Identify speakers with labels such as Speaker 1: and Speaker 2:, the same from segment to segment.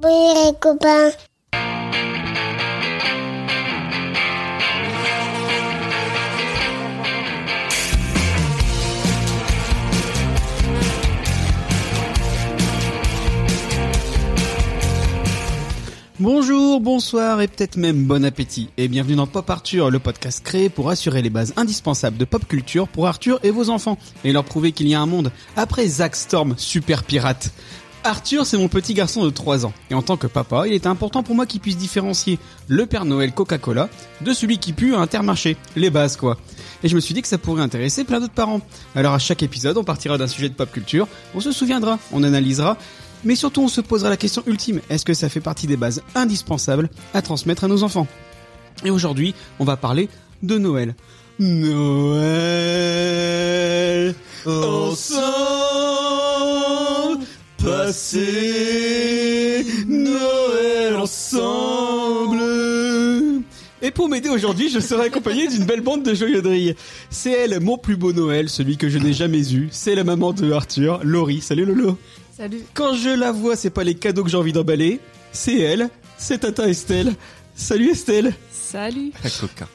Speaker 1: Oui, les copains.
Speaker 2: Bonjour, bonsoir et peut-être même bon appétit. Et bienvenue dans Pop Arthur, le podcast créé pour assurer les bases indispensables de pop culture pour Arthur et vos enfants et leur prouver qu'il y a un monde après Zack Storm, super pirate. Arthur, c'est mon petit garçon de 3 ans. Et en tant que papa, il est important pour moi qu'il puisse différencier le Père Noël Coca-Cola de celui qui pue à Intermarché. Les bases, quoi. Et je me suis dit que ça pourrait intéresser plein d'autres parents. Alors à chaque épisode, on partira d'un sujet de pop culture, on se souviendra, on analysera, mais surtout, on se posera la question ultime est-ce que ça fait partie des bases indispensables à transmettre à nos enfants Et aujourd'hui, on va parler de Noël. Noël ensemble, passer Noël ensemble. Et pour m'aider aujourd'hui, je serai accompagné d'une belle bande de joyeux drilles. C'est elle, mon plus beau Noël, celui que je n'ai jamais eu. C'est la maman de Arthur, Laurie. Salut Lolo.
Speaker 3: Salut.
Speaker 2: Quand je la vois, c'est pas les cadeaux que j'ai envie d'emballer, c'est elle, c'est Tata Estelle. Salut Estelle
Speaker 3: Salut.
Speaker 4: La coca.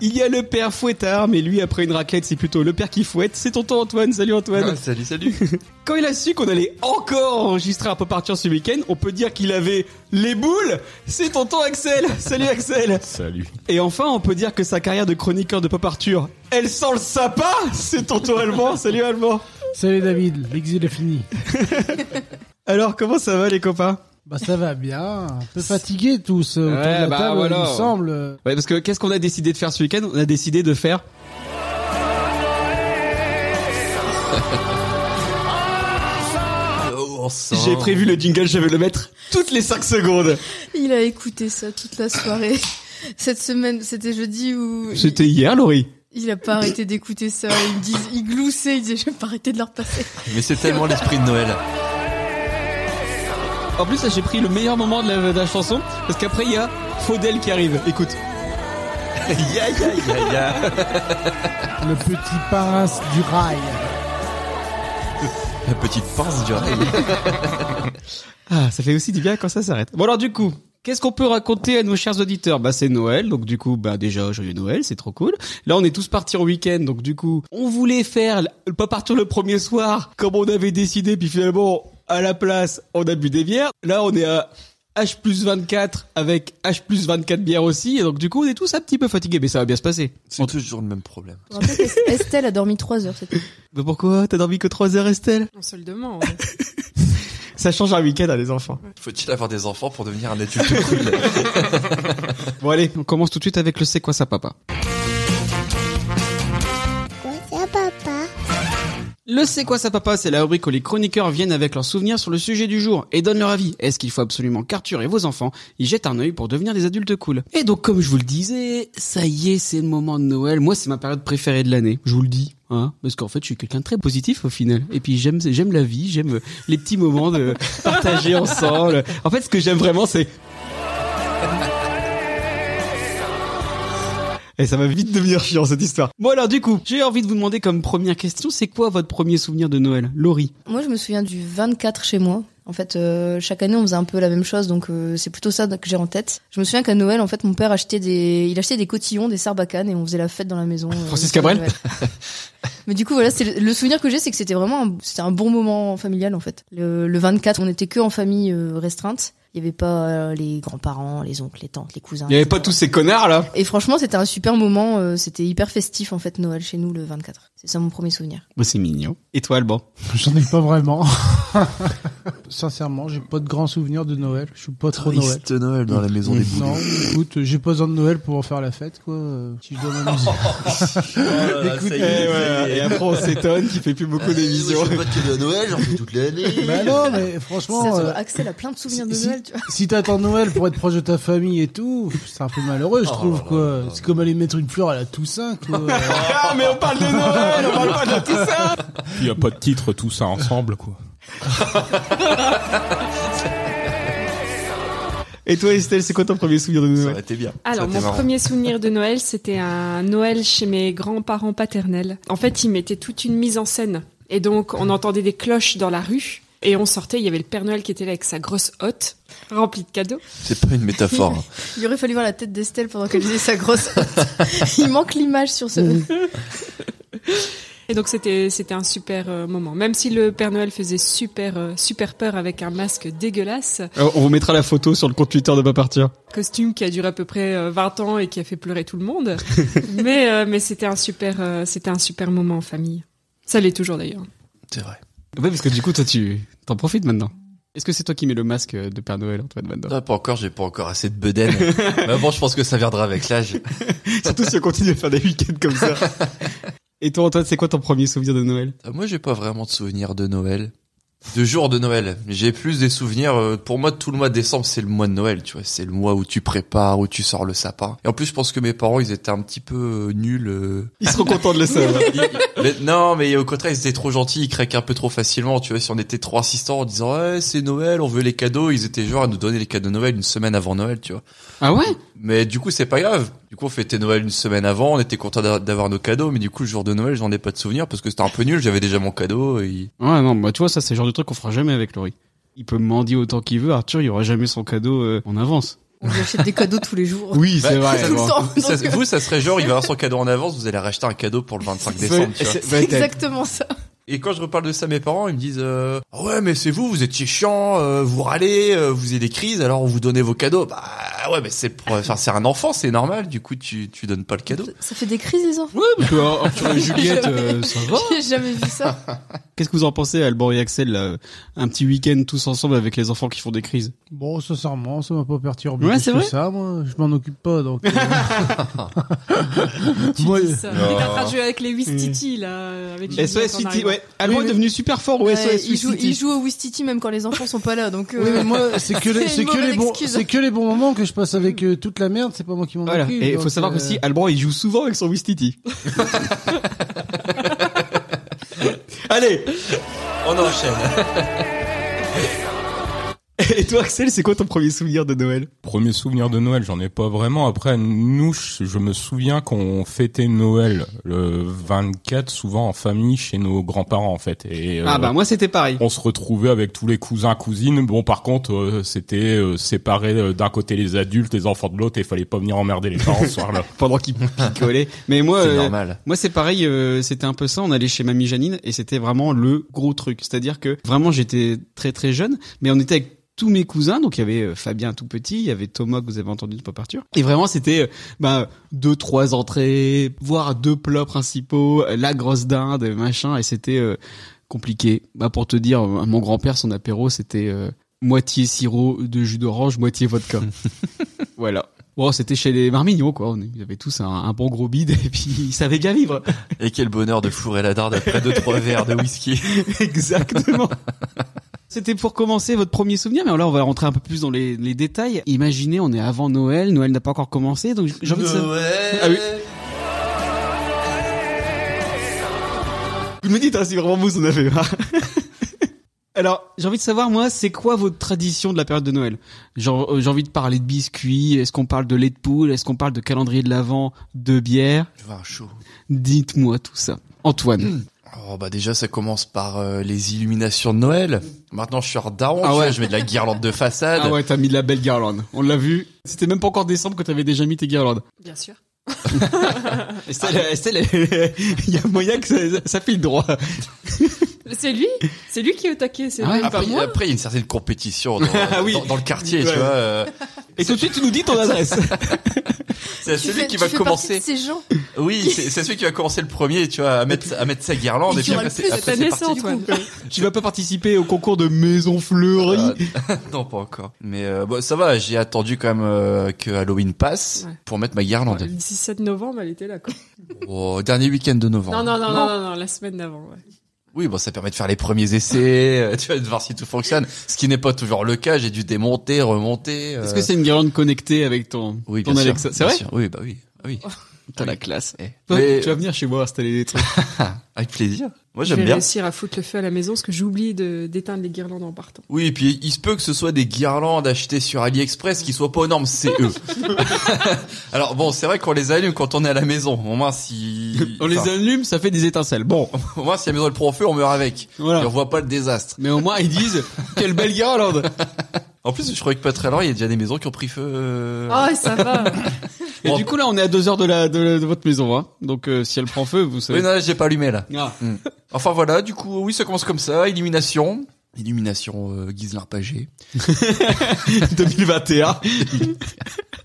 Speaker 2: Il y a le père fouettard, mais lui, après une raclette, c'est plutôt le père qui fouette. C'est tonton Antoine, salut Antoine
Speaker 4: Ah, salut, salut.
Speaker 2: Quand il a su qu'on allait encore enregistrer un peu partir ce week-end, on peut dire qu'il avait les boules C'est tonton Axel Salut Axel
Speaker 4: Salut.
Speaker 2: Et enfin, on peut dire que sa carrière de chroniqueur de Pop Arthur, elle sent le sapin C'est tonton Allemand Salut Allemand
Speaker 5: Salut David, l'exil est fini.
Speaker 2: Alors, comment ça va les copains
Speaker 5: Bah ça va bien, un peu fatigué tous euh, autour
Speaker 2: Ouais,
Speaker 5: de la
Speaker 2: bah,
Speaker 5: table
Speaker 2: voilà.
Speaker 5: il me semble. euh,
Speaker 2: Ouais, parce que qu'est-ce qu'on a décidé de faire ce week-end On a décidé de faire...
Speaker 4: Oh,
Speaker 2: J'ai prévu le jingle, je vais le mettre toutes les 5 secondes.
Speaker 3: Il a écouté ça toute la soirée. Cette semaine, c'était jeudi où il-
Speaker 2: C'était hier, Laurie.
Speaker 3: il, a pas arrêté d'écouter ça. Il, me dis- il gloussait, il disait je vais pas arrêter de le repasser.
Speaker 4: Mais c'est tellement l'esprit de Noël.
Speaker 2: En plus, là, j'ai pris le meilleur moment de la, de la chanson parce qu'après, il y a Faudel qui arrive. Écoute.
Speaker 4: ya, ya, ya, ya.
Speaker 5: Le petit pince du rail.
Speaker 4: La petite pince du rail.
Speaker 2: Ah, ça fait aussi du bien quand ça s'arrête. Bon, alors, du coup. Qu'est-ce qu'on peut raconter à nos chers auditeurs Bah c'est Noël, donc du coup, bah déjà joyeux Noël, c'est trop cool. Là, on est tous partis en week-end, donc du coup, on voulait faire le- pas partir le premier soir comme on avait décidé, puis finalement, à la place, on a bu des bières. Là, on est à H plus 24 avec H plus 24 bières aussi, et donc du coup, on est tous un petit peu fatigués, mais ça va bien se passer.
Speaker 4: C'est toujours le même problème.
Speaker 3: Je rappelle qu'Est- Estelle a dormi 3 heures cette nuit.
Speaker 2: Mais pourquoi T'as dormi que 3 heures, Estelle
Speaker 6: On se le demande.
Speaker 2: Ça change un week-end à les enfants.
Speaker 4: Faut-il avoir des enfants pour devenir un adulte cool
Speaker 2: Bon allez, on commence tout de suite avec le c'est quoi ça papa.
Speaker 1: Quoi ça, papa
Speaker 2: Le c'est quoi ça papa, c'est la rubrique où les chroniqueurs viennent avec leurs souvenirs sur le sujet du jour et donnent leur avis. Est-ce qu'il faut absolument qu'Arthur et vos enfants y jettent un œil pour devenir des adultes cool Et donc comme je vous le disais, ça y est, c'est le moment de Noël. Moi, c'est ma période préférée de l'année. Je vous le dis. Hein parce qu'en fait, je suis quelqu'un de très positif au final. Et puis j'aime, j'aime la vie, j'aime les petits moments de partager ensemble. En fait, ce que j'aime vraiment, c'est Et eh, ça va vite devenir chiant cette histoire. Bon alors du coup, j'ai envie de vous demander comme première question, c'est quoi votre premier souvenir de Noël Laurie
Speaker 3: Moi, je me souviens du 24 chez moi. En fait, euh, chaque année, on faisait un peu la même chose, donc euh, c'est plutôt ça que j'ai en tête. Je me souviens qu'à Noël, en fait, mon père achetait des, il achetait des cotillons, des sarbacanes, et on faisait la fête dans la maison. euh,
Speaker 2: Francis
Speaker 3: jusqu'à
Speaker 2: Cabrel
Speaker 3: Noël. Mais du coup, voilà, c'est le- le souvenir que j'ai, c'est que c'était vraiment, un... c'était un bon moment familial, en fait. Le, le 24, on était que en famille euh, restreinte. Il y avait pas euh, les grands-parents, les oncles, les tantes, les cousins.
Speaker 2: Il n'y avait pas tous ces connards là
Speaker 3: Et franchement, c'était un super moment. euh, c'était hyper festif, en fait, Noël chez nous le 24. C'est ça mon premier souvenir.
Speaker 2: Bah c'est mignon. Et toi Alban
Speaker 5: J'en ai pas vraiment. Sincèrement, j'ai pas de grands souvenirs de Noël. Je suis pas trop Noël.
Speaker 4: Triste Noël dans la maison des boules.
Speaker 5: Non, écoute, j'ai pas besoin de Noël pour en faire la fête, quoi. euh, Si je dois m'amuser.
Speaker 4: euh,
Speaker 2: Et,
Speaker 4: eh,
Speaker 2: après on s'étonne qu'il fait plus
Speaker 7: Ah,
Speaker 2: beaucoup d'émissions.
Speaker 4: de Noël, j'en fais toute l'année.
Speaker 5: bah non, mais
Speaker 3: ça,
Speaker 5: franchement,
Speaker 3: se
Speaker 5: euh,
Speaker 3: voit, Axel a plein de souvenirs de
Speaker 5: si-
Speaker 3: Noël, tu vois.
Speaker 5: si t'attends Noël pour être proche de ta famille et tout, c'est un peu malheureux, je
Speaker 4: Oh
Speaker 5: trouve,
Speaker 4: là là
Speaker 5: quoi.
Speaker 4: là
Speaker 5: C'est
Speaker 4: là.
Speaker 5: comme aller mettre une fleur à la Toussaint, quoi.
Speaker 2: Ah mais on parle de Noël, on parle pas de tout ça
Speaker 7: Il n'y a pas de titre, tout ça ensemble, quoi.
Speaker 2: Et toi Estelle, c'est quoi ton premier souvenir de
Speaker 4: Ça
Speaker 2: Noël
Speaker 4: aurait été bien.
Speaker 6: Alors,
Speaker 4: Ça aurait
Speaker 6: mon
Speaker 4: été marrant.
Speaker 6: premier souvenir de Noël, c'était un Noël chez mes grands-parents paternels. En fait, ils mettaient toute une mise en scène. Et donc, on entendait des cloches dans la rue. Et on sortait, il y avait le Père Noël qui était là avec sa grosse hotte remplie de cadeaux.
Speaker 4: C'est pas une métaphore. hein.
Speaker 3: Il aurait fallu voir la tête d'Estelle pendant qu'elle faisait sa grosse. Il manque l'image sur ce.
Speaker 6: Et donc c'était c'était un super euh, moment. Même si le Père Noël faisait super euh, super peur avec un masque dégueulasse,
Speaker 2: Alors, Euh, on vous mettra la photo sur le compte Twitter de Pas Partir.
Speaker 6: costume qui a duré à peu près euh, 20 ans et qui a fait pleurer tout le monde. mais euh, mais c'était un super euh, c'était un super moment en famille. Ça l'est toujours d'ailleurs.
Speaker 4: C'est vrai.
Speaker 2: Ouais, parce que du coup, toi, tu t'en profites maintenant. Est-ce que c'est toi qui mets le masque de Père Noël, Antoine Van Damme
Speaker 4: Non, pas encore, j'ai pas encore assez de bedaine. Mais bon, je pense que ça viendra avec l'âge.
Speaker 2: Surtout si on continue à faire des week-ends comme ça. Et toi, Antoine, c'est quoi ton premier souvenir de Noël
Speaker 4: Euh, Moi, j'ai pas vraiment de souvenirs de Noël. De jours de Noël. J'ai plus des souvenirs. euh, Pour moi, tout le mois de décembre, c'est le mois de Noël, tu vois. C'est le mois où tu prépares, où tu sors le sapin. Et en plus, je pense que mes parents, ils étaient un petit peu euh, nuls. euh,
Speaker 2: Ils seront contents de le savoir.
Speaker 4: Mais- non, mais au contraire, ils étaient trop gentils, ils craquaient un peu trop facilement, tu vois. Si on était trop insistants en disant, ouais, c'est Noël, on veut les cadeaux, ils étaient genre à nous donner les cadeaux de Noël une semaine avant Noël, tu vois.
Speaker 2: Ah ouais
Speaker 4: Mais du coup, c'est pas grave. Du coup, on fêtait Noël une semaine avant, on était content d'a- d'avoir nos cadeaux, mais du coup, le jour de Noël, j'en ai pas de souvenir parce que c'était un peu nul, j'avais déjà mon cadeau et
Speaker 2: Ouais, non, bah tu vois, ça, c'est le genre de truc qu'on fera jamais avec Laurie. Il peut mendier autant qu'il veut, Arthur, il aura jamais son cadeau euh, en avance.
Speaker 3: On lui achète des cadeaux tous les jours.
Speaker 2: Oui,
Speaker 4: c'est vrai,
Speaker 3: Tout le
Speaker 4: bon.
Speaker 3: temps.
Speaker 4: Bah, Ça,
Speaker 2: euh,
Speaker 3: Donc,
Speaker 4: vous, ça serait genre, il va avoir son cadeau en avance, vous allez racheter un cadeau pour le 25 décembre, tu vois.
Speaker 3: C'est exactement ça.
Speaker 4: Et quand je reparle de ça à mes parents, ils me disent euh, Ah Ouais, mais c'est vous, vous étiez chiant, euh, vous râlez, euh, vous avez des crises, alors on vous donnait vos cadeaux. » Bah ouais, mais c'est pour- enfin, c'est un enfant, c'est normal, du coup, tu, tu donnes pas le cadeau.
Speaker 3: Ça fait des crises, les enfants.
Speaker 2: Ouais, parce que hein, Arthur et Juliette, euh, ça va.
Speaker 3: J'ai jamais vu ça.
Speaker 2: Qu'est-ce que vous en pensez, Alban et Axel, là, un petit week-end tous ensemble avec les enfants qui font des crises
Speaker 5: Bon, sincèrement, ça m'a pas perturbé
Speaker 2: Ouais,
Speaker 5: plus
Speaker 2: c'est
Speaker 5: que
Speaker 2: vrai.
Speaker 5: ça, moi. Je m'en occupe pas, donc... euh,
Speaker 6: Tu
Speaker 5: Moi,
Speaker 6: dis ça. Il est en train de jouer avec les
Speaker 2: Oui.
Speaker 6: Wistiti là. euh, Avec Juliette en
Speaker 2: SOS City,
Speaker 6: arrivant.
Speaker 2: ouais. Alban
Speaker 5: Oui,
Speaker 2: est
Speaker 5: oui.
Speaker 2: devenu super fort au
Speaker 3: Ouais,
Speaker 2: SOS
Speaker 3: il, joue,
Speaker 2: City.
Speaker 3: il joue au Wistiti même quand les enfants sont pas là. Donc, euh,
Speaker 5: Oui, mais moi, c'est que les,
Speaker 3: C'est
Speaker 5: c'est
Speaker 3: une
Speaker 5: que les
Speaker 3: mauvaise
Speaker 5: bons,
Speaker 3: excuse.
Speaker 5: c'est que les bons moments que je passe avec euh, toute la merde. C'est pas moi qui m'en
Speaker 2: Voilà.
Speaker 5: occupe.
Speaker 2: Et il
Speaker 5: donc,
Speaker 2: faut savoir ah.
Speaker 5: euh,
Speaker 2: qu'aussi, Alban, il joue souvent avec son Wistiti. Allez
Speaker 4: On enchaîne.
Speaker 2: Et toi, Axel, c'est quoi ton premier souvenir de Noël
Speaker 7: Premier souvenir de Noël, j'en ai pas vraiment. Après, nous, je je me souviens qu'on fêtait Noël le 24, souvent en famille, chez nos grands-parents, en fait. Et, euh,
Speaker 2: Ah bah, moi, c'était pareil.
Speaker 7: on se retrouvait avec tous les cousins cousines bon par contre euh, c'était euh, séparé euh, d'un côté les adultes les enfants de l'autre et il fallait pas venir emmerder les parents ce soir là
Speaker 2: Pendant qu'il picolait. Mais moi,
Speaker 4: C'est
Speaker 2: euh,
Speaker 4: normal.
Speaker 2: Moi c'est pareil, euh, c'était un peu ça, on allait chez mamie Janine et c'était vraiment le gros truc. C'est-à-dire que vraiment j'étais très très jeune, mais on était avec tous mes cousins, donc il y avait euh, Fabien tout petit, il y avait Thomas que vous avez entendu de Pop Arthur. Et vraiment c'était euh, bah, deux trois entrées, voire deux plats principaux, euh, la grosse dinde, machin, et c'était euh, compliqué. Bah pour te dire, euh, mon grand-père son apéro c'était euh, moitié sirop de jus d'orange, moitié vodka. voilà. Bon, c'était chez les Marmignons, quoi. On- Ils avaient tous un, un bon gros bide et puis ils savaient bien vivre.
Speaker 4: Et quel bonheur de fourrer la darde après deux, trois verres de whisky.
Speaker 2: Exactement. C'était pour commencer votre premier souvenir, mais alors on va rentrer un peu plus dans les, les détails. Imaginez, on est avant Noël, Noël n'a pas encore commencé, donc j'ai envie de savoir.
Speaker 4: Noël.
Speaker 2: Ah oui. Vous me dites hein, si vraiment vous en avez marre. Alors, j'ai envie de savoir, moi, c'est quoi votre tradition de la période de Noël Genre, euh, J'ai envie de parler de biscuits, est-ce qu'on parle de lait de poule, est-ce qu'on parle de calendrier de l'Avent, de bière
Speaker 4: Je veux un show.
Speaker 2: Dites-moi tout ça. Antoine.
Speaker 4: Oh bah déjà ça commence par euh, les illuminations de Noël. Maintenant je suis hors daron,
Speaker 2: Ah
Speaker 4: tu
Speaker 2: ouais.
Speaker 4: vois, je mets de la guirlande de façade.
Speaker 2: Ah ouais, t'as mis de la belle guirlande. On l'a vu. C'était même pas encore décembre que t'avais déjà mis tes guirlandes.
Speaker 6: Bien sûr.
Speaker 2: Estelle,
Speaker 4: Ah.
Speaker 2: Estelle, il y a moyen que ça, ça file droit.
Speaker 6: C'est lui. C'est lui qui est au taquet. C'est
Speaker 2: Ah ouais,
Speaker 6: vrai.
Speaker 4: Après,
Speaker 6: pas moi.
Speaker 4: après, il y a une certaine compétition dans,
Speaker 2: Ah oui.
Speaker 4: dans- dans le quartier,
Speaker 2: Ouais.
Speaker 4: tu vois. euh,
Speaker 2: Et tout de suite, tu nous dis ton adresse.
Speaker 4: c'est
Speaker 3: tu
Speaker 4: celui
Speaker 3: fais-
Speaker 4: qui
Speaker 3: tu
Speaker 4: va
Speaker 3: fais
Speaker 4: commencer.
Speaker 3: partie de Ces gens.
Speaker 4: Oui, c'est c'est celui qui va commencer le premier, tu vois, à mettre, à mettre sa guirlande.
Speaker 3: Et
Speaker 4: Et
Speaker 3: qui
Speaker 4: puis
Speaker 3: aura
Speaker 4: après,
Speaker 3: le
Speaker 4: c'est
Speaker 3: plus de
Speaker 4: après,
Speaker 6: Ta
Speaker 4: c'est parti.
Speaker 6: naissance, Antoine.
Speaker 2: tu vas pas participer au concours de Maison Fleurie.
Speaker 4: Euh, non, pas encore. Mais euh, bon, ça va, j'ai attendu quand même euh, que Halloween passe
Speaker 6: Ouais.
Speaker 4: pour mettre ma
Speaker 6: Le
Speaker 4: guirlande.
Speaker 6: 17 novembre, elle était là. Quoi.
Speaker 4: Au dernier week-end de novembre.
Speaker 6: Non, non, non, non, non, non, la semaine d'avant. Ouais.
Speaker 4: Oui, bon, ça permet de faire les premiers essais, euh, tu vois, de voir si tout fonctionne. Ce qui n'est pas toujours le cas, j'ai dû démonter, remonter. euh,
Speaker 2: Est-ce que c'est une guirlande connectée avec ton,
Speaker 4: oui,
Speaker 2: ton
Speaker 4: bien sûr,
Speaker 2: Alexa C'est
Speaker 4: bien
Speaker 2: vrai
Speaker 4: sûr. Oui, bah oui. ah oui.
Speaker 2: T'as la classe.
Speaker 4: Eh.
Speaker 2: Toi,
Speaker 4: Mais-
Speaker 2: tu vas venir chez moi installer les trucs.
Speaker 4: Avec plaisir. Moi,
Speaker 6: Je
Speaker 4: j'aime
Speaker 6: vais
Speaker 4: bien.
Speaker 6: réussir à foutre le feu à la maison parce que j'oublie de- d'éteindre les guirlandes en partant.
Speaker 4: Oui, et puis il se peut que ce soit des guirlandes achetées sur AliExpress qui soient pas aux normes CE. Alors bon, c'est vrai qu'on les allume quand on est à la maison. Au moins si
Speaker 2: On les
Speaker 4: enfin,
Speaker 2: allume, ça fait des étincelles. Bon,
Speaker 4: au moins si la maison elle prend feu, on meurt avec. Et
Speaker 2: voilà.
Speaker 4: on voit pas le désastre.
Speaker 2: Mais au moins ils disent quelle belle guirlande.
Speaker 4: En plus, je croyais que pas très loin, il y a déjà des maisons qui ont pris feu. euh,
Speaker 6: Oh, ça va.
Speaker 2: Et
Speaker 4: Bon.
Speaker 2: du coup là, on est à deux heures de la de, la- de votre maison, hein. Donc euh, si elle prend feu, vous
Speaker 4: Oui,
Speaker 2: savez.
Speaker 4: non, j'ai pas allumé là.
Speaker 2: Ah.
Speaker 4: Enfin voilà, du coup, oui, ça commence comme ça, illumination. Illumination euh, Guise Larpagé.
Speaker 2: 2021.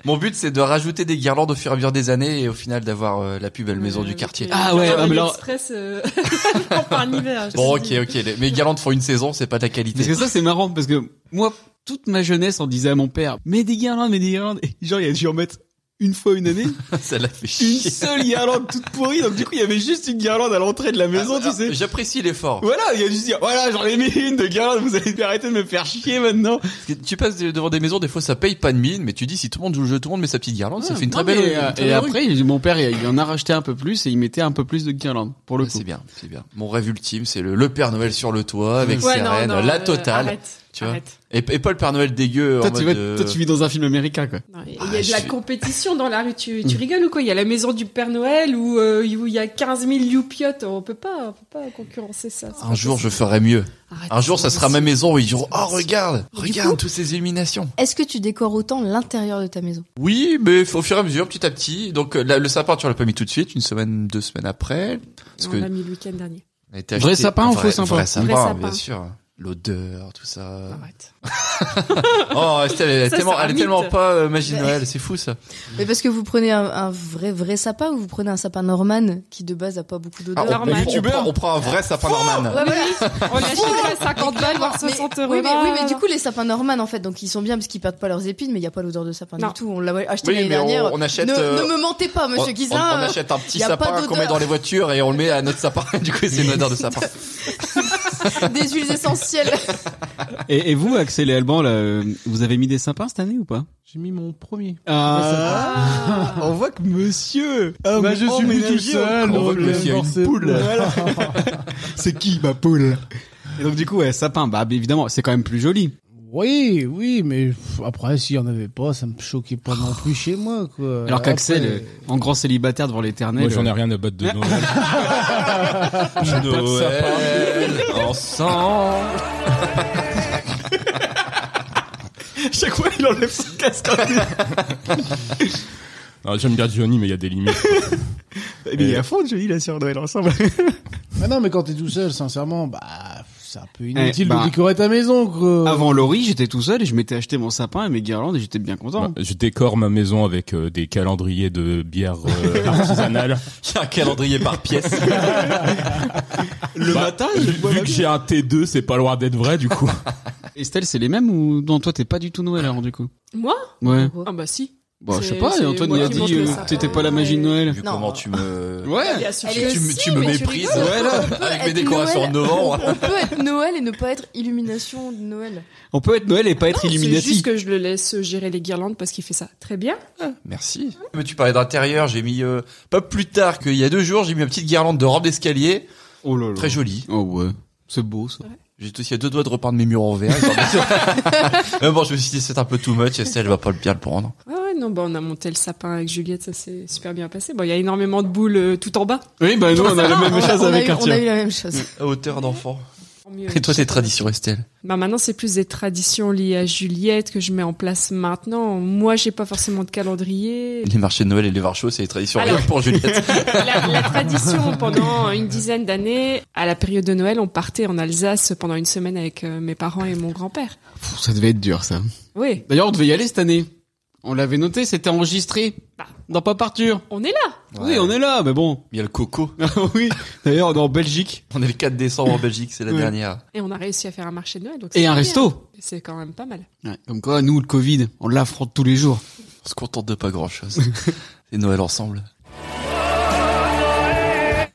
Speaker 4: Mon but, c'est de rajouter des guirlandes au fur et à mesure des années et au final d'avoir euh, la plus belle maison du quartier.
Speaker 2: Ah ouais, ah, mais alors-
Speaker 6: Express, euh... par un hiver. je
Speaker 4: Bon,
Speaker 6: te
Speaker 4: ok,
Speaker 6: dis.
Speaker 4: ok. les- Mes guirlandes font une saison, c'est pas de la qualité.
Speaker 2: Parce que ça c'est marrant parce que moi toute ma jeunesse on disait à mon père mais des guirlandes, mais des guirlandes. Et genre il a dû en mettre une fois une année,
Speaker 4: Ça l'a fait
Speaker 2: une
Speaker 4: chier.
Speaker 2: seule guirlande toute pourrie. Donc du coup il y avait juste une guirlande à l'entrée de la maison,
Speaker 4: Ah,
Speaker 2: tu sais.
Speaker 4: J'apprécie l'effort.
Speaker 2: Voilà, il a dû se dire voilà j'en ai mis une de guirlande, vous allez arrêter de me faire chier maintenant.
Speaker 4: Parce que Tu passes de- devant des maisons, des fois ça paye pas de mine, mais tu dis si tout le monde joue le jeu, tout le monde met sa petite guirlande, ça
Speaker 2: Ouais,
Speaker 4: fait une
Speaker 2: non,
Speaker 4: très belle.
Speaker 2: mais,
Speaker 4: une
Speaker 2: euh,
Speaker 4: très
Speaker 2: et
Speaker 4: belle rue.
Speaker 2: après, il- mon père, il il en a racheté un peu plus et il mettait un peu plus de guirlandes pour le
Speaker 4: Ah,
Speaker 2: coup.
Speaker 4: c'est bien, c'est bien. Mon rêve ultime, c'est le, le Père Noël sur le toit avec ses
Speaker 6: Ouais, non,
Speaker 4: rennes,
Speaker 6: non,
Speaker 4: la
Speaker 6: euh,
Speaker 4: totale.
Speaker 6: arrête,
Speaker 4: tu vois.
Speaker 6: arrête.
Speaker 4: Et, et pas le Père Noël dégueu
Speaker 2: Toi
Speaker 4: en
Speaker 2: tu, vois,
Speaker 4: mode. euh,
Speaker 2: toi, tu vis dans un film américain, quoi.
Speaker 6: Non, Il y
Speaker 4: Ah,
Speaker 6: a de
Speaker 4: je
Speaker 6: la
Speaker 4: suis- Mm.
Speaker 6: compétition dans la rue. Tu, tu rigoles ou quoi Il y a la maison du Père Noël où euh, où il y a 15 000 youpiotes. On peut pas, on peut pas concurrencer ça.
Speaker 4: Un jour, je ferai mieux. Un jour,
Speaker 2: Ah,
Speaker 4: ça sera ma maison où ils diront, oh, regarde,
Speaker 3: Et du
Speaker 4: regarde
Speaker 3: coup-
Speaker 4: toutes ces illuminations.
Speaker 3: Est-ce que tu décores autant l'intérieur de ta maison
Speaker 4: Oui, mais faut au fur et à mesure, petit à petit. Donc, euh, là, le sapin, tu l'as pas mis tout de suite, une semaine, deux semaines après. Parce
Speaker 6: On
Speaker 4: que
Speaker 6: l'a mis le week-end dernier.
Speaker 4: on a été
Speaker 2: Vrai
Speaker 4: acheté-
Speaker 2: sapin ou
Speaker 4: vrai-
Speaker 2: faux sapin
Speaker 4: Vrai sapin,
Speaker 6: Vrai sapin.
Speaker 4: bien sûr. L'odeur, tout ça.
Speaker 6: Arrête.
Speaker 4: Oh, Estelle, elle est
Speaker 6: Ça,
Speaker 4: tellement,
Speaker 6: c'est un
Speaker 4: elle est tellement
Speaker 6: mythe.
Speaker 4: pas euh, Magie de
Speaker 3: Mais-
Speaker 4: Noël, c'est fou ça.
Speaker 3: Mais parce que vous prenez un, un vrai vrai sapin ou vous prenez un sapin Norman qui de base a pas beaucoup
Speaker 4: Ah,
Speaker 3: d'odeur.
Speaker 4: on,
Speaker 6: Norman.
Speaker 4: on prend, on prend un vrai sapin Norman.
Speaker 3: Ouais, mais-
Speaker 6: On achète pas 50 balles voire
Speaker 3: mais-
Speaker 6: 60 euros.
Speaker 3: oui, mais, oui, mais du coup, les sapins Norman, en fait, donc ils sont bien parce qu'ils perdent pas leurs épines, mais il n'y a pas l'odeur de sapin
Speaker 6: Non.
Speaker 3: du tout. On l'a acheté
Speaker 4: Oui,
Speaker 3: l'année
Speaker 4: mais on-
Speaker 3: dernière.
Speaker 4: on achète,
Speaker 3: Ne,
Speaker 4: euh,
Speaker 3: ne me mentez pas, monsieur
Speaker 4: on, on- on
Speaker 3: Guislain. euh,
Speaker 4: achète un petit
Speaker 3: y a pas
Speaker 4: sapin qu'on
Speaker 3: d'odeur.
Speaker 4: met dans les voitures et on le met à notre sapin. Du coup, c'est une odeur de sapin.
Speaker 3: des huiles essentielles.
Speaker 2: Et, et vous, Axel et Alban, là, euh, vous avez mis des sapins cette année ou pas
Speaker 5: J'ai mis mon premier.
Speaker 2: On voit que monsieur
Speaker 5: Bah, je suis plus tout seul.
Speaker 4: on voit
Speaker 5: donc,
Speaker 4: que monsieur a une
Speaker 5: forcément.
Speaker 2: C'est qui ma poule Et donc du coup, ouais, sapin, bah évidemment, c'est quand même plus joli.
Speaker 5: Oui, oui, mais pff, après, s'il y en avait pas, ça me choquait pas non plus chez moi, quoi.
Speaker 2: Alors qu'Axel,
Speaker 5: Après,
Speaker 2: euh, en grand célibataire devant l'éternel...
Speaker 7: Moi, j'en ai
Speaker 2: euh,
Speaker 7: rien à battre de Noël.
Speaker 4: Noël ensemble.
Speaker 2: Chaque fois, il enlève son casque.
Speaker 7: Non, J'aime bien Johnny, mais il y a des limites.
Speaker 2: Mais Eh il est à fond, joli, là, sur Noël ensemble.
Speaker 5: Mais non, mais quand t'es tout seul, sincèrement, bah, c'est un peu inutile
Speaker 2: bah,
Speaker 5: de décorer ta maison, quoi.
Speaker 2: Avant Laurie, j'étais tout seul et je m'étais acheté mon sapin et mes guirlandes et j'étais bien content.
Speaker 7: Ouais, je décore ma maison avec euh, des calendriers de bière euh, artisanale.
Speaker 4: Il y a un calendrier par pièce.
Speaker 2: Le
Speaker 7: Bah,
Speaker 2: matin, je bois
Speaker 7: Vu
Speaker 2: ma
Speaker 7: que
Speaker 2: bière.
Speaker 7: j'ai un T2, c'est pas loin d'être vrai, du coup.
Speaker 2: Estelle, c'est les mêmes ou non Toi, t'es pas du tout Noël alors du coup
Speaker 6: Moi
Speaker 2: Ouais.
Speaker 6: Ah bah si.
Speaker 2: Bon, je sais
Speaker 6: C'est-
Speaker 2: pas.
Speaker 6: c'est
Speaker 2: Antoine
Speaker 6: moi
Speaker 2: il a
Speaker 6: qui monte
Speaker 2: dit
Speaker 6: le
Speaker 2: euh,
Speaker 6: sapin.
Speaker 2: t'étais pas la magie de Noël.
Speaker 4: Vu
Speaker 3: Non.
Speaker 4: comment tu me.
Speaker 3: Eh,
Speaker 2: Ouais.
Speaker 6: Bien sûr
Speaker 3: Elle
Speaker 6: que
Speaker 3: est-
Speaker 4: Tu, me-
Speaker 3: Si,
Speaker 4: tu me
Speaker 3: mais tu
Speaker 4: méprises hein,
Speaker 3: rigoles.
Speaker 2: Ouais, là.
Speaker 3: peut
Speaker 4: avec mes
Speaker 3: être
Speaker 4: décorations
Speaker 3: Noël.
Speaker 4: de novembre.
Speaker 3: On peut être Noël et ne pas être illumination de Noël.
Speaker 2: On peut être Noël et pas être
Speaker 6: C'est
Speaker 2: Illuminati.
Speaker 6: juste que je le laisse gérer les guirlandes parce qu'il fait ça très bien.
Speaker 4: Merci. Mais tu parlais d'intérieur, j'ai mis euh, pas plus tard qu'il y a deux jours, j'ai mis ma petite guirlande de robe d'escalier,
Speaker 2: Oh là là.
Speaker 4: très jolie.
Speaker 2: Oh ouais. C'est beau ça.
Speaker 4: J'ai aussi à deux doigts de repeindre mes murs en vert. Mais bon, je me suis dit c'est un peu too much, Estelle va pas bien le prendre.
Speaker 6: Ouais, ouais, non, bah on a monté le sapin avec Juliette, ça s'est super bien passé. Bon, il y a énormément de boules euh, tout en bas.
Speaker 2: Oui, bah nous on a la même
Speaker 3: On a-
Speaker 2: chose
Speaker 3: on a
Speaker 2: avec
Speaker 3: eu- On a
Speaker 2: Arthur.
Speaker 3: eu la même chose.
Speaker 4: À hauteur d'enfant.
Speaker 6: Tant mieux.
Speaker 4: Et toi tes traditions Estelle
Speaker 6: Bah maintenant, c'est plus des traditions liées à Juliette que je mets en place maintenant. Moi, j'ai pas forcément de calendrier.
Speaker 4: Les marchés de Noël et les varchots, c'est les traditions
Speaker 6: Alors-
Speaker 4: rien que pour Juliette.
Speaker 6: La, la tradition pendant une dizaine d'années, à la période de Noël, on partait en Alsace pendant une semaine avec euh, mes parents et mon grand-père.
Speaker 2: Pff, ça devait être dur ça.
Speaker 6: Oui,
Speaker 2: D'ailleurs, on devait y aller cette année. On l'avait noté, c'était enregistré
Speaker 6: Bah.
Speaker 2: dans Pop Arthur.
Speaker 6: on est là.
Speaker 2: Oui, on est là, mais bon.
Speaker 4: Il y a le coco.
Speaker 2: Ah oui. D'ailleurs, on est en Belgique.
Speaker 4: On est le 4 décembre en Belgique, c'est la
Speaker 2: Ouais.
Speaker 4: dernière.
Speaker 6: Et on a réussi à faire un marché de Noël. Donc c'est
Speaker 2: Et un
Speaker 6: bien.
Speaker 2: resto.
Speaker 6: C'est quand même pas mal.
Speaker 2: Ouais, comme quoi, nous, le Covid, on l'affronte tous les jours.
Speaker 4: On se contente de pas grand chose. c'est Noël ensemble.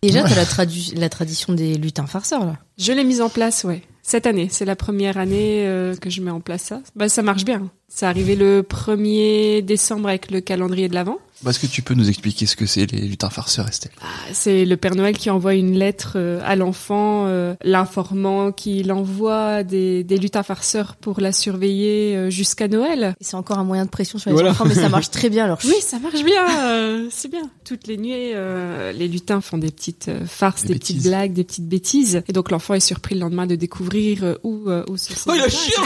Speaker 3: Déjà, t'as la, tradu- la tradition des lutins farceurs, là.
Speaker 6: Je l'ai mise en place, ouais. Cette année, c'est la première année euh, que je mets en place ça. Bah, ça marche bien. C'est arrivé le 1er décembre avec le calendrier de l'Avent.
Speaker 4: Bah, Est-ce que tu peux nous expliquer ce que c'est les lutins farceurs, Estelle
Speaker 6: C'est le Père Noël qui envoie une lettre euh, à l'enfant, euh, l'informant qu'il envoie des, des lutins farceurs pour la surveiller euh, jusqu'à Noël.
Speaker 3: Et c'est encore un moyen de pression sur les
Speaker 2: Voilà.
Speaker 3: enfants, mais ça marche très bien. Alors,
Speaker 6: Oui, ça marche bien, euh, c'est bien. Toutes les nuits, euh, les lutins font des petites euh, farces,
Speaker 4: Des
Speaker 6: des,
Speaker 4: bêtises.
Speaker 6: petites blagues, des petites bêtises. Et donc l'enfant est surpris le lendemain de découvrir euh, où, euh, où se sont-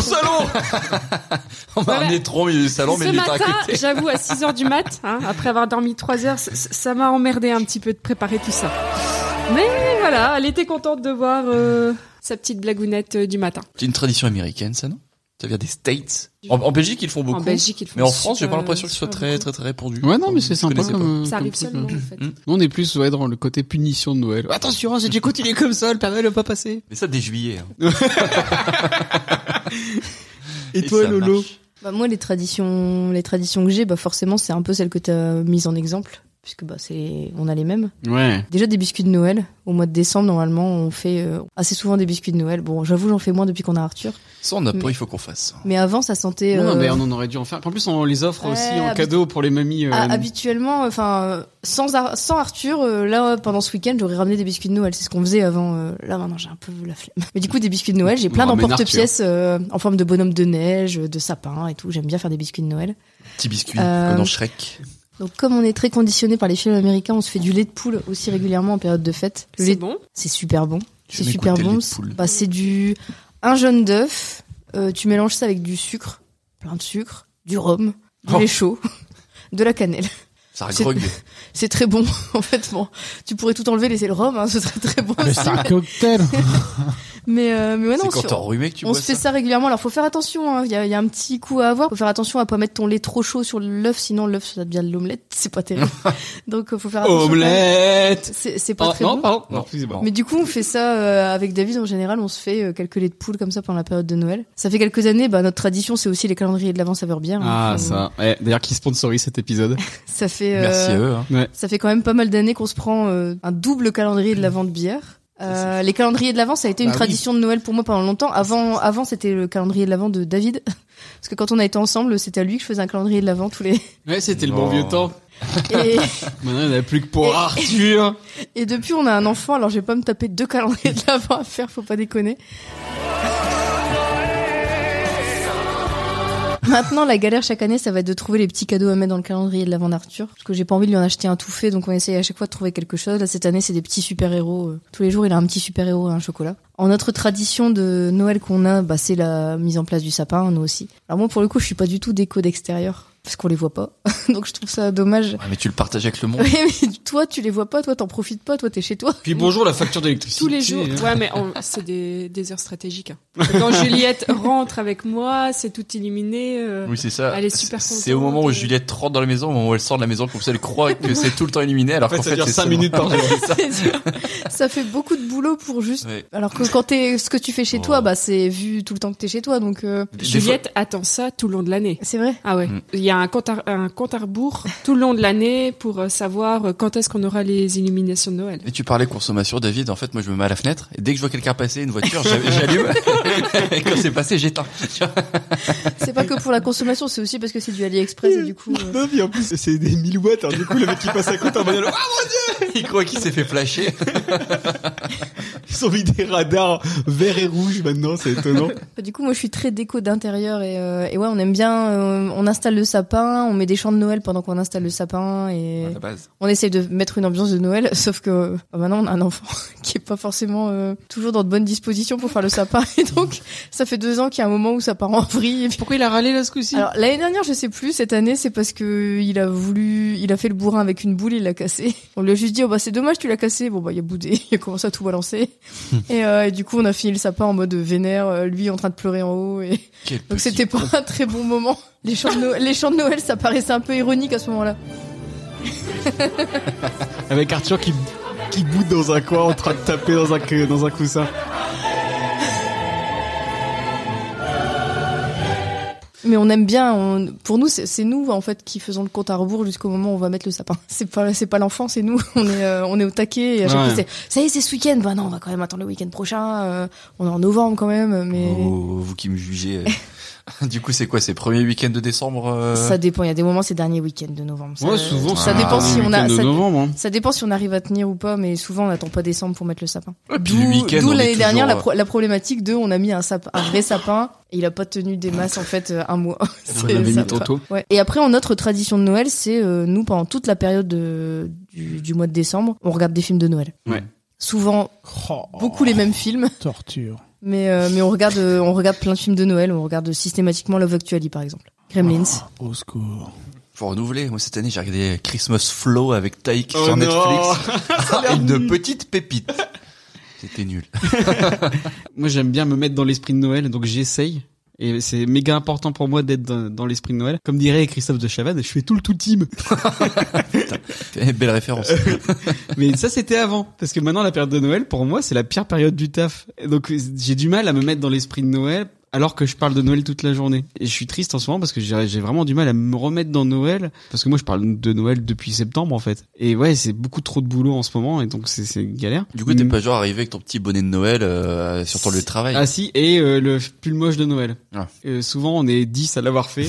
Speaker 4: salon On m'a
Speaker 6: Voilà.
Speaker 4: ramené trop au milieu du salon, mais
Speaker 6: Ce
Speaker 4: il était à
Speaker 6: matin,
Speaker 4: côté.
Speaker 6: j'avoue, à 6 heures du mat, hein, après avoir dormi 3 heures, c- c- ça m'a emmerdé un petit peu de préparer tout ça. Mais voilà, elle était contente de voir euh, sa petite blagounette euh, du matin.
Speaker 4: C'est une tradition américaine, ça, non Ça vient des States. En, en Belgique, ils le font beaucoup.
Speaker 6: En Belgique, ils font
Speaker 4: mais en France, j'ai
Speaker 6: super-
Speaker 4: pas l'impression que ce soit
Speaker 6: super
Speaker 4: très,
Speaker 6: beaucoup.
Speaker 4: très, très répandu.
Speaker 2: Ouais, non, mais c'est
Speaker 4: Je
Speaker 2: sympa euh,
Speaker 4: connaissais
Speaker 2: comme.
Speaker 6: Ça
Speaker 2: comme
Speaker 6: arrive
Speaker 2: truc,
Speaker 6: seulement,
Speaker 2: ouais.
Speaker 6: en fait.
Speaker 4: Mm.
Speaker 2: Nous, on est plus ouais, dans le côté punition de Noël. Attention, hein, si tu continues comme ça, le Père Noël va pas passer.
Speaker 4: Mais ça, dès juillet. hein.
Speaker 2: Et, toi,
Speaker 4: ça
Speaker 2: Lolo
Speaker 4: marche.
Speaker 3: Bah, moi, les traditions, les traditions que j'ai, bah, forcément, c'est un peu celles que tu as mises en exemple, puisque bah, c'est, on a les mêmes.
Speaker 2: Ouais.
Speaker 3: Déjà des biscuits de Noël. Au mois de décembre, normalement, on fait euh, assez souvent des biscuits de Noël. Bon, j'avoue, j'en fais moins depuis qu'on a Arthur.
Speaker 4: Ça, on a pas,
Speaker 3: Mais-
Speaker 4: il faut qu'on fasse ça.
Speaker 3: Mais avant, ça sentait.
Speaker 2: Non,
Speaker 3: euh,
Speaker 2: mais on en aurait dû en faire. En plus, on les offre
Speaker 3: Ouais,
Speaker 2: aussi en
Speaker 3: habi-
Speaker 2: cadeau pour les mamies. euh,
Speaker 3: ah, habituellement, enfin, euh, sans, Ar- sans Arthur, euh, là, euh, pendant ce week-end, j'aurais ramené des biscuits de Noël. C'est ce qu'on faisait avant. euh, là, maintenant, j'ai un peu la flemme. Mais du coup, des biscuits de Noël, j'ai
Speaker 2: On
Speaker 3: plein
Speaker 2: ramène
Speaker 3: d'emporte-pièces euh, en forme de bonhomme de neige, de sapin et tout. J'aime bien faire des biscuits de Noël.
Speaker 4: Petit biscuit,
Speaker 3: Euh,
Speaker 4: comme dans Shrek.
Speaker 3: Donc, comme on est très conditionné par les films américains, on se fait du lait de poule aussi régulièrement en période de fête. Le lait
Speaker 6: C'est
Speaker 3: de-
Speaker 6: bon.
Speaker 3: c'est super bon.
Speaker 4: J'ai
Speaker 3: C'est
Speaker 4: jamais
Speaker 3: super
Speaker 4: goûté le
Speaker 3: bon.
Speaker 4: lait de poule.
Speaker 3: Bah, c'est du un jaune d'œuf. euh, tu mélanges ça avec du sucre, plein de sucre, du rhum, du
Speaker 4: Oh.
Speaker 3: lait chaud, de la cannelle.
Speaker 4: Ça
Speaker 3: c'est-
Speaker 4: grogue.
Speaker 3: C'est très bon, en fait. Bon, tu pourrais tout enlever, laisser le rhum, hein, ce serait très bon.
Speaker 5: Mais c'est un cocktail.
Speaker 3: Mais euh, mais ouais, non,
Speaker 4: C'est
Speaker 3: on
Speaker 4: quand
Speaker 3: se-
Speaker 4: t'es enrhumé que tu
Speaker 3: on
Speaker 4: bois
Speaker 3: se fait
Speaker 4: ça.
Speaker 3: ça régulièrement. Alors faut faire attention. hein. Il y, a, il y a un petit coup à avoir. Faut faire attention à pas mettre ton lait trop chaud sur l'œuf, sinon l'œuf ça devient de l'omelette. C'est pas terrible. Donc euh, faut faire attention.
Speaker 2: Omelette
Speaker 3: C'est c'est pas
Speaker 2: Oh,
Speaker 3: très
Speaker 2: Non,
Speaker 3: bon.
Speaker 2: pardon.
Speaker 4: Non.
Speaker 2: excusez-moi.
Speaker 3: Mais du coup, on fait ça euh, avec David. En général, on se fait euh, quelques laits de poule comme ça pendant la période de Noël. Ça fait quelques années. Bah, notre tradition, c'est aussi les calendriers de l'avant saveur bière. hein.
Speaker 2: Ah,
Speaker 3: Faut-
Speaker 2: ça. Eh, D'ailleurs, qui sponsorise cet épisode
Speaker 3: Ça fait. euh,
Speaker 4: Merci à eux. hein.
Speaker 3: Ça fait quand même pas mal d'années qu'on se prend euh, un double calendrier de l'avant de bière. Euh, les calendriers de l'avant, ça a été une
Speaker 5: Bah oui.
Speaker 3: tradition de Noël pour moi pendant longtemps. Avant, avant, c'était le calendrier de l'avant de David, parce que quand on a été ensemble, c'était à lui que je faisais un calendrier de l'avant tous les.
Speaker 2: Ouais, c'était le
Speaker 4: Non.
Speaker 2: bon vieux temps.
Speaker 3: Et,
Speaker 2: Maintenant, il n'y en a plus que pour Arthur.
Speaker 3: et depuis, on a un enfant. Alors, je vais pas me taper deux calendriers de l'avant à faire, faut pas déconner. Maintenant, la galère chaque année, ça va être de trouver les petits cadeaux à mettre dans le calendrier de l'avant d'Arthur. Parce que j'ai pas envie de lui en acheter un tout fait, donc on essaye à chaque fois de trouver quelque chose. Là, cette année, c'est des petits super-héros. euh. Tous les jours, il a un petit super-héros et un chocolat. En notre tradition de Noël qu'on a, bah, c'est la mise en place du sapin, nous aussi. Alors moi, pour le coup, je suis pas du tout déco d'extérieur. Parce qu'on les voit pas. donc je trouve ça dommage.
Speaker 4: Ouais, Ah, mais tu le partages avec le monde.
Speaker 3: Oui, mais toi, tu les vois pas, toi, t'en profites pas, toi, t'es chez toi.
Speaker 2: Puis bonjour, la facture d'électricité.
Speaker 6: Tous les jours.
Speaker 2: hein
Speaker 6: Ouais, mais on- c'est des, des heures stratégiques. hein. Quand Juliette rentre avec moi, c'est tout illuminé. euh,
Speaker 4: Oui, c'est ça.
Speaker 6: Elle est super
Speaker 4: C'est c'est au
Speaker 6: contente.
Speaker 4: moment où Juliette rentre dans la maison, au moment où elle sort de la maison, comme ça elle croit que c'est tout le temps illuminé, alors
Speaker 2: En
Speaker 4: qu'en
Speaker 2: fait, ça
Speaker 4: fait
Speaker 2: dure
Speaker 4: c'est
Speaker 2: 5
Speaker 4: seulement-
Speaker 2: minutes par jour.
Speaker 3: C'est sûr. ça fait beaucoup de boulot pour juste.
Speaker 4: Ouais.
Speaker 3: Alors que quand t'es, ce que tu fais chez toi,
Speaker 4: Oh.
Speaker 3: bah c'est vu tout le temps que t'es chez toi, donc euh,
Speaker 4: Des- des
Speaker 6: Juliette attend ça tout le long de l'année.
Speaker 3: c'est vrai.
Speaker 6: Ah ouais,
Speaker 4: Mm.
Speaker 6: il y a un compte à, un compte à rebours tout le long de l'année pour euh, savoir euh, quand est-ce qu'on aura les illuminations de Noël.
Speaker 4: Et tu parlais consommation, David. En fait, moi, je me mets à la fenêtre. Et dès que je vois quelqu'un passer une voiture, j'a- j'allume. et quand c'est passé, j'éteins.
Speaker 3: C'est pas que pour la consommation, c'est aussi parce que c'est du AliExpress et du coup. euh,
Speaker 2: Non, puis en plus, c'est des 1000 watts. Alors, du coup, le mec qui passe à côté en mode Ah,
Speaker 4: Il croit qu'il s'est fait flasher.
Speaker 2: Ils ont mis des radars verts et rouges maintenant, c'est étonnant.
Speaker 3: bah, Du coup, moi, je suis très déco d'intérieur et, euh, et ouais, on aime bien. euh, on installe le sapin, on met des chants de Noël pendant qu'on installe le sapin et
Speaker 4: À la base.
Speaker 3: on essaye de mettre une ambiance de Noël. Sauf que bah, maintenant, on a un enfant qui est pas forcément euh, toujours dans de bonnes dispositions pour faire le sapin et donc ça fait deux ans qu'il y a un moment où ça part en vrille. et puis-
Speaker 5: Pourquoi il a râlé là ce coup-ci
Speaker 3: Alors l'année dernière, je sais plus. Cette année, c'est parce que il a voulu, il a fait le bourrin avec une boule, il l'a cassé. On lui a juste dit, oh bah c'est dommage, tu l'as cassé. Bon bah il a boudé, il a commencé à tout balancer. et, euh, et du coup, on a fini le sapin en mode vénère, euh, lui en train de pleurer en haut. Et...
Speaker 4: Quel
Speaker 3: Donc
Speaker 4: petit-
Speaker 3: c'était pas un très bon moment. Les chants de Noël, les chants de Noël, ça paraissait un peu ironique à ce moment-là.
Speaker 2: Avec Arthur qui, qui boude dans un coin en train de taper dans un, que- dans un coussin.
Speaker 3: Mais on aime bien. on- Pour nous, c'est c'est nous en fait qui faisons le compte à rebours jusqu'au moment où on va mettre le sapin. C'est pas, c'est pas l'enfant, c'est nous. On est, euh, on est au taquet. Et à chaque
Speaker 2: Ouais.
Speaker 3: fois, c'est, ça y est, c'est ce week-end. Bah non, on va quand même attendre le week-end prochain. euh, on est en novembre quand même. Mais
Speaker 4: Oh, vous qui me jugez. euh, Du coup, c'est quoi C'est premier week-end de décembre euh,
Speaker 3: Ça dépend. Il y a des moments, ces derniers week-ends de novembre. Ça,
Speaker 2: Moi, souvent,
Speaker 3: ça
Speaker 4: c'est
Speaker 3: dépend
Speaker 4: un
Speaker 3: si on a.
Speaker 2: De
Speaker 3: Ça,
Speaker 2: novembre, hein.
Speaker 3: ça dépend si on arrive à tenir ou pas, mais souvent on n'attend pas décembre pour mettre le sapin.
Speaker 4: puis le
Speaker 3: D'où-
Speaker 4: week-end,
Speaker 3: D'où
Speaker 4: on est
Speaker 3: l'année dernière la,
Speaker 4: toujours, euh,
Speaker 3: pro- la problématique de on a mis un, sapin, un vrai sapin et il a pas tenu des masses en fait euh, un mois.
Speaker 2: On
Speaker 3: C'est-
Speaker 2: l'avait
Speaker 3: ça
Speaker 2: mis
Speaker 3: va.
Speaker 2: tantôt.
Speaker 3: Ouais. Et après, en notre tradition de Noël, c'est euh, nous pendant toute la période de- du, du mois de décembre, on regarde des films de Noël.
Speaker 2: Ouais.
Speaker 3: Souvent
Speaker 5: Oh,
Speaker 3: beaucoup les mêmes films,
Speaker 5: Torture.
Speaker 3: mais euh, mais on regarde euh, on regarde plein de films de Noël. On regarde systématiquement Love Actually par exemple, Gremlins.
Speaker 5: Au secours.
Speaker 4: Faut euh, renouveler. Moi, cette année, j'ai regardé Christmas Flow avec Taïk
Speaker 2: Oh
Speaker 4: sur
Speaker 2: non.
Speaker 4: Netflix.
Speaker 2: Ça a l'air
Speaker 4: Une
Speaker 2: nul.
Speaker 4: petite pépite. C'était nul.
Speaker 2: Moi, j'aime bien me mettre dans l'esprit de Noël, donc j'essaye. Et c'est méga important pour moi d'être dans, dans l'esprit de Noël. Comme dirait Christophe de Chavannes, je fais tout le tout team.
Speaker 4: Eh, Belle référence.
Speaker 2: Mais ça, c'était avant. Parce que maintenant, la période de Noël, pour moi, c'est la pire période du taf. Et Donc, j'ai du mal à me mettre dans l'esprit de Noël alors que je parle de Noël toute la journée. Et je suis triste en ce moment parce que j'ai j'ai vraiment du mal à me remettre dans Noël. Parce que moi, je parle de Noël depuis septembre, en fait. Et ouais, c'est beaucoup trop de boulot en ce moment. Et donc, c'est- c'est une galère.
Speaker 4: Du coup, t'es pas genre arrivé avec ton petit bonnet de Noël euh, sur ton lieu de travail.
Speaker 2: Ah si, et euh, le pull moche de Noël.
Speaker 4: Ah.
Speaker 2: Euh, souvent, on est 10 à l'avoir fait,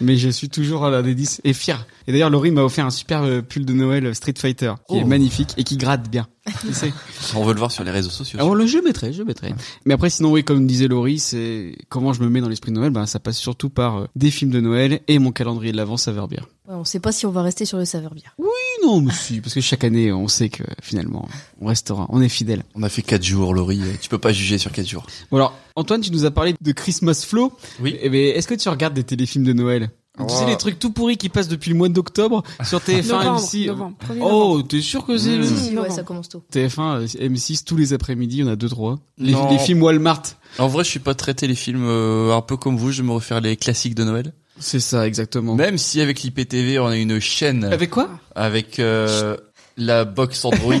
Speaker 2: mais je suis toujours à la des 10 et fier. Et d'ailleurs, Laurie m'a offert un super euh, pull de Noël euh, Street Fighter, qui est
Speaker 4: Oh.
Speaker 2: magnifique et qui gratte Ah, bien. Tu sais.
Speaker 4: On veut le voir sur les réseaux sociaux.
Speaker 2: Alors, le je mettrai, je mettrai. Mais après, sinon, oui, comme disait Laurie, c'est comment je me mets dans l'esprit de Noël ben, Ça passe surtout par euh, des films de Noël et mon calendrier de l'avance à Verbière.
Speaker 3: Ouais, on sait pas si on va rester sur le saveur bière.
Speaker 2: Oui, non, mais si, parce que chaque année, on sait que finalement, on restera, on est fidèle.
Speaker 4: On a fait quatre jours, Laurie. Tu peux pas juger sur quatre jours.
Speaker 2: Bon alors, Antoine, tu nous as parlé de Christmas Flow.
Speaker 4: Oui.
Speaker 2: Eh ben, est-ce que tu regardes des téléfilms de Noël
Speaker 4: Ouais.
Speaker 2: Tu sais les trucs tout pourris qui passent depuis le mois d'octobre sur TF1,
Speaker 6: novembre,
Speaker 5: euh.
Speaker 2: M6.
Speaker 6: novembre, premier novembre.
Speaker 2: Oh, t'es sûr que c'est
Speaker 4: Mmh.
Speaker 2: le-
Speaker 3: Si, si, ouais,
Speaker 6: novembre.
Speaker 3: ça commence tôt.
Speaker 2: TF1, euh, M6 tous les après-midi, on a deux trois. Les,
Speaker 4: Non.
Speaker 2: les films Walmart.
Speaker 4: En vrai, je suis pas très téléfilm. euh, un peu comme vous, je me réfère les classiques de Noël.
Speaker 2: C'est ça exactement.
Speaker 4: Même si avec l'IPTV, on a une chaîne
Speaker 2: Avec quoi
Speaker 4: avec euh, la box Android.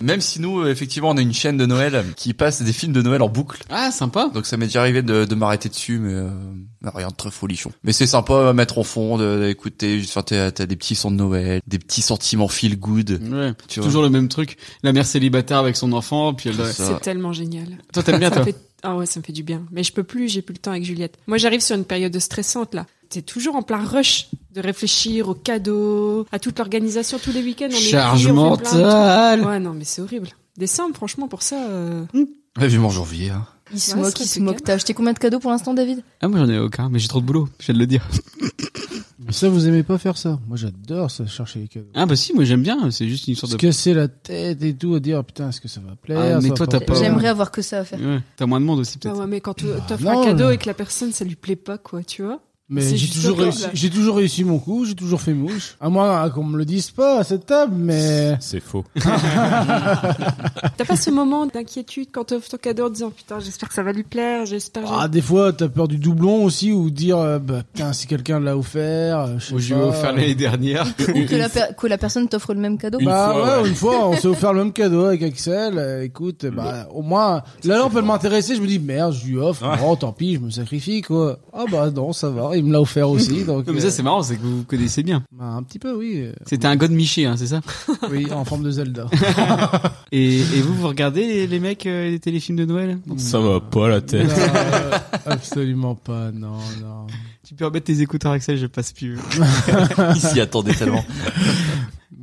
Speaker 4: Même si nous, euh, effectivement, on a une chaîne de Noël qui passe des films de Noël en boucle.
Speaker 2: Ah, sympa.
Speaker 4: Donc ça m'est déjà arrivé de, de m'arrêter dessus, mais euh, rien de très folichon. Mais c'est sympa à mettre en fond, de- d'écouter, enfin t'as t'as des petits sons de Noël, des petits sentiments feel good.
Speaker 2: Ouais,
Speaker 4: Tu vois.
Speaker 2: toujours le même truc. La mère célibataire avec son enfant, puis elle.
Speaker 4: Ça.
Speaker 6: C'est tellement génial.
Speaker 2: Toi, t'aimes bien
Speaker 6: Ça
Speaker 2: toi.
Speaker 6: me fait- Ah ouais, ça me fait du bien. Mais je peux plus, j'ai plus le temps avec Juliette. Moi, j'arrive sur une période stressante là. T'es toujours en plein rush de réfléchir aux cadeaux, à toute l'organisation tous les week-ends. on écrit, on fait
Speaker 2: Charge
Speaker 6: plein de trucs.
Speaker 2: mentale.
Speaker 6: Ouais, non, mais c'est horrible. Décembre, franchement, pour ça. euh,
Speaker 4: Ouais, vivement janvier. Hein.
Speaker 3: Il se
Speaker 6: Ouais,
Speaker 3: moque,
Speaker 6: ça,
Speaker 3: il se
Speaker 6: c'est
Speaker 3: moque.
Speaker 6: calme.
Speaker 3: T'as acheté combien de cadeaux pour l'instant, David
Speaker 2: Ah, moi j'en ai aucun, mais j'ai trop de boulot. Je viens de le dire.
Speaker 5: Mais ça, vous aimez pas faire ça. Moi, j'adore ça, chercher les cadeaux.
Speaker 2: Ah bah si, moi j'aime bien. C'est juste une sorte
Speaker 5: Parce
Speaker 2: de.
Speaker 5: que c'est la tête et tout, à dire, putain, est-ce que ça va plaire
Speaker 2: Ah, mais
Speaker 5: ça va
Speaker 2: toi,
Speaker 5: pas
Speaker 2: t'as pas-
Speaker 5: plaire
Speaker 3: J'aimerais avoir que ça à faire.
Speaker 2: Ouais. T'as moins de monde aussi
Speaker 6: Ah
Speaker 2: peut-être.
Speaker 6: ouais, mais quand tu- t'offres
Speaker 5: non,
Speaker 6: un cadeau
Speaker 5: mais-
Speaker 6: et que la personne, ça lui plaît pas, quoi, tu vois.
Speaker 5: Mais
Speaker 6: C'est
Speaker 5: j'ai
Speaker 6: juste
Speaker 5: toujours,
Speaker 6: horrible.
Speaker 5: réussi- j'ai toujours réussi mon coup, j'ai toujours fait mouche. À moins qu'on me le dise pas à cette table, mais...
Speaker 7: C'est faux.
Speaker 6: T'as pas ce moment d'inquiétude quand t'offres ton cadeau en disant putain, j'espère que ça va lui plaire, j'espère.
Speaker 5: Ah, des fois, t'as peur du doublon aussi, ou dire, euh, bah, putain, si quelqu'un l'a offert, euh, je sais
Speaker 2: Moi, je lui ai
Speaker 5: pas.
Speaker 2: offert l'année dernière.
Speaker 3: Ou que la, per- que la personne t'offre le même cadeau.
Speaker 7: Une
Speaker 5: Bah
Speaker 7: fois,
Speaker 5: ouais,
Speaker 7: ouais.
Speaker 5: une fois, on s'est offert le même cadeau avec Axel. euh, écoute, bah au moins, la lampe elle m'intéressait. Je me dis merde, je lui offre.
Speaker 7: Ouais.
Speaker 5: Oh tant pis, je me sacrifie quoi. Ah bah non, ça va. Il me l'a offert aussi. Donc
Speaker 2: Non, mais ça
Speaker 5: euh,
Speaker 2: c'est marrant, c'est que vous vous connaissez bien.
Speaker 5: bah, un petit peu oui, euh,
Speaker 2: C'était un god Miché, hein, c'est ça
Speaker 5: oui, en forme de Zelda.
Speaker 2: et, et vous, vous regardez les, les mecs, euh, les téléfilms de Noël
Speaker 7: Ça va pas la
Speaker 5: Non,
Speaker 7: tête.
Speaker 5: euh, absolument pas, non, non.
Speaker 2: Tu peux remettre tes écouteurs Axel, je passe plus.
Speaker 4: Ils s'y attendaient tellement.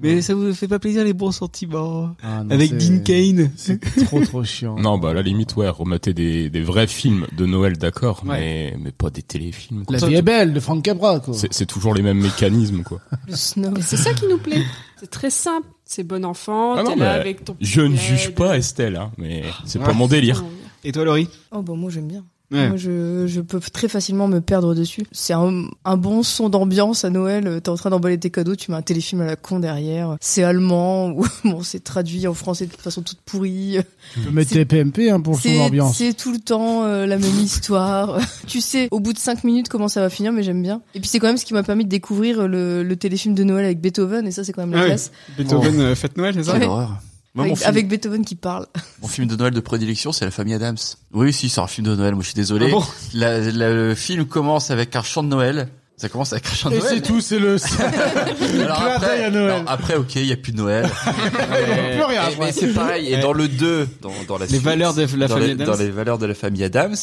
Speaker 2: Mais ça vous fait pas plaisir les bons sentiments euh,
Speaker 5: Ah, non,
Speaker 2: Avec
Speaker 5: c'est-
Speaker 2: Dean Kane
Speaker 5: C'est trop trop chiant.
Speaker 7: Non, bah à la limite, ouais, remettez des, des vrais films de Noël, d'accord,
Speaker 2: Ouais.
Speaker 7: mais, mais pas des téléfilms. quoi.
Speaker 5: La vie est belle de Franck Capra quoi.
Speaker 7: C'est c'est toujours les mêmes mécanismes, quoi.
Speaker 3: Le snow.
Speaker 6: Mais c'est ça qui nous plaît. C'est très simple. C'est bon enfant,
Speaker 7: Ah
Speaker 6: t'es
Speaker 7: non,
Speaker 6: là
Speaker 7: mais
Speaker 6: avec ton.
Speaker 7: Je ne
Speaker 6: plaid.
Speaker 7: juge pas Estelle, hein, mais c'est
Speaker 2: Ouais.
Speaker 7: pas mon délire.
Speaker 2: Et toi, Laurie
Speaker 3: Oh bah moi j'aime bien.
Speaker 2: Ouais.
Speaker 3: Moi je, je peux très facilement me perdre dessus. C'est un, un bon son d'ambiance à Noël. euh, T'es en train d'emballer tes cadeaux, tu mets un téléfilm à la con derrière. C'est allemand ou bon c'est traduit en français de façon toute pourrie.
Speaker 5: Tu peux mettre tes PMP hein, pour le son
Speaker 3: C'est
Speaker 5: d'ambiance.
Speaker 3: c'est tout le temps euh, la même histoire. tu sais au bout de cinq minutes comment ça va finir mais j'aime bien. Et puis c'est quand même ce qui m'a permis de découvrir le, le téléfilm de Noël avec Beethoven et ça c'est quand même la
Speaker 2: Ah oui.
Speaker 3: classe.
Speaker 2: Beethoven, euh, Fête Noël, c'est ça
Speaker 4: Quelle horreur. Moi, mon,
Speaker 3: Avec,
Speaker 4: film,
Speaker 3: avec Beethoven qui parle.
Speaker 4: mon film de Noël de prédilection, c'est La Famille Adams. Oui, si, c'est un film de Noël. Moi, je suis désolé.
Speaker 2: Ah bon
Speaker 4: La- la- le film commence avec un chant de Noël. Ça commence à cracher
Speaker 5: Et
Speaker 4: Noël.
Speaker 5: c'est tout, c'est le.
Speaker 4: Alors
Speaker 5: Clin
Speaker 4: après,
Speaker 5: d'œil à Noël.
Speaker 4: alors après, ok, il n'y a plus de Noël.
Speaker 5: plus rien
Speaker 4: Et-
Speaker 5: après.
Speaker 4: Eh, mais c'est pareil. Et
Speaker 2: Ouais.
Speaker 4: dans le 2, dans, dans la
Speaker 2: Les
Speaker 4: suite,
Speaker 2: valeurs de la
Speaker 4: dans
Speaker 2: famille
Speaker 4: les-
Speaker 2: Adams.
Speaker 4: dans les valeurs de la famille Adams,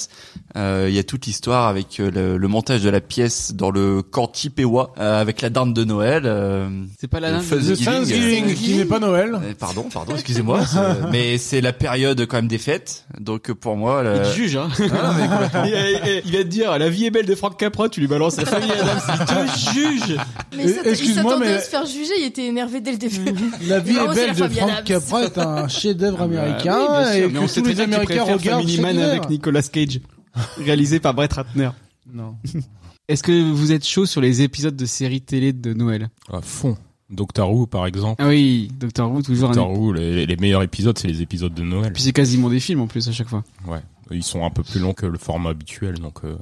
Speaker 4: euh, il y a toute l'histoire avec euh, le, le montage de la pièce dans le Canti Pewa, euh, avec la dinde de Noël. euh,
Speaker 2: Eh, C'est pas la
Speaker 4: Le
Speaker 2: dinde
Speaker 4: fuzz-
Speaker 5: Le
Speaker 4: Thanksgiving.
Speaker 5: Thanksgiving, qui n'est pas Noël.
Speaker 4: euh, Pardon, pardon, excusez-moi. c'est- mais c'est la période quand même des fêtes. Donc euh, pour moi,
Speaker 2: Il
Speaker 4: le-
Speaker 2: te juge, hein.
Speaker 4: Ah, mais complètement.
Speaker 2: il, va- il va te dire, la vie est belle de Franck Capra, tu lui balances la famille Adams, il te juge.
Speaker 3: Mais
Speaker 5: Euh,
Speaker 3: il s'att- il
Speaker 5: excuse-moi,
Speaker 3: s'attendait
Speaker 5: mais-
Speaker 3: à se faire juger, il était énervé dès le début.
Speaker 5: La vie
Speaker 3: Non, c'est
Speaker 5: est belle
Speaker 3: la
Speaker 5: de
Speaker 3: famille
Speaker 5: Frank
Speaker 3: Adams.
Speaker 5: Capra est un chef-d'œuvre
Speaker 2: Ah bah,
Speaker 5: américain
Speaker 2: oui, bien sûr,
Speaker 5: et
Speaker 2: mais on
Speaker 5: que
Speaker 2: sait très
Speaker 5: tous les
Speaker 2: bien qu'il
Speaker 5: Américains
Speaker 2: préfère
Speaker 5: regardent.
Speaker 2: Family
Speaker 5: chaque
Speaker 2: Man
Speaker 5: hiver.
Speaker 2: avec Nicolas Cage, réalisé par Brett Ratner.
Speaker 5: Non.
Speaker 2: Est-ce que vous êtes chaud sur les épisodes de séries télé de Noël
Speaker 7: À fond. Doctor Who, par exemple.
Speaker 2: Ah oui, Doctor Who toujours un.
Speaker 7: Doctor Who, les, les meilleurs épisodes, c'est les épisodes de Noël.
Speaker 2: Puis c'est quasiment des films en plus à chaque fois.
Speaker 7: Ouais. Ils sont un peu plus longs que le format habituel, donc. euh,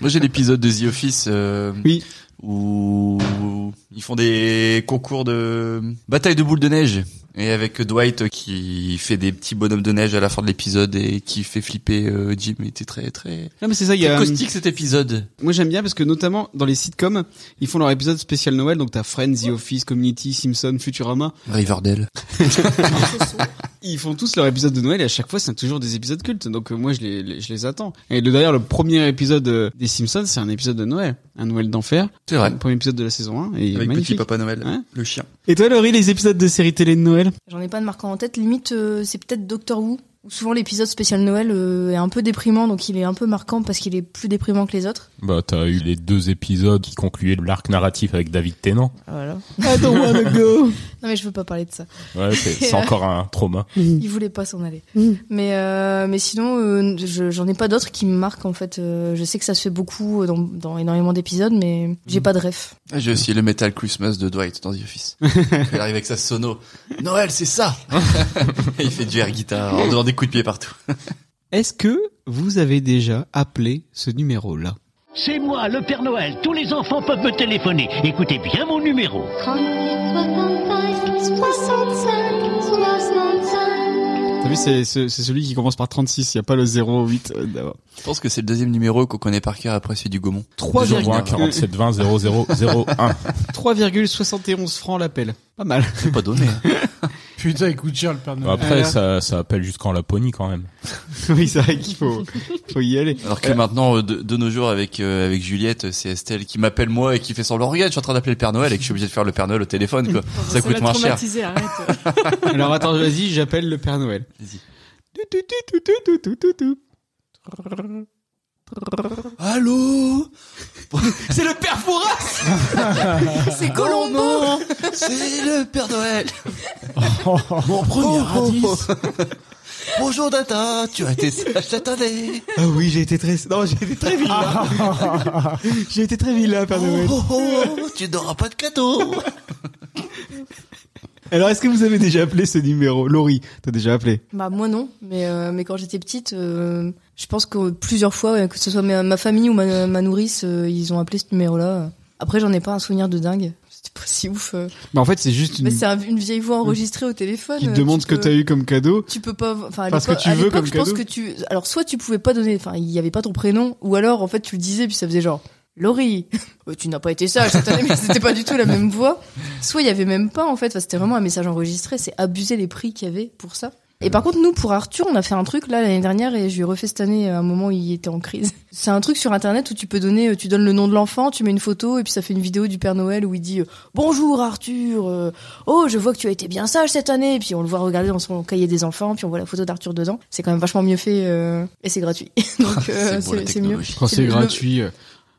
Speaker 4: Moi j'ai l'épisode de The Office euh,
Speaker 2: Oui.
Speaker 4: où ils font des concours de bataille de boules de neige et avec Dwight qui fait des petits bonhommes de neige à la fin de l'épisode et qui fait flipper euh, Jim il était très très,
Speaker 2: Non mais c'est ça, il y
Speaker 4: très
Speaker 2: a. euh,
Speaker 4: caustique cet épisode.
Speaker 2: Moi j'aime bien parce que notamment dans les sitcoms, ils font leur épisode spécial Noël, donc t'as Friends, The Office, Community, Simpson, Futurama.
Speaker 4: Riverdale.
Speaker 2: Ils font tous leur épisode de Noël et à chaque fois c'est toujours des épisodes cultes, donc euh, moi je les, les- je les attends. Et le- d'ailleurs le premier épisode euh, des Simpsons c'est un épisode de Noël, un Noël d'enfer,
Speaker 4: C'est vrai.
Speaker 2: le premier épisode de la saison 1 et il est
Speaker 4: Avec petit
Speaker 2: magnifique.
Speaker 4: papa Noël,
Speaker 2: Hein
Speaker 4: le chien.
Speaker 2: Et toi Laurie, les épisodes de séries télé de Noël
Speaker 3: J'en ai pas de marquant en tête. Limite, euh, c'est peut-être Doctor Who. où Souvent, l'épisode spécial Noël euh, est un peu déprimant, donc il est un peu marquant parce qu'il est plus déprimant que les autres.
Speaker 7: Bah, t'as eu les deux épisodes qui concluaient l'arc narratif avec David Tennant.
Speaker 3: Voilà.
Speaker 2: I don't wanna go
Speaker 3: Non, mais je veux pas parler de ça.
Speaker 7: Ouais, c'est c'est encore un trauma.
Speaker 3: Il voulait pas s'en aller. Mais, euh, mais sinon, euh, je- j'en ai pas d'autres qui me marquent en fait. Euh, je sais que ça se fait beaucoup euh, dans, dans énormément d'épisodes, mais j'ai pas de ref.
Speaker 4: Ah, J'ai aussi le Metal Christmas de Dwight dans The Office. il arrive avec sa sono. Noël c'est ça. Et il fait du air guitare en donnant des coups de pied partout.
Speaker 2: Est-ce que vous avez déjà appelé ce numéro-là
Speaker 8: C'est moi, le Père Noël. Tous les enfants peuvent me téléphoner. Écoutez bien mon numéro.
Speaker 1: 65, 65, 65.
Speaker 2: T'as vu, c'est c'est- c'est celui qui commence par 36, il n'y a pas le 08 euh, d'abord.
Speaker 4: Je pense que c'est le deuxième numéro qu'on connaît par cœur après celui du Gaumont.
Speaker 7: 3,1 47 20 00 01.
Speaker 2: 3,71 francs l'appel. Pas mal.
Speaker 4: C'est pas donné. hein.
Speaker 5: Putain, écoute Charles
Speaker 2: Ah.
Speaker 5: Père Noël.
Speaker 7: Après,
Speaker 2: Alors.
Speaker 7: ça, ça appelle jusqu'en Laponie quand même.
Speaker 2: oui, c'est vrai qu'il faut, faut y aller.
Speaker 4: Alors que maintenant, euh, de, de nos jours, avec euh, avec Juliette, c'est Estelle qui m'appelle moi et qui fait semblant. Regarde, je suis en train d'appeler le Père Noël et que je suis obligé de faire le Père Noël au téléphone. Quoi. Ça coûte moins cher.
Speaker 6: cher. Arrête.
Speaker 2: Alors attends, vas-y, j'appelle le Père Noël.
Speaker 4: Vas-y.
Speaker 2: Tout, tout, tout, tout, tout, tout, tout, tout.
Speaker 4: Allô
Speaker 2: C'est le Père Fouras
Speaker 3: C'est Colombo
Speaker 4: non C'est le Père Noël. Mon premier indice. Bonjour Data, tu as été sage, je t'attendais.
Speaker 2: Ah oui, j'ai été très... Non, j'ai été très vilain. j'ai été très vilain, Père Noël.
Speaker 4: oh, tu n'auras pas de cadeau.
Speaker 2: Alors, est-ce que vous avez déjà appelé ce numéro Laurie, t'as déjà appelé
Speaker 3: Bah moi non, mais euh, mais quand j'étais petite, euh, je pense que plusieurs fois, ouais, que ce soit ma, ma famille ou ma, ma nourrice, euh, ils ont appelé ce numéro-là. Après, j'en ai pas un souvenir de dingue. C'était pas si ouf. euh.
Speaker 2: Mais en fait, c'est juste une...
Speaker 3: Mais c'est un- une vieille voix enregistrée au téléphone.
Speaker 2: qui te
Speaker 3: euh,
Speaker 2: demande
Speaker 3: tu
Speaker 2: ce que
Speaker 3: peux-
Speaker 2: t'as eu comme cadeau.
Speaker 3: Tu peux pas. Enfin, à
Speaker 2: Parce que
Speaker 3: l'époque-
Speaker 2: tu
Speaker 3: à
Speaker 2: veux
Speaker 3: l'époque,
Speaker 2: comme
Speaker 3: je pense
Speaker 2: cadeau.
Speaker 3: que tu. Alors, soit tu pouvais pas donner. Enfin, il y avait pas ton prénom, ou alors en fait tu le disais puis ça faisait genre Laurie. euh, tu n'as pas été sage cette année, mais c'était pas du tout la même voix. Soit il y avait même pas en fait. Enfin, c'était vraiment un message enregistré. C'est abuser les prix qu'il y avait pour ça. Et par contre, nous, pour Arthur, on a fait un truc là l'année dernière et je lui ai refait cette année à un moment où il était en crise. C'est un truc sur internet où tu peux donner, euh, tu donnes le nom de l'enfant, tu mets une photo et puis ça fait une vidéo du Père Noël où il dit euh, Bonjour Arthur, euh, oh je vois que tu as été bien sage cette année. Et puis on le voit regarder dans son cahier des enfants, puis on voit la photo d'Arthur dedans. C'est quand même vachement mieux fait euh, et c'est gratuit. Donc euh,
Speaker 4: C'est beau, la
Speaker 3: c'est c'est mieux.
Speaker 4: technologie.
Speaker 2: Quand
Speaker 3: C'est
Speaker 2: c'est
Speaker 3: le-
Speaker 2: gratuit, euh,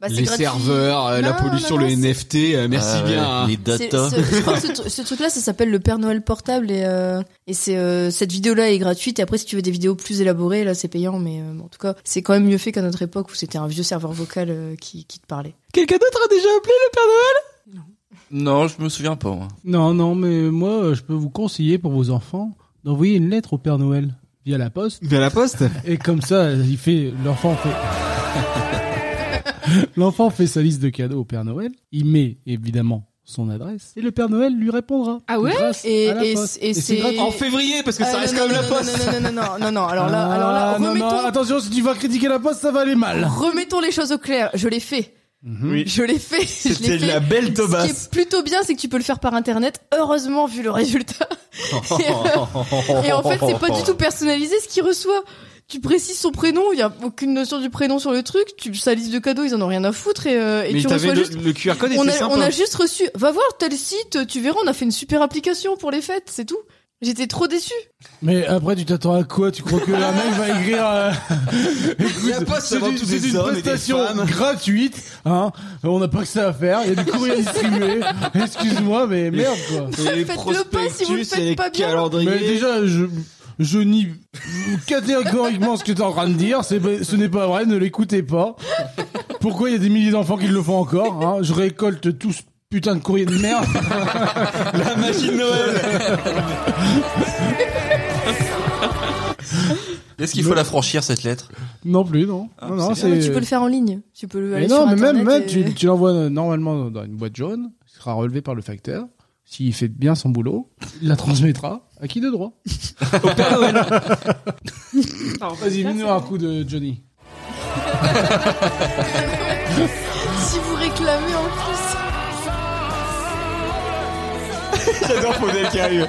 Speaker 3: Bah, c'est
Speaker 2: les
Speaker 3: gratuit.
Speaker 2: serveurs, euh, la
Speaker 3: Non,
Speaker 2: pollution,
Speaker 3: non,
Speaker 2: le
Speaker 3: non,
Speaker 2: NFT, euh, merci
Speaker 4: Ah ouais,
Speaker 2: bien. hein.
Speaker 4: Les
Speaker 3: C'est-
Speaker 4: data.
Speaker 3: ce- je crois que ce, tru- ce truc-là, ça s'appelle le Père Noël portable et, euh, et c'est euh, cette vidéo-là est gratuite. Et après, si tu veux des vidéos plus élaborées, là, c'est payant. Mais euh, en tout cas, c'est quand même mieux fait qu'à notre époque où c'était un vieux serveur vocal euh, qui, qui te parlait.
Speaker 2: Quelqu'un d'autre a déjà appelé le Père Noël
Speaker 4: Non, je me souviens pas. Moi.
Speaker 5: Non, non, mais moi, euh, je peux vous conseiller pour vos enfants d'envoyer une lettre au Père Noël via la poste.
Speaker 2: Via la poste
Speaker 5: Et comme ça, il fait, l'enfant fait. l'enfant fait sa liste de cadeaux au Père Noël. Il met évidemment son adresse et le Père Noël lui répondra.
Speaker 6: Ah ouais
Speaker 5: Grâce
Speaker 3: Et-
Speaker 5: à la
Speaker 3: et-
Speaker 5: poste.
Speaker 3: et c'est-
Speaker 5: gratuit.
Speaker 2: En février, parce que ça
Speaker 3: Ah,
Speaker 2: reste
Speaker 3: non,
Speaker 2: quand même
Speaker 3: non,
Speaker 2: la
Speaker 3: non,
Speaker 2: poste
Speaker 3: Non, non, non, non, non, non, alors là,
Speaker 5: Ah,
Speaker 3: alors là,
Speaker 5: non, non,
Speaker 3: remettons,
Speaker 5: attention, si tu vas critiquer la poste, ça va aller mal.
Speaker 3: remettons les choses au clair. Je l'ai fait.
Speaker 2: Mhm. Oui.
Speaker 3: Je l'ai fait. je l'ai
Speaker 2: C'était de
Speaker 3: fait.
Speaker 2: la belle
Speaker 3: Ce qui
Speaker 2: Thomas.
Speaker 3: est plutôt bien, c'est que tu peux le faire par internet. Heureusement, vu le résultat. euh, Et en fait, c'est pas du tout personnalisé ce qu'il reçoit. Tu précises son prénom, il y a aucune notion du prénom sur le truc. Tu sa liste de cadeaux, ils en ont rien à foutre et, euh, et
Speaker 2: Mais
Speaker 3: tu
Speaker 2: t'avais
Speaker 3: reçois
Speaker 2: le,
Speaker 3: juste.
Speaker 2: le QR code
Speaker 3: On
Speaker 2: était
Speaker 3: a,
Speaker 2: sympa.
Speaker 3: on a juste reçu. Va voir tel site, tu verras, on a fait une super application pour les fêtes, c'est tout. J'étais trop déçue.
Speaker 5: Mais après, tu t'attends à quoi Tu crois que la mec va écrire euh,
Speaker 2: Il y a pas
Speaker 5: C'est
Speaker 2: seulement
Speaker 5: du-
Speaker 2: tous
Speaker 5: c'est
Speaker 2: des
Speaker 5: une
Speaker 2: hommes et des
Speaker 5: prestation
Speaker 2: femmes.
Speaker 5: gratuite, hein On n'a pas que ça à faire. Il y a du courrier à distribuer. Excuse-moi, mais merde quoi.
Speaker 2: Et les
Speaker 3: Faites-le pas si vous
Speaker 2: prospectus
Speaker 3: le
Speaker 2: et
Speaker 3: faites
Speaker 2: les
Speaker 3: pas bien.
Speaker 2: calendriers.
Speaker 5: Mais déjà, je je nie catégoriquement ce que t'es en train de dire. C'est pas- ce n'est pas vrai. Ne l'écoutez pas. Pourquoi il y a des milliers d'enfants qui le font encore hein Je récolte tout ce putain de courrier de merde.
Speaker 2: la magie de Noël.
Speaker 4: Est-ce qu'il faut la franchir cette lettre
Speaker 5: Non plus, non. non, non,
Speaker 3: Non,
Speaker 5: c'est.
Speaker 3: mais Ah, tu peux le faire en ligne. Tu peux le
Speaker 5: Euh. Mais
Speaker 3: aller
Speaker 5: non,
Speaker 3: sur
Speaker 5: mais même, même,
Speaker 3: Internet et-
Speaker 5: tu, tu l'envoies euh, normalement dans une boîte jaune, qui sera relevé par le facteur. S'il fait bien son boulot, il la transmettra à qui de droit
Speaker 6: Enfin,
Speaker 5: Vas-y, hein.
Speaker 6: ça,
Speaker 5: mets-nous
Speaker 6: c'est-
Speaker 5: un coup de Johnny.
Speaker 3: Si vous réclamez en plus.
Speaker 2: J'adore Faudel qui arrive.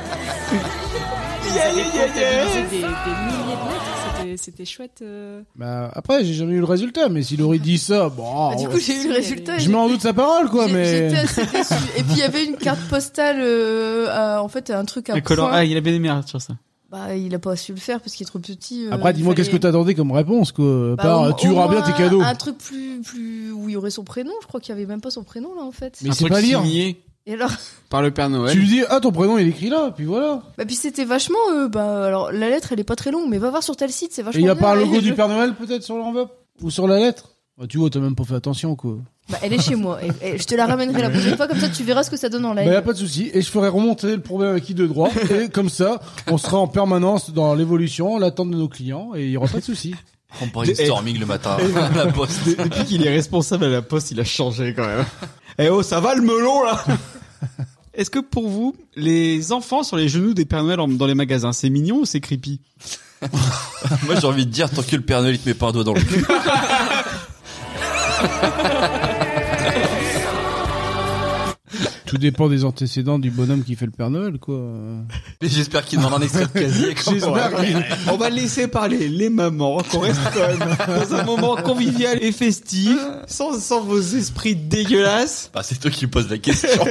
Speaker 6: J'avais comptabilisé des, des milliers de lettres, c'était- c'était chouette. euh.
Speaker 5: Bah, après, j'ai jamais eu le résultat, mais s'il aurait dit ça, bon.
Speaker 3: Bah, du
Speaker 5: on-
Speaker 3: coup, j'ai eu le résultat. et
Speaker 5: je mets en doute sa parole, quoi,
Speaker 3: J'ai-
Speaker 5: mais.
Speaker 3: J'étais assez déçue. Et puis il y avait une carte postale, euh, à- en fait, un truc à
Speaker 2: Le collant-
Speaker 3: point.
Speaker 2: Ah, il a bien aimé hein, sur ça.
Speaker 3: Bah, il a pas su le faire parce qu'il est trop petit. euh,
Speaker 5: Après,
Speaker 3: il
Speaker 5: dis-moi, qu'est-ce que
Speaker 3: fallait-
Speaker 5: t'attendais comme réponse, quoi à
Speaker 3: Bah,
Speaker 5: part, euh,
Speaker 3: au-
Speaker 5: tu
Speaker 3: au
Speaker 5: auras
Speaker 3: moins
Speaker 5: bien tes cadeaux.
Speaker 3: Un truc plus, plus où il y aurait son prénom. Je crois qu'il y avait même pas son prénom là en fait.
Speaker 5: Mais
Speaker 2: un
Speaker 5: c'est
Speaker 2: truc
Speaker 5: pas lire.
Speaker 2: signé
Speaker 3: Et alors,
Speaker 2: par le Père Noël.
Speaker 5: Tu lui dis, ah, ton prénom, il est écrit là, puis voilà.
Speaker 3: bah puis c'était vachement. euh, bah alors la lettre elle est pas très longue, mais va voir sur tel site, c'est
Speaker 5: Et
Speaker 3: vachement.
Speaker 5: il y a
Speaker 3: bien.
Speaker 5: pas un logo du Père Noël, peut-être, sur l'enveloppe? Ou sur la lettre? Bah, tu vois, t'as même pas fait attention, quoi.
Speaker 3: Bah, elle est chez moi. Et, et je te la ramènerai la prochaine fois comme ça tu verras ce que ça donne en
Speaker 5: Bah,
Speaker 3: live.
Speaker 5: y a pas de souci. Et je ferai remonter le problème avec qui de droit. et comme ça, on sera en permanence dans l'évolution, l'attente de nos clients, et il y aura pas de souci.
Speaker 4: En brainstorming le matin à la poste.
Speaker 2: De- Depuis qu'il est responsable à la poste, il a changé quand même. Eh oh, ça va le melon là Est-ce que pour vous, les enfants sur les genoux des Pères Noël en- dans les magasins, c'est mignon ou c'est creepy
Speaker 4: Moi j'ai envie de dire tant que le Père Noël il te met pas un doigt dans le cul.
Speaker 5: Tout dépend des antécédents du bonhomme qui fait le Père Noël, quoi.
Speaker 4: Mais J'espère qu'il demande un extrait de casier. quand même.
Speaker 2: Oh, On va laisser parler les mamans, qu'on reste quand même dans un moment convivial et festif, sans, sans vos esprits dégueulasses.
Speaker 4: Bah, c'est toi qui poses la question.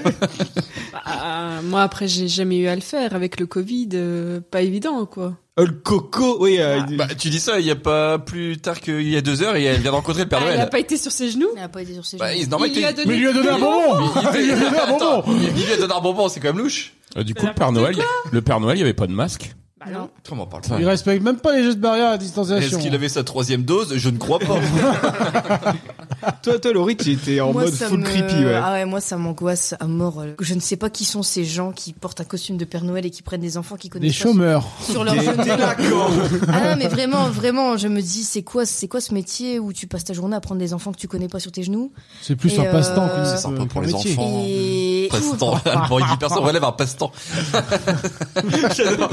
Speaker 6: Bah, moi après j'ai jamais eu à le faire avec le Covid, euh, pas évident quoi.
Speaker 2: Euh, le coco, oui. euh,
Speaker 4: bah, tu dis ça, il y a pas plus tard qu'il y a deux heures et elle vient de rencontrer le Père
Speaker 6: Ah, il a
Speaker 4: Noël.
Speaker 6: pas été sur ses genoux.
Speaker 3: Elle a pas été sur ses
Speaker 4: Bah,
Speaker 3: genoux.
Speaker 4: c'est normal
Speaker 6: il
Speaker 4: qu'il-
Speaker 6: lui a donné.
Speaker 5: Mais il lui a donné un bonbon Il lui a donné un
Speaker 4: Attends,
Speaker 5: bonbon
Speaker 4: il lui a donné un bonbon, c'est quand même louche.
Speaker 7: Euh, du coup, le Père Noël, le Père Noël, il y avait pas de masque.
Speaker 6: Bah, non.
Speaker 4: Comment on parle
Speaker 5: Il respecte même pas les gestes barrières à distanciation. hein.
Speaker 4: Est-ce qu'il avait sa troisième dose Je ne crois pas.
Speaker 2: toi, toi, Laurie, tu étais en
Speaker 3: Moi,
Speaker 2: mode
Speaker 3: ça
Speaker 2: full
Speaker 3: me-
Speaker 2: creepy, ouais.
Speaker 3: Ah ouais, moi ça m'angoisse à mort. Je ne sais pas qui sont ces gens qui portent un costume de Père Noël et qui prennent des enfants qui
Speaker 5: Des
Speaker 3: connaissent pas
Speaker 5: chômeurs.
Speaker 3: sur- sur leur
Speaker 2: Des
Speaker 3: genou.
Speaker 2: délinquants.
Speaker 3: Ah mais vraiment, vraiment, je me dis c'est quoi, c'est quoi ce métier où tu passes ta journée à prendre des enfants que tu connais pas sur tes genoux
Speaker 5: C'est plus
Speaker 3: Et
Speaker 5: un passe-temps
Speaker 3: euh,
Speaker 5: qu'une-
Speaker 4: C'est sympa
Speaker 5: qu'un
Speaker 4: pour les
Speaker 5: métier.
Speaker 4: enfants. Oh.
Speaker 3: Et
Speaker 4: Passe-temps. Bon, il dit personne relève un passe-temps.
Speaker 2: J'adore.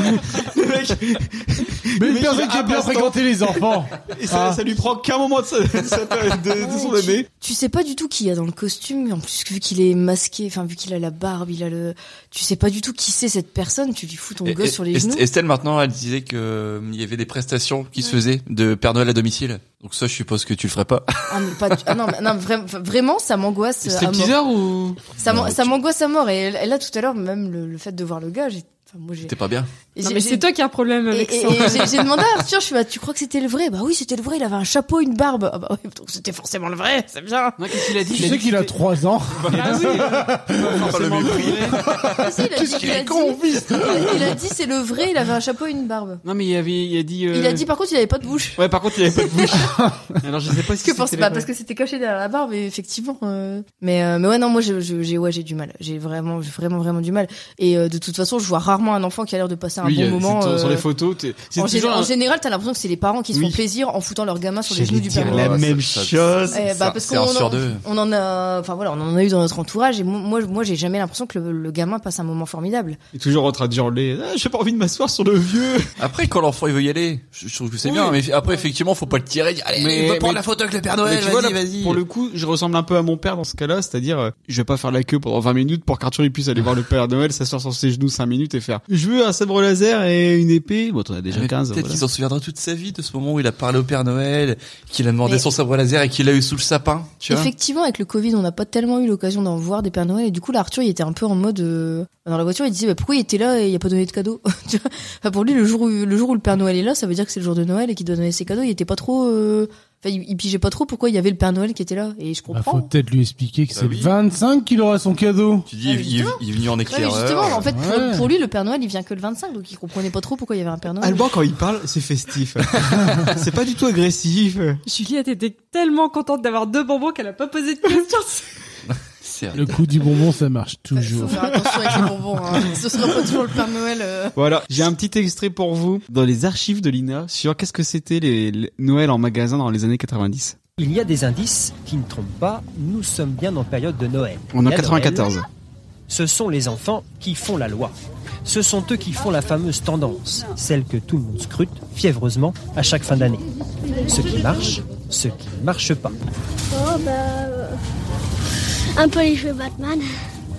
Speaker 2: Le mec,
Speaker 5: Mais
Speaker 2: Mais
Speaker 5: une
Speaker 2: il a
Speaker 5: personne qui
Speaker 2: un
Speaker 5: a bien
Speaker 2: passe-temps.
Speaker 5: fréquenté les enfants.
Speaker 2: et ça,
Speaker 5: Ah.
Speaker 2: ça lui prend qu'un moment de, sa- de sa- de- de son
Speaker 3: Ah, Ouais, tu-
Speaker 2: année.
Speaker 3: Tu, sais pas du tout qui il y a dans le costume, en plus vu qu'il est masqué, enfin vu qu'il a la barbe, il a le, tu sais pas du tout qui c'est cette personne. Tu lui fous ton gosse sur les
Speaker 4: Est-
Speaker 3: genoux.
Speaker 4: Estelle, maintenant, elle disait que euh, il y avait des prestations qui se faisaient de Père Noël à domicile. Donc ça, je suppose que tu le ferais pas.
Speaker 3: Ah, mais pas du- ah, non, mais- non, vraiment, vraiment, ça m'angoisse. à
Speaker 2: C'était
Speaker 3: mort.
Speaker 2: bizarre ou
Speaker 3: Ça m'an- ça m'angoisse à mort. Et, et là, tout à l'heure, même le, le fait de voir le gars, j'ai. Enfin, moi, j'ai.
Speaker 4: T'es pas bien.
Speaker 6: Non,
Speaker 3: j'ai-
Speaker 6: mais
Speaker 3: j'ai-
Speaker 6: c'est toi qui as un problème
Speaker 3: Et,
Speaker 6: avec
Speaker 3: et-
Speaker 6: ça.
Speaker 3: et j'ai j'ai demandé à Arthur, je suis, bah, tu crois que c'était le vrai Bah oui, c'était le vrai. Il avait un chapeau, une barbe. Ah bah oui, donc c'était forcément le vrai. C'est bien.
Speaker 2: Non, qu'est-ce qu'il a dit
Speaker 5: Tu sais qu'il a 3 ans.
Speaker 6: Ah oui.
Speaker 4: forcément le mépris.
Speaker 3: Ah, si, il a dit-
Speaker 5: Qu'est-ce
Speaker 3: il
Speaker 5: qu'il
Speaker 3: a
Speaker 5: est
Speaker 3: dit-
Speaker 5: con, fils
Speaker 3: il- il a dit c'est le vrai. Il avait un chapeau, et une barbe.
Speaker 2: Non, mais il, avait, il a dit. euh,
Speaker 3: Il a dit par contre, il avait pas de bouche.
Speaker 2: Ouais, par contre, il avait pas de bouche. Alors, je sais pas si
Speaker 3: Parce que,
Speaker 2: c'était
Speaker 3: forcément-
Speaker 2: les
Speaker 3: bah,
Speaker 2: vrais.
Speaker 3: parce que c'était caché derrière la barbe, mais effectivement. euh, Mais, euh, mais ouais, non, moi, je- je- j'ai ouais, j'ai du mal. J'ai vraiment, vraiment, vraiment du mal. Et euh, de toute façon, je vois rarement rarement un enfant qui a l'air de passer un
Speaker 2: Oui,
Speaker 3: bon
Speaker 2: euh,
Speaker 3: moment.
Speaker 2: c'est- sur les
Speaker 3: euh,
Speaker 2: photos, t'es- c'est
Speaker 3: en, gé-
Speaker 2: toujours
Speaker 3: en
Speaker 2: un-
Speaker 3: général, t'as l'impression que c'est les parents qui se font
Speaker 2: Oui.
Speaker 3: plaisir en foutant leur gamin sur les
Speaker 2: J'allais
Speaker 3: genoux du
Speaker 2: dire
Speaker 3: père
Speaker 2: la
Speaker 3: Noël.
Speaker 4: Ouais,
Speaker 2: même
Speaker 4: ça- ça-
Speaker 2: chose.
Speaker 3: Eh bah,
Speaker 4: Ça,
Speaker 3: parce
Speaker 4: c'est
Speaker 3: qu'on
Speaker 4: un
Speaker 3: en-
Speaker 4: sur deux.
Speaker 3: On en a, enfin voilà, on en a eu dans notre entourage et mo- moi, moi, j'ai jamais l'impression que le, le gamin passe un moment formidable.
Speaker 2: Et toujours en train de hurler. Ah, j'ai pas envie de m'asseoir sur le vieux.
Speaker 4: Après, quand l'enfant il veut y aller, je je trouve que c'est
Speaker 2: Oui.
Speaker 4: bien, mais après, effectivement, faut pas le tirer. dire, Allez,
Speaker 2: Mais-
Speaker 4: va prendre
Speaker 2: mais-
Speaker 4: la photo avec le Père
Speaker 2: Mais
Speaker 4: Noël,
Speaker 2: tu vois, là,
Speaker 4: vas-y, vas-y.
Speaker 2: Pour le coup, je ressemble un peu à mon père dans ce cas-là, c'est-à-dire, euh, je vais pas faire la queue pendant 20 minutes pour qu'Arthur il puisse aller voir le Père Noël, s'asseoir sur ses genoux 5 minutes et faire Je veux un sabre laser et une épée. Bon, t'en as
Speaker 3: Ah,
Speaker 2: déjà
Speaker 4: Mais
Speaker 2: 15.
Speaker 4: Peut-être
Speaker 2: voilà.
Speaker 4: qu'il s'en souviendra toute sa vie de ce moment où il a parlé au Père Noël, qu'il a demandé
Speaker 3: Mais-
Speaker 4: son sabre laser et qu'il l'a eu sous le sapin, tu vois.
Speaker 3: Effectivement, avec le Covid, on n'a pas tellement eu l'occasion d'en voir des Pères Noël et du coup, là, Arthur, il était un peu en mode euh, dans la voiture, il disait bah, pourquoi il était là et il a pas donné de cadeau. Tu vois Enfin, pour lui, le jour où le jour où le Père Noël est là, ça veut dire que c'est le jour de Noël et qu'il doit donner ses cadeaux. Il était pas trop, euh, enfin, il, il pigeait pas trop pourquoi il y avait le Père Noël qui était là et je
Speaker 5: Bah, faut
Speaker 3: comprends.
Speaker 5: peut-être lui expliquer que
Speaker 4: Bah
Speaker 5: c'est
Speaker 4: oui.
Speaker 5: le 25 qu'il aura son cadeau.
Speaker 4: Tu dis, il, il- il est venu en
Speaker 3: Ouais, mais
Speaker 4: éclaireur.
Speaker 3: Bah justement, en fait, pour,
Speaker 5: Ouais.
Speaker 3: pour lui, le Père Noël, il vient que le 25, donc il comprenait pas trop pourquoi il y avait un Père Noël.
Speaker 2: Alban, quand il parle, c'est festif. c'est pas du tout agressif.
Speaker 6: Juliette était tellement contente d'avoir deux bonbons qu'elle a pas posé de questions.
Speaker 4: C'est
Speaker 5: Le coup du bonbon, ça marche toujours.
Speaker 3: Faut faire attention avec les bonbons, hein. ce sera pas toujours le Père Noël. euh.
Speaker 2: Voilà, j'ai un petit extrait pour vous dans les archives de l'INA sur qu'est-ce que c'était les, les Noël en magasin dans les années 90.
Speaker 9: Il y a des indices qui ne trompent pas, nous sommes bien en période de Noël.
Speaker 2: On est en
Speaker 9: Et à
Speaker 2: 94.
Speaker 9: Noël, ce sont les enfants qui font la loi. Ce sont eux qui font la fameuse tendance, celle que tout le monde scrute fiévreusement à chaque fin d'année. Ce qui marche, ce qui ne marche pas.
Speaker 1: Oh bah. euh, Un peu les jeux Batman.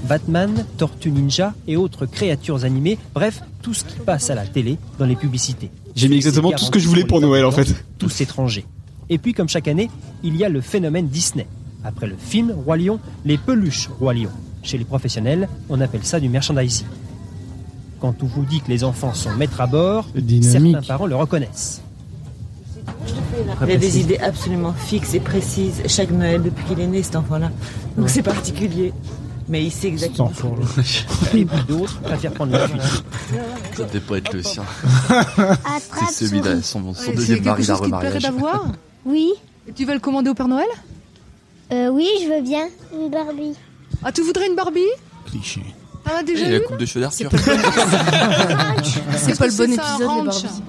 Speaker 9: Batman, Tortue Ninja et autres créatures animées, bref, tout ce qui passe à la télé, dans les publicités.
Speaker 2: J'ai mis exactement tout ce que je voulais hein, pour Noël en fait.
Speaker 9: tous étrangers. Et puis, comme chaque année, il y a le phénomène Disney. Après le film Roi Lion, les peluches Roi Lion. Chez les professionnels, on appelle ça du merchandising. Quand on vous dit que les enfants sont maîtres à bord,
Speaker 5: Dynamique.
Speaker 9: certains parents le reconnaissent.
Speaker 10: Il a des idées absolument fixes et précises chaque Noël depuis qu'il est né, cet enfant-là. Donc c'est particulier. Mais il sait exactement.
Speaker 5: Cet enfant-là.
Speaker 9: Et puis d'autres préfèrent prendre la fuite.
Speaker 4: Ça devait pas être le sien.
Speaker 1: Attrape
Speaker 4: C'est celui
Speaker 1: souris.
Speaker 4: de son, son
Speaker 11: C'est
Speaker 4: deuxième
Speaker 11: quelque
Speaker 4: mari d'un
Speaker 11: chose qui te plairait
Speaker 4: remariage.
Speaker 11: d'avoir
Speaker 1: Oui,
Speaker 11: Et Tu vas le commander au Père Noël
Speaker 1: euh, oui, je veux bien une Barbie.
Speaker 11: Ah, tu voudrais une Barbie
Speaker 5: Cliché.
Speaker 11: Ah,
Speaker 4: Et
Speaker 11: déjà
Speaker 4: la
Speaker 11: une
Speaker 4: coupe de cheveux d'Arthur.
Speaker 3: C'est pas
Speaker 11: C'est
Speaker 3: le bon
Speaker 11: ça,
Speaker 3: épisode, les
Speaker 11: ranch.
Speaker 3: Barbies.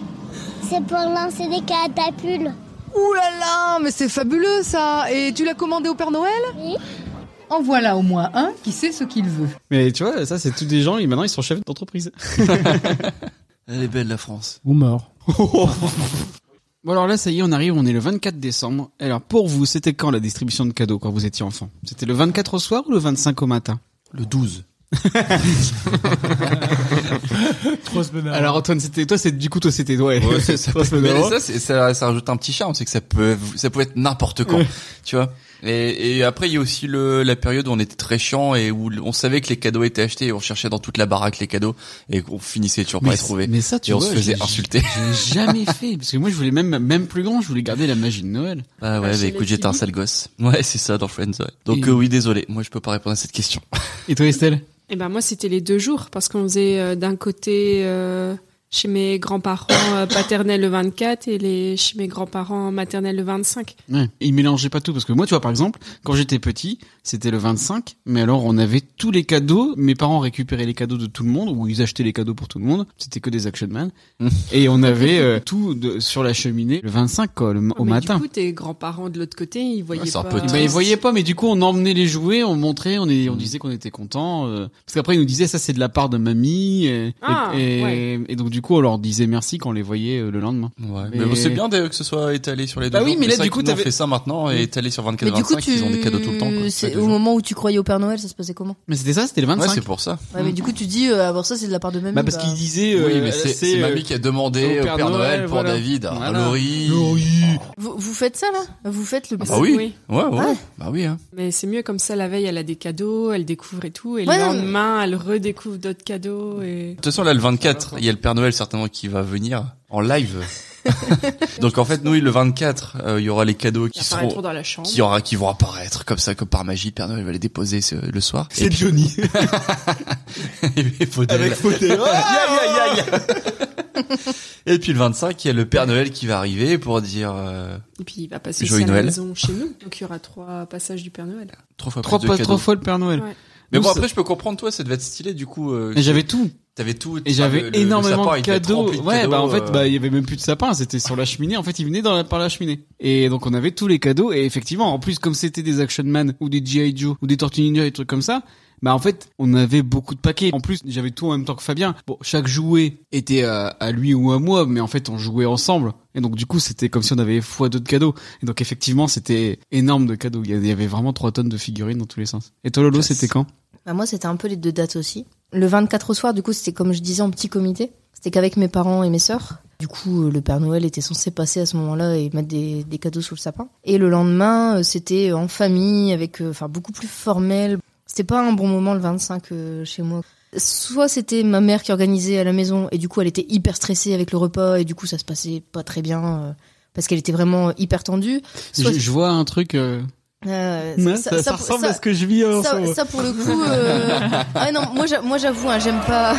Speaker 1: C'est pour lancer des catapultes.
Speaker 11: Ouh là là, mais c'est fabuleux ça Et tu l'as commandé au Père Noël
Speaker 1: Oui.
Speaker 11: En voilà au moins un qui sait ce qu'il veut.
Speaker 2: Mais tu vois, ça c'est tous des gens, et maintenant ils sont chefs d'entreprise.
Speaker 4: Elle est belle, la France.
Speaker 5: Ou mort.
Speaker 2: Bon alors là ça y est on arrive, on est le 24 décembre. Alors pour vous c'était quand la distribution de cadeaux quand vous étiez enfant C'était le 24 au soir ou le 25 au matin
Speaker 4: Le 12.
Speaker 5: Trop semaines
Speaker 2: Alors Antoine c'était toi, c'est du coup toi c'était ouais.
Speaker 4: Ouais, c'est- ça
Speaker 2: Trois
Speaker 4: peut-
Speaker 2: semaines
Speaker 4: mais
Speaker 2: avant.
Speaker 4: ça, c'est- ça, ça rajoute un petit charme, c'est que ça peut, ça pouvait être n'importe quand, tu vois. Et, et après, il y a aussi le, la période où on était très chiant et où on savait que les cadeaux étaient achetés et on cherchait dans toute la baraque les cadeaux et qu'on finissait toujours
Speaker 2: mais,
Speaker 4: par les trouver.
Speaker 2: mais ça tu
Speaker 4: et on
Speaker 2: vois,
Speaker 4: se faisait
Speaker 2: j'ai-
Speaker 4: insulter.
Speaker 2: J'ai jamais fait parce que moi je voulais même même plus grand, je voulais garder la magie de Noël.
Speaker 4: Bah ouais,
Speaker 6: chez
Speaker 4: bah
Speaker 6: les
Speaker 4: écoute, j'étais un
Speaker 6: filles.
Speaker 4: sale gosse. Ouais, c'est ça, dans Friends, ouais. Donc
Speaker 2: Et-
Speaker 4: euh, oui, désolé, moi je peux pas répondre à cette question.
Speaker 2: Et toi Estelle
Speaker 6: Eh ben moi, c'était les deux jours parce qu'on faisait euh, d'un côté euh, chez mes grands-parents euh, paternels le 24 et les chez mes grands-parents maternels le 25.
Speaker 2: Ouais, ils mélangeaient pas tout parce que moi tu vois par exemple, quand j'étais petit, c'était le 25, mais alors on avait tous les cadeaux, mes parents récupéraient les cadeaux de tout le monde ou ils achetaient les cadeaux pour tout le monde, c'était que des action man
Speaker 4: Hum.
Speaker 2: et on avait euh, tout de- sur la cheminée le 25 quoi, le- au
Speaker 6: Oh, Mais
Speaker 2: matin.
Speaker 6: Du coup, tes grands-parents de l'autre côté, ils voyaient
Speaker 4: Ouais, c'est un
Speaker 6: pas.
Speaker 4: peu
Speaker 2: Eh ben, ils voyaient pas, mais du coup on emmenait les jouets, on montrait, on, est- on
Speaker 4: Mm.
Speaker 2: disait qu'on était content. euh, parce qu'après ils nous disaient ça c'est de la part de mamie. euh, et-
Speaker 6: Ah,
Speaker 2: et,
Speaker 6: ouais.
Speaker 2: et donc du coup on leur disait merci quand on les voyait euh, le lendemain.
Speaker 4: Ouais.
Speaker 2: Mais-
Speaker 4: Mais, bon, c'est bien d'ailleurs que ce soit étalé sur les deux
Speaker 2: Bah oui,
Speaker 4: jours,
Speaker 2: mais là,
Speaker 4: c'est
Speaker 2: du
Speaker 4: vrai
Speaker 2: coup,
Speaker 4: que nous, on
Speaker 2: t'avais-
Speaker 4: fait ça maintenant et étalé sur 24
Speaker 3: Mais du coup,
Speaker 4: 25
Speaker 3: tu...
Speaker 4: ils ont des cadeaux tout le temps quoi, sur les
Speaker 3: c'est-
Speaker 4: deux
Speaker 3: au
Speaker 4: jours.
Speaker 3: moment où tu croyais au Père Noël, ça se passait comment
Speaker 2: Mais c'était ça, c'était le 25.
Speaker 4: Ouais, c'est pour ça.
Speaker 3: Ouais, mais du coup, tu dis, euh, alors ça, c'est de la part de mamie.
Speaker 2: bah parce qu'ils disaient euh,
Speaker 4: oui, mais c'est c'est
Speaker 2: euh,
Speaker 4: mamie qui a demandé au Père, Noël, pour
Speaker 2: voilà.
Speaker 4: David, à
Speaker 2: Voilà.
Speaker 4: Laurie.
Speaker 3: vous, vous faites ça là Vous faites le.
Speaker 6: Ah,
Speaker 4: Bah oui.
Speaker 6: Oui.
Speaker 4: Ouais, ouais.
Speaker 3: Ah.
Speaker 4: Bah oui, hein.
Speaker 6: Mais c'est mieux comme ça. La veille, elle a des cadeaux, elle découvre et tout, et
Speaker 3: Ouais,
Speaker 6: le
Speaker 3: non, mais-
Speaker 6: lendemain, elle redécouvre d'autres cadeaux et.
Speaker 4: De toute façon, là, le 24, il y a le Père Noël certainement qui va venir en live. Donc en fait, nous, le 24, euh, il y aura les cadeaux
Speaker 6: Ils
Speaker 4: qui
Speaker 6: apparaîtront
Speaker 4: seront
Speaker 6: dans la chambre.
Speaker 4: qui aura qui vont apparaître comme ça comme par magie le Père Noël va les déposer ce- le soir et puis
Speaker 2: Johnny.
Speaker 4: et Faudel. Aïe, aïe, aïe, aïe. et puis le 25 il y a le Père Noël qui va arriver pour dire euh,
Speaker 6: Et puis il va passer
Speaker 4: Joyeux
Speaker 6: aussi à la
Speaker 4: Noël.
Speaker 6: maison chez nous. Donc il y aura trois passages du Père Noël.
Speaker 4: trois fois
Speaker 2: trois,
Speaker 4: plus
Speaker 2: pas-
Speaker 4: de cadeaux
Speaker 2: trois fois le Père Noël.
Speaker 6: Ouais.
Speaker 4: Mais bon,
Speaker 2: Nous,
Speaker 4: après, je peux comprendre, toi, ça devait être stylé, du coup. euh,
Speaker 2: Mais j'avais tout.
Speaker 4: T'avais tout.
Speaker 2: Et j'avais
Speaker 4: Ah, le- le
Speaker 2: énormément
Speaker 4: sapin,
Speaker 2: de
Speaker 4: il devait être
Speaker 2: cadeaux.
Speaker 4: rempli de
Speaker 2: ouais,
Speaker 4: cadeaux,
Speaker 2: bah en fait,
Speaker 4: euh,
Speaker 2: bah il y avait même plus de sapin, c'était sur la cheminée. En fait, ils venaient dans la, par la cheminée. Et donc on avait tous les cadeaux. Et effectivement, en plus comme c'était des Action Man ou des GI Joe ou des Tortues Ninja et des trucs comme ça, bah en fait, on avait beaucoup de paquets. En plus, j'avais tout en même temps que Fabien. Bon, chaque jouet était à, à lui ou à moi, mais en fait, on jouait ensemble. Et donc du coup, c'était comme si on avait fois deux de cadeaux. Et donc effectivement, c'était énorme de cadeaux. Il y a- il y avait vraiment trois tonnes de figurines dans tous les sens. Et toi, Lolo, c'était quand
Speaker 3: Bah, moi, c'était un peu les deux dates aussi. Le 24 au soir, du coup, c'était comme je disais en petit comité. C'était qu'avec mes parents et mes sœurs. Du coup, euh, le Père Noël était censé passer à ce moment-là et mettre des, des cadeaux sous le sapin. Et le lendemain, euh, c'était en famille, avec, euh, enfin, beaucoup plus formel. C'était pas un bon moment le 25 euh, chez moi. Soit c'était ma mère qui organisait à la maison et du coup, elle était hyper stressée avec le repas et du coup, ça se passait pas très bien euh, parce qu'elle était vraiment hyper tendue. Soit-
Speaker 2: je, je vois un truc. euh,
Speaker 3: euh,
Speaker 2: Ouais, ça- ça
Speaker 3: pour-
Speaker 2: ressemble à ce que je vis en ce
Speaker 3: ça,
Speaker 2: moment.
Speaker 3: ça, pour le coup. euh, ah non, moi, j'a- moi j'avoue, hein, j'aime pas.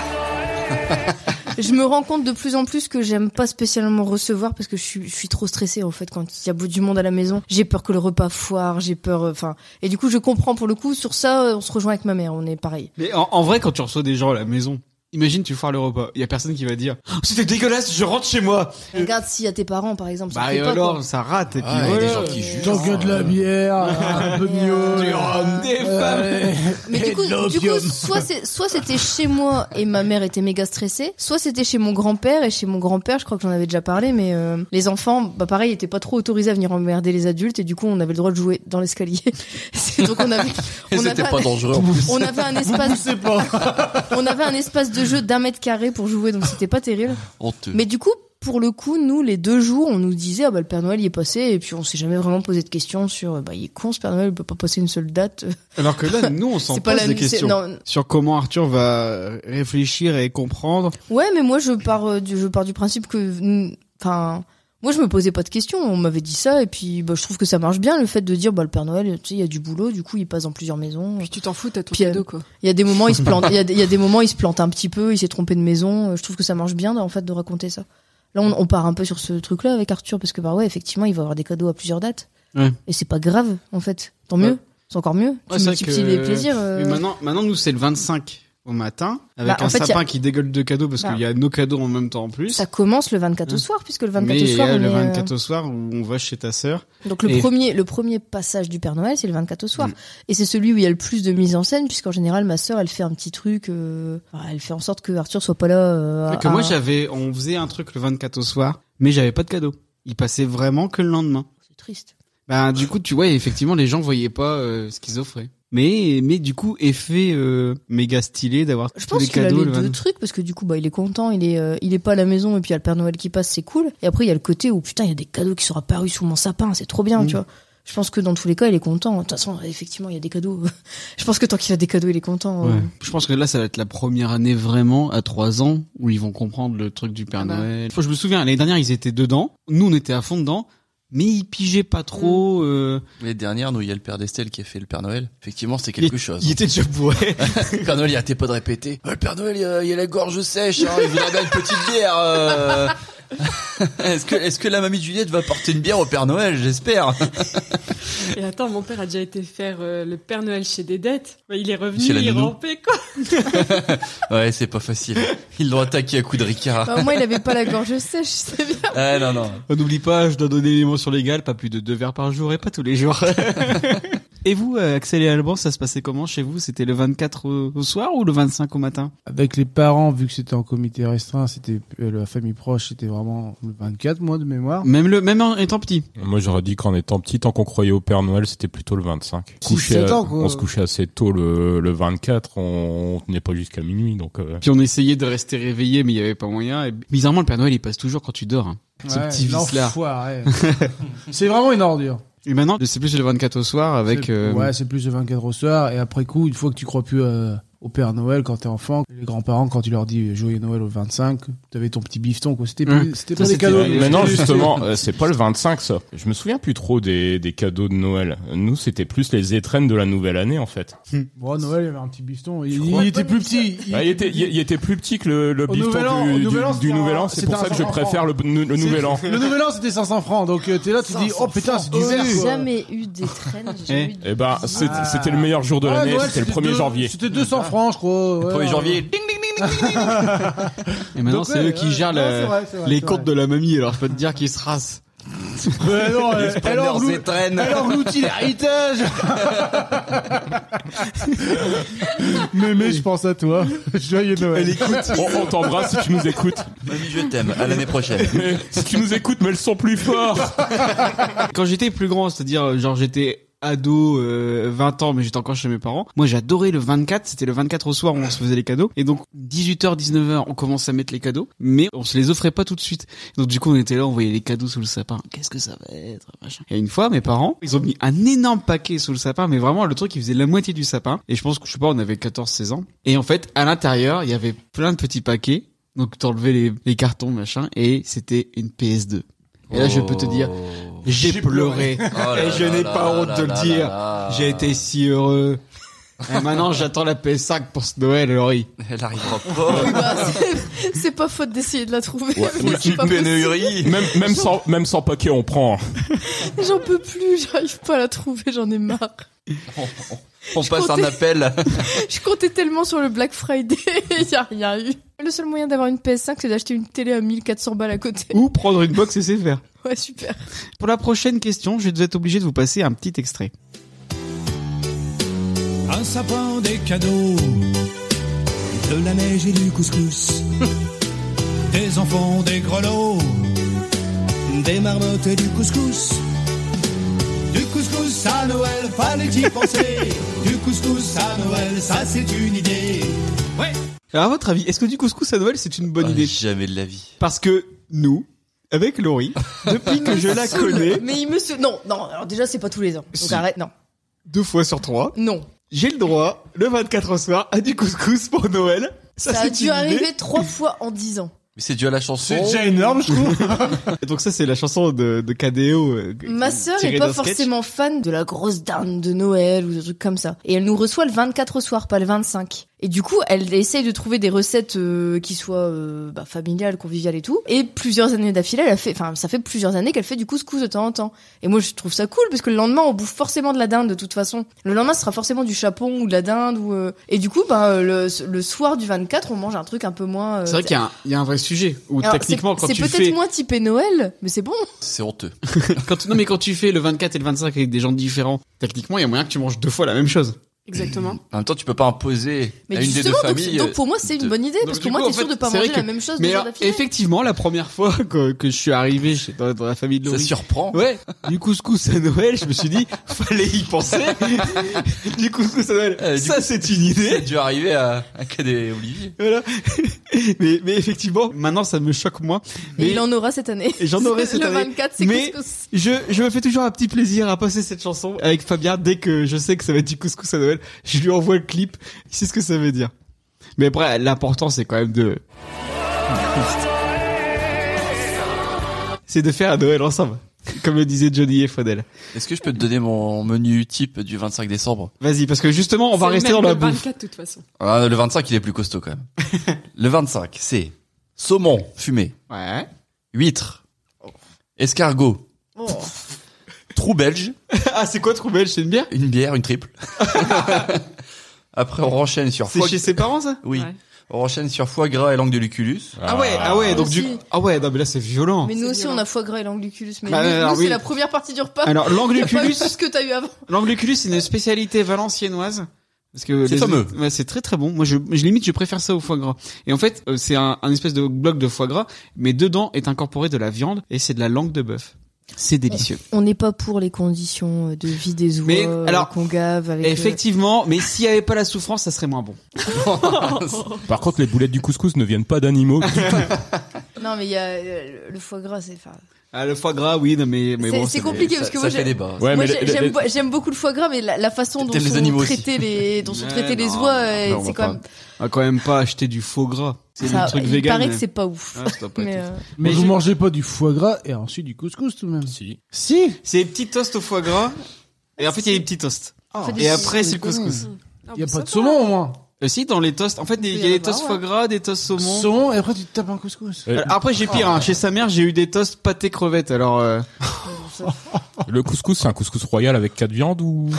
Speaker 3: Je me rends compte de plus en plus que j'aime pas spécialement recevoir parce que je suis, je suis trop stressée en fait quand il y a beaucoup du monde à la maison. J'ai peur que le repas foire, j'ai peur. euh, Enfin, et du coup, je comprends pour le coup sur ça, euh, on se rejoint avec ma mère, on est pareil.
Speaker 2: Mais en, en vrai, quand tu reçois des gens à la maison, imagine tu foires le repas. Il y a personne qui va dire Oh, c'était dégueulasse, je rentre chez moi.
Speaker 3: Regarde s'il y a tes parents par exemple. ça
Speaker 2: Euh. Bah
Speaker 3: fait
Speaker 2: et
Speaker 3: pas,
Speaker 2: alors,
Speaker 3: quoi.
Speaker 2: ça rate. Et puis
Speaker 4: Ah, il y a des
Speaker 2: voilà.
Speaker 4: gens qui jugent.
Speaker 5: Tant que de la bière, un peu de
Speaker 3: Euh,
Speaker 5: mieux. Euh,
Speaker 2: Du rhum, des femmes.
Speaker 3: Mais du coup, du coup, soit c'est- soit c'était chez moi et ma mère était méga stressée, soit c'était chez mon grand-père et chez mon grand-père, je crois que j'en avais déjà parlé, mais euh, les enfants, bah pareil, étaient pas trop autorisés à venir emmerder les adultes et du coup on avait le droit de jouer dans l'escalier. C'est- Donc on avait,
Speaker 4: Et
Speaker 3: on
Speaker 4: c'était
Speaker 3: avait-
Speaker 4: pas dangereux en plus.
Speaker 3: On avait un espace, on avait un espace de jeu d'un mètre carré pour jouer, donc c'était pas terrible.
Speaker 4: Honteux.
Speaker 3: Mais du coup, pour le coup, nous, les deux jours, on nous disait, ah bah, le Père Noël y est passé, et puis on s'est jamais vraiment posé de questions sur, bah, il est con ce Père Noël, il peut pas passer une seule date.
Speaker 2: Alors que là, nous, on s'en
Speaker 3: C'est pas
Speaker 2: pose
Speaker 3: la-
Speaker 2: des
Speaker 3: c'est-
Speaker 2: questions
Speaker 3: non.
Speaker 2: sur comment Arthur va réfléchir et comprendre.
Speaker 3: Ouais, mais moi je pars euh, du, je pars du principe que, mm, enfin, moi je me posais pas de questions. On m'avait dit ça et puis bah, je trouve que ça marche bien le fait de dire bah le Père Noël, tu sais, il y a du boulot, du coup il passe dans plusieurs maisons.
Speaker 6: Puis tu t'en fous, t'as ton
Speaker 3: Puis, euh,
Speaker 6: cadeau, quoi.
Speaker 3: Il y a des moments il se plante, il y, a des- il y a des moments il se plante un petit peu, il s'est trompé de maison. Je trouve que ça marche bien en fait de raconter ça. Là on, on part un peu sur ce truc-là avec Arthur parce que bah ouais effectivement il va avoir des cadeaux à plusieurs dates
Speaker 2: Ouais.
Speaker 3: et c'est pas grave en fait. Tant mieux,
Speaker 2: Ouais.
Speaker 3: c'est encore mieux.
Speaker 2: Ouais,
Speaker 3: tu
Speaker 2: c'est vrai
Speaker 3: multiplies
Speaker 2: que-
Speaker 3: les plaisirs. euh.
Speaker 2: Mais maintenant, maintenant, nous, c'est le 25 au matin avec
Speaker 3: Bah, en
Speaker 2: un
Speaker 3: fait,
Speaker 2: sapin
Speaker 3: y a-
Speaker 2: qui dégueule de cadeaux parce
Speaker 3: Bah.
Speaker 2: qu'il y a nos cadeaux en même temps en plus.
Speaker 3: Ça commence le 24 au soir puisque le 24
Speaker 2: Mais
Speaker 3: au
Speaker 2: il y
Speaker 3: soir
Speaker 2: a
Speaker 3: on
Speaker 2: le
Speaker 3: est, euh,
Speaker 2: 24 au soir où on va chez ta sœur.
Speaker 3: Donc le
Speaker 2: Et- Mm.
Speaker 3: premier le premier passage du Père Noël c'est le 24 au soir et c'est celui où il y a le plus de mise en scène puisqu'en général ma sœur elle fait un petit truc euh, enfin, elle fait en sorte que Arthur soit pas là euh,
Speaker 2: Parce que
Speaker 3: à-
Speaker 2: moi, j'avais, on faisait un truc le 24 au soir, mais j'avais pas de cadeau. Il passait vraiment que le lendemain.
Speaker 3: c'est triste.
Speaker 2: Bah du coup tu vois effectivement les gens voyaient pas euh, ce qu'ils offraient. Mais mais du coup effet euh, méga stylé d'avoir
Speaker 3: Je
Speaker 2: tous
Speaker 3: pense
Speaker 2: les
Speaker 3: qu'il a
Speaker 2: cadeaux
Speaker 3: les
Speaker 2: le
Speaker 3: deux
Speaker 2: 20.
Speaker 3: trucs parce que du coup bah il est content, il est euh, il est pas à la maison et puis il y a le Père Noël qui passe, c'est cool. Et après il y a le côté où putain, il y a des cadeaux qui sont apparus sous mon sapin, c'est trop
Speaker 2: Mm.
Speaker 3: bien, tu vois. Je pense que dans tous les cas, il est content. De toute façon, effectivement, il y a des cadeaux. Je pense que tant qu'il a des cadeaux, il est content. hein.
Speaker 2: Ouais. Je pense que là ça va être la première année vraiment à 3 ans où ils vont comprendre le truc du
Speaker 3: Ah
Speaker 2: Père
Speaker 6: bah.
Speaker 2: Noël. Faut que je me souviens l'année dernière ils étaient dedans, nous on était à fond dedans, mais ils pigeaient pas
Speaker 3: Mm.
Speaker 2: trop. Euh...
Speaker 4: Les dernières, nous, il y a le père d'Estelle qui a fait le Père Noël. Effectivement, c'était quelque
Speaker 2: il,
Speaker 4: chose.
Speaker 2: Il était déjà bourré.
Speaker 4: Le Père Noël, il arrêtait pas de répéter. Ah, le Père Noël, il a, il a la gorge sèche, hein, il voudrait bien une petite bière. euh. Est-ce que, est-ce que la mamie de Juliette va porter une bière au Père Noël, j'espère
Speaker 6: Et attends, mon père a déjà été faire euh, le Père Noël chez des dettes. Bah, il est revenu,
Speaker 4: Chez la
Speaker 6: il est
Speaker 4: nounou.
Speaker 6: rampé, quoi.
Speaker 4: Ouais, c'est pas facile. Ils l'ont attaqué à coups de Ricard.
Speaker 3: Bah, au moins, il avait pas la gorge sèche, c'est bien.
Speaker 4: Ah, non, non.
Speaker 2: On N'oublie pas, je dois donner les mentions légales, pas plus de deux verres par jour et pas tous les jours. et vous euh, Axel et Alban, ça se passait comment chez vous C'était le 24 au- au soir ou le 25 au matin
Speaker 5: Avec les parents, vu que c'était en comité restreint, c'était euh, la famille proche, c'était vraiment le 24 mois de mémoire.
Speaker 2: Même le même en étant petit.
Speaker 7: Moi, j'aurais dit qu'en étant petit, tant qu'on croyait au Père Noël, c'était plutôt le 25.
Speaker 5: Six,
Speaker 7: Couché
Speaker 5: sept
Speaker 7: à-
Speaker 5: ans, quoi.
Speaker 7: on se couchait assez tôt le, le 24, on, on tenait pas jusqu'à minuit, donc euh,
Speaker 2: Puis on essayait de rester réveillé, mais il y avait pas moyen. Et bizarrement, le Père Noël, il passe toujours quand tu dors. hein. Ce
Speaker 5: Ouais,
Speaker 2: petit vice-là.
Speaker 5: l'enfoiré. c'est vraiment une ordure.
Speaker 2: Et maintenant, c'est plus le 24 au soir avec...
Speaker 5: C'est-
Speaker 2: euh,
Speaker 5: Ouais, c'est plus de 24 au soir. Et après coup, une fois que tu crois plus à, au Père Noël quand t'es enfant. Les grands-parents, quand tu leur dis euh, Joyeux Noël au 25, t'avais ton petit bifton, quoi. C'était pas,
Speaker 7: Mmh.
Speaker 5: c'était
Speaker 7: Ça,
Speaker 5: pas des
Speaker 7: c'était-
Speaker 5: cadeaux.
Speaker 7: Mais non, justement, euh, c'est pas le 25, ça. Je me souviens plus trop des, des cadeaux de Noël. Nous, c'était plus les étrennes de la nouvelle année, en fait.
Speaker 5: Bon, Noël, il y avait un petit bifton. Il,
Speaker 7: crois
Speaker 5: il était plus petit.
Speaker 7: Bah, il, était, il, il était plus petit que le, le
Speaker 5: Au
Speaker 7: bifton
Speaker 5: Nouvel An,
Speaker 7: du,
Speaker 5: au
Speaker 7: du-
Speaker 5: Nouvel An,
Speaker 7: du
Speaker 5: c'était
Speaker 7: Nouvel
Speaker 5: un-
Speaker 7: An. C'est
Speaker 5: c'était
Speaker 7: pour
Speaker 5: un
Speaker 7: ça que je
Speaker 5: 500
Speaker 7: préfère le, le- le
Speaker 5: C'est-
Speaker 7: Nouvel An.
Speaker 5: Le nouvel an, c'était 500 francs. Donc, euh, t'es là, tu te dis, oh putain, c'est du verre.
Speaker 3: J'ai
Speaker 5: quoi.
Speaker 3: jamais eu des traînes. j'ai jamais eu
Speaker 7: Eh ben, c'est- c'était le meilleur jour de
Speaker 5: Ah,
Speaker 7: l'année,
Speaker 5: Noël,
Speaker 7: c'était le
Speaker 5: c'était
Speaker 7: 1er
Speaker 5: deux-
Speaker 7: janvier.
Speaker 5: C'était 200 francs, je crois. ouais.
Speaker 4: 1er janvier,
Speaker 2: Et maintenant,
Speaker 5: Donc,
Speaker 2: c'est
Speaker 5: ouais,
Speaker 2: eux qui
Speaker 5: ouais,
Speaker 2: gèrent
Speaker 5: non,
Speaker 2: le-
Speaker 5: c'est vrai, c'est vrai,
Speaker 2: les
Speaker 5: c'est
Speaker 2: comptes
Speaker 5: vrai.
Speaker 2: de la mamie, alors je peux te dire qu'ils se rassent.
Speaker 5: Ouais, non,
Speaker 2: Ils
Speaker 5: euh,
Speaker 2: se prennent
Speaker 5: alors,
Speaker 2: leurs
Speaker 5: nous-
Speaker 2: étrennes.
Speaker 5: alors l'outil l'héritage. Mémé, je pense à toi. Joyeux Noël.
Speaker 7: On, on t'embrasse si tu nous écoutes.
Speaker 4: Mamie, je t'aime. À l'année prochaine.
Speaker 7: Mais si tu nous écoutes, mais le son plus fort.
Speaker 2: Quand j'étais plus grand, c'est-à-dire euh, genre j'étais ado, euh, 20 ans, mais j'étais encore chez mes parents. Moi, j'adorais le 24. C'était le 24 au soir où on se faisait les cadeaux. Et donc, 18h, 19h, on commençait à mettre les cadeaux, mais on se les offrait pas tout de suite. Donc, du coup, on était là, on voyait les cadeaux sous le sapin. Qu'est-ce que ça va être, machin. Et une fois, mes parents, ils ont mis un énorme paquet sous le sapin, mais vraiment le truc qui faisait la moitié du sapin. Et je pense que je sais pas, on avait 14-16 ans. Et en fait, à l'intérieur, il y avait plein de petits paquets. Donc, t'enlevais les, les cartons, machin, et c'était une PS2. Et là, je peux te dire,
Speaker 4: Oh.
Speaker 2: j'ai pleuré. et je n'ai pas honte de le dire. J'ai été si heureux. Et maintenant, j'attends la PS5 pour ce Noël, Laurie.
Speaker 4: Elle arrivera
Speaker 3: Oui, bah, c'est- c'est pas faute d'essayer de la trouver.
Speaker 7: Ouais,
Speaker 3: C'est
Speaker 7: mais
Speaker 3: pas
Speaker 7: tu
Speaker 3: possible.
Speaker 7: Même, même, sans, même sans paquet, on prend.
Speaker 3: J'en peux plus, j'arrive pas à la trouver, j'en ai marre.
Speaker 4: On
Speaker 3: Je
Speaker 4: passe un
Speaker 3: comptais-
Speaker 4: appel.
Speaker 3: Je comptais tellement sur le Black Friday, y a rien eu. Le seul moyen d'avoir une PS5, c'est d'acheter une télé à 1400 balles à côté.
Speaker 2: Ou prendre une box et c'est faire.
Speaker 3: Ouais, super.
Speaker 2: Pour la prochaine question, je vais être obligé de vous passer un petit extrait.
Speaker 12: Un sapin, des cadeaux, de la neige et du couscous, des enfants, des grelots, des marmottes et du couscous. Du couscous à Noël, fallait y penser. du couscous à Noël, ça c'est une idée. Ouais.
Speaker 2: Alors, à votre avis, est-ce que du couscous à Noël, c'est une bonne idée
Speaker 4: Jamais de la vie.
Speaker 2: Parce que nous, avec Laurie, depuis que je la connais,
Speaker 3: Mais il me saoule. Non, non, alors déjà, c'est pas tous les ans. Donc
Speaker 2: Si.
Speaker 3: arrête, non.
Speaker 2: deux fois sur trois,
Speaker 3: Non.
Speaker 2: j'ai le droit, le 24 au soir, à du couscous pour Noël.
Speaker 3: Ça,
Speaker 2: Ça,
Speaker 3: a
Speaker 2: c'est
Speaker 3: dû
Speaker 2: une
Speaker 3: arriver
Speaker 2: idée.
Speaker 3: trois fois en dix ans.
Speaker 4: Mais c'est dû à la chanson.
Speaker 5: C'est déjà énorme, je trouve.
Speaker 2: Donc ça, c'est la chanson de, de KDO. euh, que-
Speaker 3: Ma sœur
Speaker 2: tirée
Speaker 3: est pas
Speaker 2: d'un sketch.
Speaker 3: forcément fan de la grosse dinde de Noël ou des trucs comme ça. Et elle nous reçoit le 24 au soir, pas le 25. Et du coup, elle essaye de trouver des recettes euh, qui soient euh, bah, familiales, conviviales et tout. Et plusieurs années d'affilée, elle a fait, enfin, ça fait plusieurs années qu'elle fait du couscous de temps en temps. Et moi, je trouve ça cool parce que le lendemain, on bouffe forcément de la dinde de toute façon. Le lendemain, ce sera forcément du chapon ou de la dinde ou. euh, Et du coup, bah, euh, le, le soir du 24, on mange un truc un peu moins. euh,
Speaker 2: C'est vrai qu'il y a un- il y, a un vrai sujet où
Speaker 3: Alors,
Speaker 2: techniquement,
Speaker 3: c'est-
Speaker 2: quand tu
Speaker 3: c'est peut-être
Speaker 2: fais...
Speaker 3: moins typé Noël, mais c'est bon.
Speaker 4: C'est honteux.
Speaker 2: quand tu- non mais quand tu fais le 24 et le 25 avec des gens différents, techniquement il y a moyen que tu manges deux fois la même chose.
Speaker 6: Exactement.
Speaker 4: En même temps, tu peux pas imposer
Speaker 3: Mais
Speaker 4: à une des deux
Speaker 3: justement, donc,
Speaker 4: familles. euh,
Speaker 3: donc pour moi c'est une bonne idée
Speaker 2: Donc,
Speaker 3: parce que
Speaker 2: du
Speaker 3: moi
Speaker 2: coup,
Speaker 3: t'es
Speaker 2: en
Speaker 3: sûr
Speaker 2: fait,
Speaker 3: de pas
Speaker 2: c'est
Speaker 3: manger
Speaker 2: vrai
Speaker 3: la
Speaker 2: que-
Speaker 3: même chose
Speaker 2: mais
Speaker 3: deux jours
Speaker 2: alors,
Speaker 3: d'affilée.
Speaker 2: effectivement la première fois que, que je suis arrivé chez- dans, dans la famille de
Speaker 4: Ça
Speaker 2: Laurie,
Speaker 4: surprend.
Speaker 2: Ouais, du couscous à Noël, je me suis dit fallait y penser. du couscous à Noël,
Speaker 4: Euh, du
Speaker 2: ça
Speaker 4: coup,
Speaker 2: c'est une idée.
Speaker 4: C'est dû arriver à, à Cadet Olivier.
Speaker 2: Voilà. mais, mais effectivement, maintenant ça me choque moins.
Speaker 3: Et
Speaker 2: Mais
Speaker 3: il en aura cette année.
Speaker 2: Et j'en aurai cette
Speaker 3: le
Speaker 2: année.
Speaker 3: 24, c'est
Speaker 2: Mais-
Speaker 3: couscous.
Speaker 2: je, je me fais toujours un petit plaisir à passer cette chanson avec Fabien dès que je sais que ça va être du couscous à Noël. Je lui envoie le clip, il sait ce que ça veut dire. Mais après, l'important c'est quand même de... C'est de faire un Noël ensemble, comme le disait Johnny et Fodel.
Speaker 4: Est-ce que je peux te donner mon menu type du 25 décembre
Speaker 2: Vas-y, parce que justement, on va
Speaker 6: C'est
Speaker 2: rester dans
Speaker 6: même
Speaker 2: la
Speaker 6: le
Speaker 2: bouffe.
Speaker 6: 24 de toute façon.
Speaker 4: Ah, Le 25, il est plus costaud quand même. le 25, c'est saumon fumé,
Speaker 2: Ouais.
Speaker 4: huître,
Speaker 2: Oh.
Speaker 4: escargot, trou belge,
Speaker 2: Ah, c'est quoi Troubelle C'est une bière
Speaker 4: une bière, une triple. Après, on enchaîne sur
Speaker 2: C'est
Speaker 4: foie.
Speaker 2: chez ses parents ça
Speaker 4: Oui.
Speaker 6: Ouais.
Speaker 4: On enchaîne sur foie gras et langue de Lucullus.
Speaker 2: ah, ouais, ah ouais, donc du
Speaker 3: Aussi.
Speaker 2: Ah ouais, non mais là c'est violent.
Speaker 3: Mais nous aussi
Speaker 6: violent.
Speaker 3: on a foie gras et l'angliculus. Mais
Speaker 2: Bah,
Speaker 3: nous,
Speaker 2: alors,
Speaker 3: nous,
Speaker 2: oui.
Speaker 3: c'est la première partie du repas.
Speaker 2: Alors
Speaker 3: T'as pas eu
Speaker 2: l'angluculus,
Speaker 3: tout ce que t'as eu avant.
Speaker 2: l'angluculus c'est une spécialité valenciennoise. Parce que
Speaker 4: C'est
Speaker 2: les-
Speaker 4: fameux.
Speaker 2: Ouais, c'est très très bon. Moi, je, je limite, je préfère ça au foie gras. Et en fait, euh, c'est un, un espèce de bloc de foie gras, mais dedans est incorporé de la viande et c'est de la langue de bœuf. C'est délicieux.
Speaker 3: On n'est pas pour les conditions de vie des
Speaker 2: Mais, euh, alors,
Speaker 3: qu'on gave avec. euh,
Speaker 2: Effectivement, mais s'il n'y avait pas la souffrance, ça serait moins bon.
Speaker 7: Par contre, les boulettes du couscous ne viennent pas d'animaux.
Speaker 3: Non mais il y a euh, le foie gras, c'est. Enfin,
Speaker 2: Ah, le foie gras, oui, non, mais, mais
Speaker 3: C'est-
Speaker 2: bon.
Speaker 3: c'est
Speaker 2: ça-
Speaker 3: compliqué
Speaker 2: ça-
Speaker 3: parce que
Speaker 2: ça
Speaker 3: moi
Speaker 2: fait
Speaker 3: j'ai-
Speaker 2: débat.
Speaker 3: moi, j'ai- j'aime bo- j'aime beaucoup le foie gras mais la, la façon dont
Speaker 2: T'aimes les
Speaker 3: sont
Speaker 2: animaux aussi.
Speaker 3: traités les dont sont
Speaker 2: Ouais,
Speaker 3: traités les
Speaker 2: non,
Speaker 3: oies
Speaker 2: non,
Speaker 3: euh,
Speaker 2: on va
Speaker 3: c'est quand
Speaker 2: pas-
Speaker 3: même
Speaker 2: On va quand même pas acheter du faux gras. C'est
Speaker 3: Ça-
Speaker 2: le truc
Speaker 3: il
Speaker 2: vegan.
Speaker 3: paraît que c'est pas ouf.
Speaker 2: Ah, ça doit pas
Speaker 3: Mais,
Speaker 2: être
Speaker 3: euh,
Speaker 2: ouf.
Speaker 5: Mais vous mangez pas du foie gras et ensuite du couscous tout de même.
Speaker 7: Si.
Speaker 5: Si.
Speaker 2: C'est des petits toasts au foie gras. Et en fait, il y a des petits toasts.
Speaker 5: Ah. Fait des
Speaker 2: et après,
Speaker 5: petits-
Speaker 2: c'est le couscous.
Speaker 5: Il y a pas de saumon hein. au moins.
Speaker 2: Euh, si, dans les toasts. En fait, des- il y a
Speaker 5: en
Speaker 2: des
Speaker 5: avoir,
Speaker 2: toasts foie
Speaker 5: ouais.
Speaker 2: gras, des toasts saumon.
Speaker 5: Saumon et après tu te tapes un couscous.
Speaker 7: Euh,
Speaker 2: Alors, Après, j'ai pire.
Speaker 7: Ah.
Speaker 2: hein. Chez sa mère, j'ai eu des toasts pâté crevettes. Alors, euh,
Speaker 7: Le couscous, c'est un couscous royal avec quatre viandes ou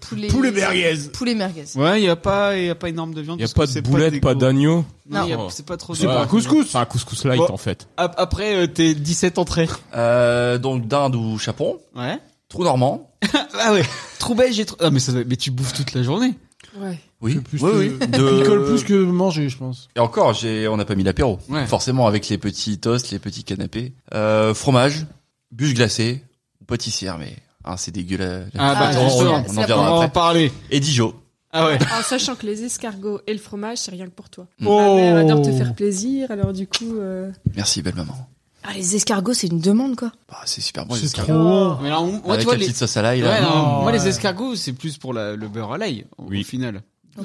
Speaker 3: poulet
Speaker 5: Poulet merguez.
Speaker 3: poulet merguez
Speaker 2: ouais, il y a pas, il y a pas énorme de viande.
Speaker 7: il y a
Speaker 2: parce
Speaker 7: pas
Speaker 2: que
Speaker 7: de
Speaker 2: c'est
Speaker 7: boulettes,
Speaker 2: des
Speaker 7: pas
Speaker 2: gros-
Speaker 7: d'agneau
Speaker 2: Non, il y a-
Speaker 7: Oh.
Speaker 2: c'est pas trop.
Speaker 7: C'est pas un couscous. C'est un couscous light en fait.
Speaker 2: Ap- Après, euh, tes 17 entrées.
Speaker 4: Euh, donc dinde ou chaperon.
Speaker 2: Ouais.
Speaker 4: Trou normand.
Speaker 2: ah ouais. Trou belge et trou- Ah mais ça, doit- mais tu bouffes toute la journée.
Speaker 6: Ouais.
Speaker 4: Oui.
Speaker 5: Plus
Speaker 4: oui,
Speaker 5: que-
Speaker 4: oui.
Speaker 5: Il colle plus que manger, je pense.
Speaker 4: Et encore, j'ai, on n'a pas mis l'apéro.
Speaker 2: Ouais.
Speaker 4: Forcément, avec les petits toasts, les petits canapés. Euh, fromage, bûche glacée, pâtissière, mais ah, c'est dégueulasse.
Speaker 2: Ah, bah,
Speaker 4: on,
Speaker 2: justement,
Speaker 4: on en
Speaker 2: c'est la
Speaker 4: viendra
Speaker 2: première. On va en
Speaker 4: après.
Speaker 2: parler.
Speaker 4: Et Dijon.
Speaker 2: Ah ouais.
Speaker 6: En sachant que les escargots et le fromage, c'est rien que pour toi.
Speaker 4: Mm.
Speaker 6: Ma mère adore te
Speaker 4: Oh.
Speaker 6: faire plaisir, alors du coup. euh,
Speaker 4: Merci, belle maman.
Speaker 3: ah, les escargots c'est une demande quoi
Speaker 4: Ah, c'est super bon. les
Speaker 2: C'est
Speaker 4: escargots.
Speaker 2: trop bon. Mais alors, moi, tu
Speaker 4: Avec
Speaker 2: vois,
Speaker 4: la
Speaker 2: les-
Speaker 4: petite sauce à l'ail, là.
Speaker 2: Ouais, non,
Speaker 4: Oh,
Speaker 2: moi,
Speaker 4: ouais.
Speaker 2: les escargots, c'est plus pour la- le beurre à l'ail, au- au final.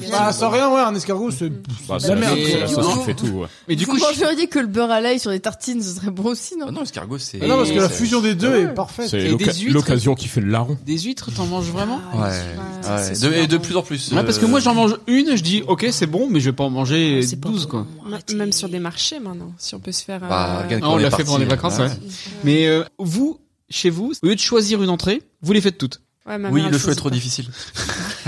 Speaker 5: Bah, sans rien, ouais, un escargot, c'est.
Speaker 7: Bah,
Speaker 5: c'est de la
Speaker 7: c'est la-
Speaker 5: merde.
Speaker 7: c'est la
Speaker 5: quoi.
Speaker 7: sauce qui fait tout, ouais.
Speaker 2: Mais
Speaker 3: du coup je dit que le beurre à l'ail sur des tartines ce serait bon aussi non
Speaker 4: non escargot c'est
Speaker 5: Ah non, parce que la fusion des deux est
Speaker 7: C'est
Speaker 5: parfaite.
Speaker 7: l'oca- l'occasion qui fait le larron.
Speaker 2: Des huîtres, t'en manges vraiment
Speaker 4: Ah,
Speaker 7: Ah.
Speaker 6: Ah,
Speaker 4: Ouais. Ouais. De, et de plus en plus.
Speaker 2: Ouais, parce que
Speaker 4: euh,
Speaker 2: moi, j'en mange une, je dis, ok, c'est bon, mais je vais pas en manger 12, quoi.
Speaker 6: ma- Même sur des marchés maintenant, si on peut se faire.
Speaker 2: Bah,
Speaker 6: euh,
Speaker 2: regarde, quand Ah, on on l'a est fait parti, pendant les vacances, ouais. ouais. Mais euh, vous, chez vous, au lieu de choisir une entrée, vous les faites toutes.
Speaker 6: Ouais, ma Oui, mère, le elle choix est choisit trop pas.
Speaker 4: difficile.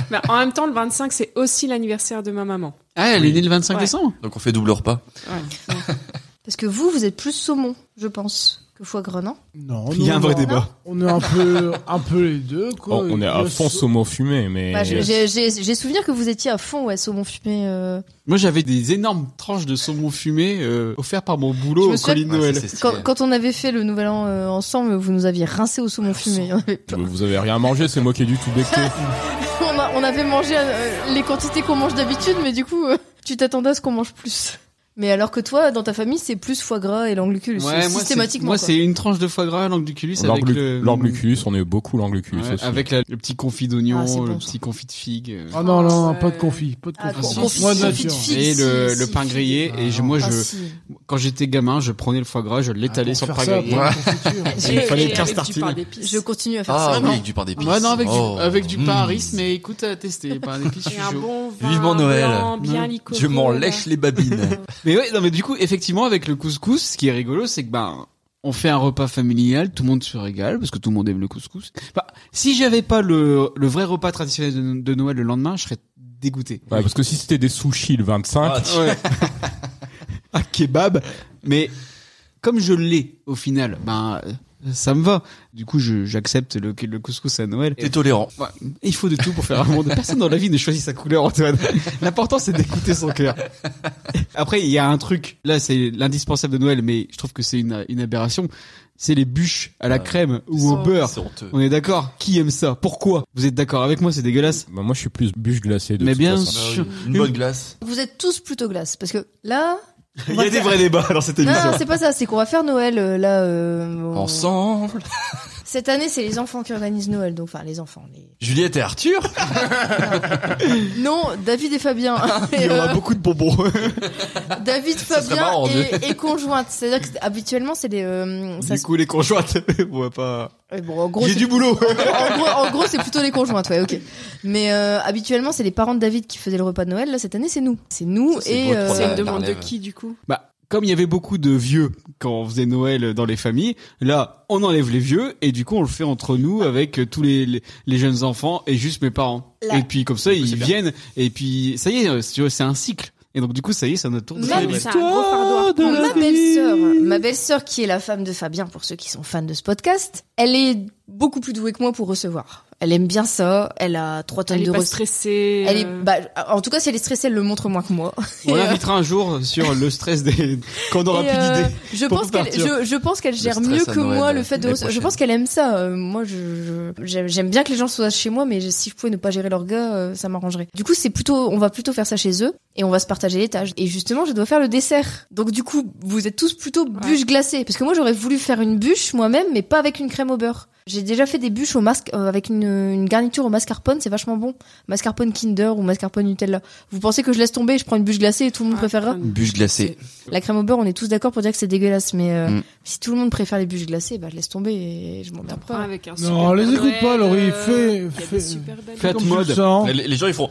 Speaker 6: Mais en même temps, le 25, c'est aussi l'anniversaire de ma maman.
Speaker 2: Ah, elle est née le 25
Speaker 6: Ouais.
Speaker 2: décembre
Speaker 4: Donc on fait double repas.
Speaker 6: Ouais.
Speaker 3: parce que vous vous êtes plus saumon je pense que foie gras non
Speaker 5: Non,
Speaker 7: Il y a
Speaker 5: non,
Speaker 7: un vrai
Speaker 5: non.
Speaker 7: débat.
Speaker 5: On est un peu, un peu les deux, quoi.
Speaker 7: Oh, on est à
Speaker 5: Le
Speaker 7: fond saumon fumé, mais.
Speaker 3: Bah, je- j'ai j'ai- j'ai souvenir que vous étiez à fond ouais saumon fumé euh,
Speaker 2: Moi, j'avais des énormes tranches de saumon fumé euh, offertes par mon boulot
Speaker 3: me
Speaker 2: au
Speaker 3: souviens-
Speaker 2: colis de Noël.
Speaker 3: Quand, quand on avait fait le nouvel an euh, ensemble, vous nous aviez rincé au saumon fumé. On avait,
Speaker 7: Vous- Vous avez rien mangé, c'est moi qui ai dû tout becquer.
Speaker 3: on a- on avait mangé euh, les quantités qu'on mange d'habitude, mais du coup, euh, tu t'attendais à ce qu'on mange plus. Mais alors que toi, dans ta famille, c'est plus foie gras et l'anglucule,
Speaker 2: Ouais, moi, c'est-
Speaker 3: systématiquement.
Speaker 2: Moi,
Speaker 3: quoi.
Speaker 2: c'est une tranche de foie gras, langue du culus, avec le...
Speaker 7: L'anglu- L'angluculus, on est beaucoup l'angluculus
Speaker 2: Ouais,
Speaker 7: aussi.
Speaker 2: avec la- le petit confit d'oignon,
Speaker 5: Ah, c'est bon,
Speaker 2: le
Speaker 5: ça.
Speaker 2: petit confit de figue. euh.
Speaker 5: Ah non, non, non, pas de confit, pas de confit.
Speaker 2: Ah, si, si,
Speaker 5: Moi, de
Speaker 2: si,
Speaker 5: nature.
Speaker 2: si, Et le, le pain grillé. et je- moi,
Speaker 5: Ah,
Speaker 2: je,
Speaker 5: si.
Speaker 2: quand j'étais gamin, je prenais le foie gras, je l'étalais
Speaker 5: Ah,
Speaker 2: sur le pain grillé. Il fallait 15 tartines.
Speaker 3: Je continue à faire
Speaker 2: Ah,
Speaker 3: ça.
Speaker 2: oui,
Speaker 3: non.
Speaker 2: avec du pain d'épices. Ouais, non, avec du- Oh. avec du pain à riz, mais écoute, à tester. Pain d'épices, je suis chaud.
Speaker 4: Vivement Noël. Je m'en lèche les babines.
Speaker 2: mais ouais, non, mais du coup, effectivement, avec le couscous, ce qui est rigolo, c'est que ben, on fait un repas familial, tout le monde se régale parce que tout le monde aime le couscous. Bah, si j'avais pas le, le vrai repas traditionnel de, de Noël le lendemain, je serais dégoûté.
Speaker 7: Ouais, parce que si c'était des sushis le
Speaker 4: Ah,
Speaker 7: 25,
Speaker 2: Ah, Ouais. un kebab, mais comme je l'ai au final, ben euh, ça me va. Du coup, je- j'accepte le, le couscous à Noël.
Speaker 4: T'es tolérant.
Speaker 2: Ouais. Il faut de tout pour faire un monde. Personne dans la vie ne choisit sa couleur, Antoine. L'important, c'est d'écouter son cœur. Après, il y a un truc. Là, c'est l'indispensable de Noël, mais je trouve que c'est une, une aberration. C'est les bûches à la crème ou au
Speaker 7: c'est-
Speaker 2: beurre.
Speaker 7: c'est honteux.
Speaker 2: On est d'accord Qui aime ça Pourquoi Vous êtes d'accord avec moi C'est dégueulasse
Speaker 7: bah, moi je suis plus bûche glacée de
Speaker 2: Mais
Speaker 7: toute
Speaker 2: bien
Speaker 7: façon.
Speaker 2: sûr.
Speaker 4: Ah, bah Une bonne glace.
Speaker 3: Vous êtes tous plutôt glace, parce que là.
Speaker 2: Il y a des vrais débats dans cette
Speaker 3: Non,
Speaker 2: émission.
Speaker 3: non, c'est pas ça. C'est qu'on va faire Noël euh, là. euh, on-
Speaker 4: Ensemble.
Speaker 3: Cette année, c'est les enfants qui organisent Noël, donc enfin les enfants. les-
Speaker 4: Juliette et Arthur.
Speaker 3: Non, David et Fabien.
Speaker 2: Il y
Speaker 3: euh,
Speaker 2: aura beaucoup de bonbons.
Speaker 3: David,
Speaker 2: serait
Speaker 3: Fabien
Speaker 2: marrant,
Speaker 3: et,
Speaker 2: de-
Speaker 3: et conjointe. C'est-à-dire que c'est- habituellement, c'est les. euh, ça
Speaker 2: Du
Speaker 3: se-
Speaker 2: coup, les conjointes, on va pas.
Speaker 3: Ouais, bon, en gros,
Speaker 2: J'ai
Speaker 3: c'est-
Speaker 2: du boulot.
Speaker 3: en gros, en gros, c'est plutôt les conjointes, ouais, ok. Mais euh, habituellement, c'est les parents de David qui faisaient le repas de Noël. Là, cette année, c'est nous. C'est nous et. euh,
Speaker 2: beau de prendre
Speaker 6: C'est une
Speaker 2: la
Speaker 6: demande de
Speaker 2: relève.
Speaker 6: qui du coup
Speaker 2: Bah, comme il y avait beaucoup de vieux quand on faisait Noël dans les familles, là, on enlève les vieux et du coup, on le fait entre nous avec euh, tous les, les, les jeunes enfants et juste mes parents.
Speaker 3: Là.
Speaker 2: Et puis, comme ça, ils viennent et puis, ça y est, euh, tu vois, c'est un cycle. Et donc, du coup, ça y est, c'est notre tour de
Speaker 3: Même-
Speaker 2: célébrer.
Speaker 3: c'est un gros fardeau à prendre. ma belle-sœur, ma belle-sœur qui est la femme de Fabien pour ceux qui sont fans de ce podcast, elle est beaucoup plus douée que moi pour recevoir. Elle aime bien ça. Elle a 3 tonnes
Speaker 6: Elle est
Speaker 3: de
Speaker 6: pas
Speaker 3: recettes.
Speaker 6: stressée. euh.
Speaker 3: Elle est, bah, en tout cas, si elle est stressée, elle le montre moins que moi.
Speaker 2: On
Speaker 3: Et, euh,
Speaker 2: l'invitera un jour sur le stress des... quand on aura
Speaker 3: et,
Speaker 2: plus
Speaker 3: euh,
Speaker 2: d'idées.
Speaker 3: Je
Speaker 2: pour
Speaker 3: pense qu'elle,
Speaker 2: partir.
Speaker 3: je, je pense qu'elle gère
Speaker 2: stress
Speaker 3: mieux
Speaker 2: à
Speaker 3: que
Speaker 2: Noël,
Speaker 3: moi le fait de.
Speaker 2: l'année
Speaker 3: Je pense qu'elle aime ça. Euh, Moi, je, je- j'aime- j'aime bien que les gens soient chez moi, mais je- si je pouvais ne pas gérer leur gars, euh, ça m'arrangerait. Du coup, c'est plutôt, on va plutôt faire ça chez eux et on va se partager les tâches. Et justement, je dois faire le dessert. Donc du coup, vous êtes tous plutôt bûche glacée, parce que moi, j'aurais voulu faire une bûche moi-même, mais pas avec une crème au beurre. J'ai déjà fait des bûches au masque euh, avec une, une garniture au mascarpone, c'est vachement bon. Mascarpone Kinder ou mascarpone Nutella. Vous pensez que je laisse tomber, et je prends une bûche glacée et tout le monde préférera
Speaker 4: Bûche glacée.
Speaker 3: la crème au beurre, on est tous d'accord pour dire que c'est dégueulasse, mais euh,
Speaker 4: Mm.
Speaker 3: si tout le monde préfère les bûches glacées, bah je laisse tomber et je m'emmerde pas.
Speaker 6: Avec un
Speaker 5: Ah. Non, les écoute pas, Laurie. Fais, fais,
Speaker 2: Faites
Speaker 5: comme tu
Speaker 2: mode.
Speaker 5: le sens.
Speaker 4: Les, les gens, ils font.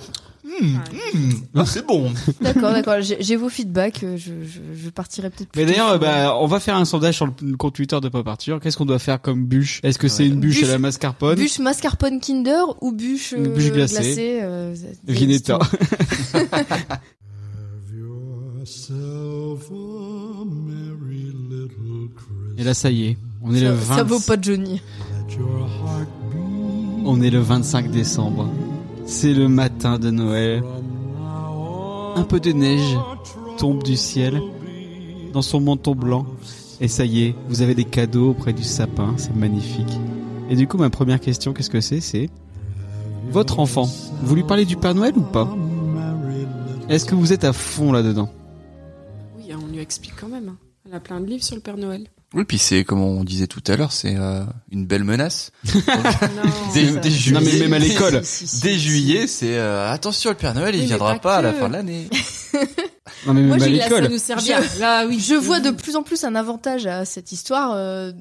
Speaker 4: Hmm, hmm, là, c'est bon.
Speaker 3: D'accord, d'accord. J'ai j'ai vos feedbacks. euh, Je, je, je partirai peut-être.
Speaker 2: Mais
Speaker 3: plus tôt.
Speaker 2: d'ailleurs, euh, bah, on va faire un sondage sur le compte Twitter de Pop Arthur. Qu'est-ce qu'on doit faire comme bûche Est-ce que c'est une bûche,
Speaker 3: Bûche-
Speaker 2: à la mascarpone
Speaker 3: euh, bûche mascarpone Kinder ou bûche, euh,
Speaker 2: Une bûche glacée.
Speaker 3: euh, c'est-
Speaker 2: Vinetta. Et là, ça y est. On est
Speaker 3: ça,
Speaker 2: le
Speaker 3: ça
Speaker 2: 20...
Speaker 3: vaut pas Johnny.
Speaker 2: On est le 25 décembre. C'est le matin de Noël. Un peu de neige tombe du ciel dans son manteau blanc. Et ça y est, vous avez des cadeaux auprès du sapin. C'est magnifique. Et du coup, ma première question, qu'est-ce que c'est C'est votre enfant. Vous lui parlez du Père Noël ou pas Est-ce que vous êtes à fond là-dedans
Speaker 6: Oui, on lui explique quand même. hein. Elle a plein de livres sur le Père Noël.
Speaker 4: Oui, puis c'est comme on disait tout à l'heure, c'est euh, une belle menace. dès,
Speaker 6: ça.
Speaker 4: dès juillet,
Speaker 2: Non, mais même à l'école.
Speaker 4: Si, si, si, Dès juillet, c'est euh, attention, le Père Noël, il
Speaker 6: Oui, mais
Speaker 4: viendra
Speaker 6: pas
Speaker 4: pas, à la
Speaker 6: que.
Speaker 4: fin de l'année.
Speaker 2: Non, mais
Speaker 3: Moi,
Speaker 2: même à
Speaker 3: j'ai la-
Speaker 2: l'école.
Speaker 3: ça nous sert
Speaker 6: Je-
Speaker 3: bien. Je vois
Speaker 2: Mm.
Speaker 3: de plus en plus un avantage à cette histoire euh,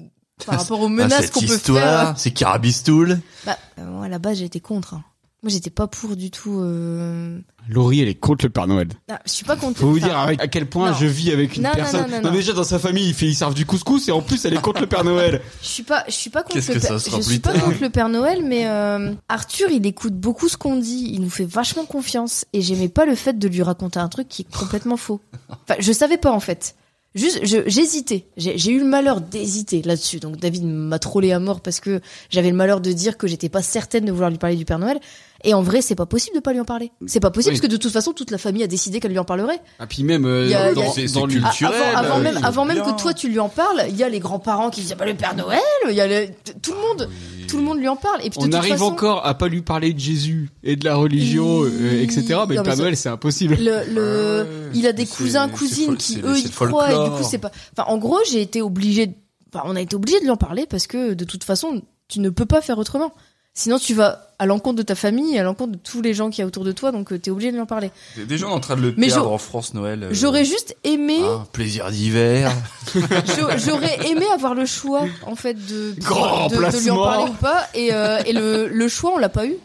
Speaker 3: par rapport aux
Speaker 4: Ah,
Speaker 3: menaces
Speaker 4: cette
Speaker 3: qu'on peut
Speaker 4: histoire,
Speaker 3: faire.
Speaker 4: c'est Carabistoul.
Speaker 3: Bah, euh, moi, à la base, j'étais contre. hein. Moi, j'étais pas pour du tout. euh,
Speaker 2: Laurie, elle est contre le Père Noël.
Speaker 3: ah, je suis pas contre.
Speaker 2: Faut vous
Speaker 3: enfin,
Speaker 2: dire avec- à quel point
Speaker 3: non.
Speaker 2: je vis avec une
Speaker 3: Non, non,
Speaker 2: personne.
Speaker 3: non, non, non.
Speaker 2: déjà dans sa famille, il fait, ils servent du couscous et en plus elle est contre le Père Noël.
Speaker 3: Je suis pas, je suis pas contre,
Speaker 2: Qu'est-ce
Speaker 3: le,
Speaker 2: que ça
Speaker 3: Père-
Speaker 2: sera
Speaker 3: je suis
Speaker 2: plus
Speaker 3: pas
Speaker 2: tard
Speaker 3: contre le Père Noël, mais euh, Arthur, il écoute beaucoup ce qu'on dit, il nous fait vachement confiance, et j'aimais pas le fait de lui raconter un truc qui est complètement faux. Enfin, je savais pas en fait. Juste, je- j'hésitais. J'ai j'ai eu le malheur d'hésiter là-dessus. Donc David m'a trollé à mort parce que j'avais le malheur de dire que j'étais pas certaine de vouloir lui parler du Père Noël. Et en vrai, c'est pas possible de pas lui en parler. C'est pas possible
Speaker 2: Oui.
Speaker 3: parce que de toute façon, toute la famille a décidé qu'elle lui en parlerait.
Speaker 2: Ah puis même euh,
Speaker 3: Il y a- il y a-
Speaker 2: dans,
Speaker 3: C'est-
Speaker 2: dans le-
Speaker 3: Ah, Avant, avant
Speaker 2: euh,
Speaker 3: même, avant même que toi tu lui en parles, il y a les grands-parents qui disent Ah bah, le Père Noël, il y a le- t- tout le monde, tout le monde lui en parle. Et puis de
Speaker 2: on
Speaker 3: toute
Speaker 2: arrive
Speaker 3: façon,
Speaker 2: encore à pas lui parler de Jésus et de la religion, euh, etc. Mais
Speaker 3: Non,
Speaker 2: le
Speaker 3: mais
Speaker 2: Père
Speaker 3: ça-
Speaker 2: Noël, c'est impossible.
Speaker 3: le, le- il a des cousins cousines
Speaker 2: fol-
Speaker 3: qui
Speaker 2: c'est le-
Speaker 3: eux
Speaker 2: c'est
Speaker 3: y
Speaker 2: le
Speaker 3: croient et du coup
Speaker 2: folklore.
Speaker 3: c'est pas. Enfin en gros j'ai été obligée, de- enfin, on a été obligé de lui en parler parce que de toute façon tu ne peux pas faire autrement. Sinon tu vas à l'encontre de ta famille, à l'encontre de tous les gens qui y a autour de toi, donc euh, t'es obligé de lui en parler.
Speaker 4: Des- Des gens en train de le
Speaker 3: Mais
Speaker 4: perdre
Speaker 3: j'aurais-
Speaker 4: en France Noël. euh,
Speaker 3: J'aurais juste aimé,
Speaker 4: ah, plaisir d'hiver.
Speaker 2: Ah.
Speaker 3: J'a- J'aurais aimé avoir le choix, en fait, de,
Speaker 4: Grand
Speaker 3: de, de lui en
Speaker 4: placement.
Speaker 3: parler ou pas. Et, euh, et le, le choix, on l'a pas eu.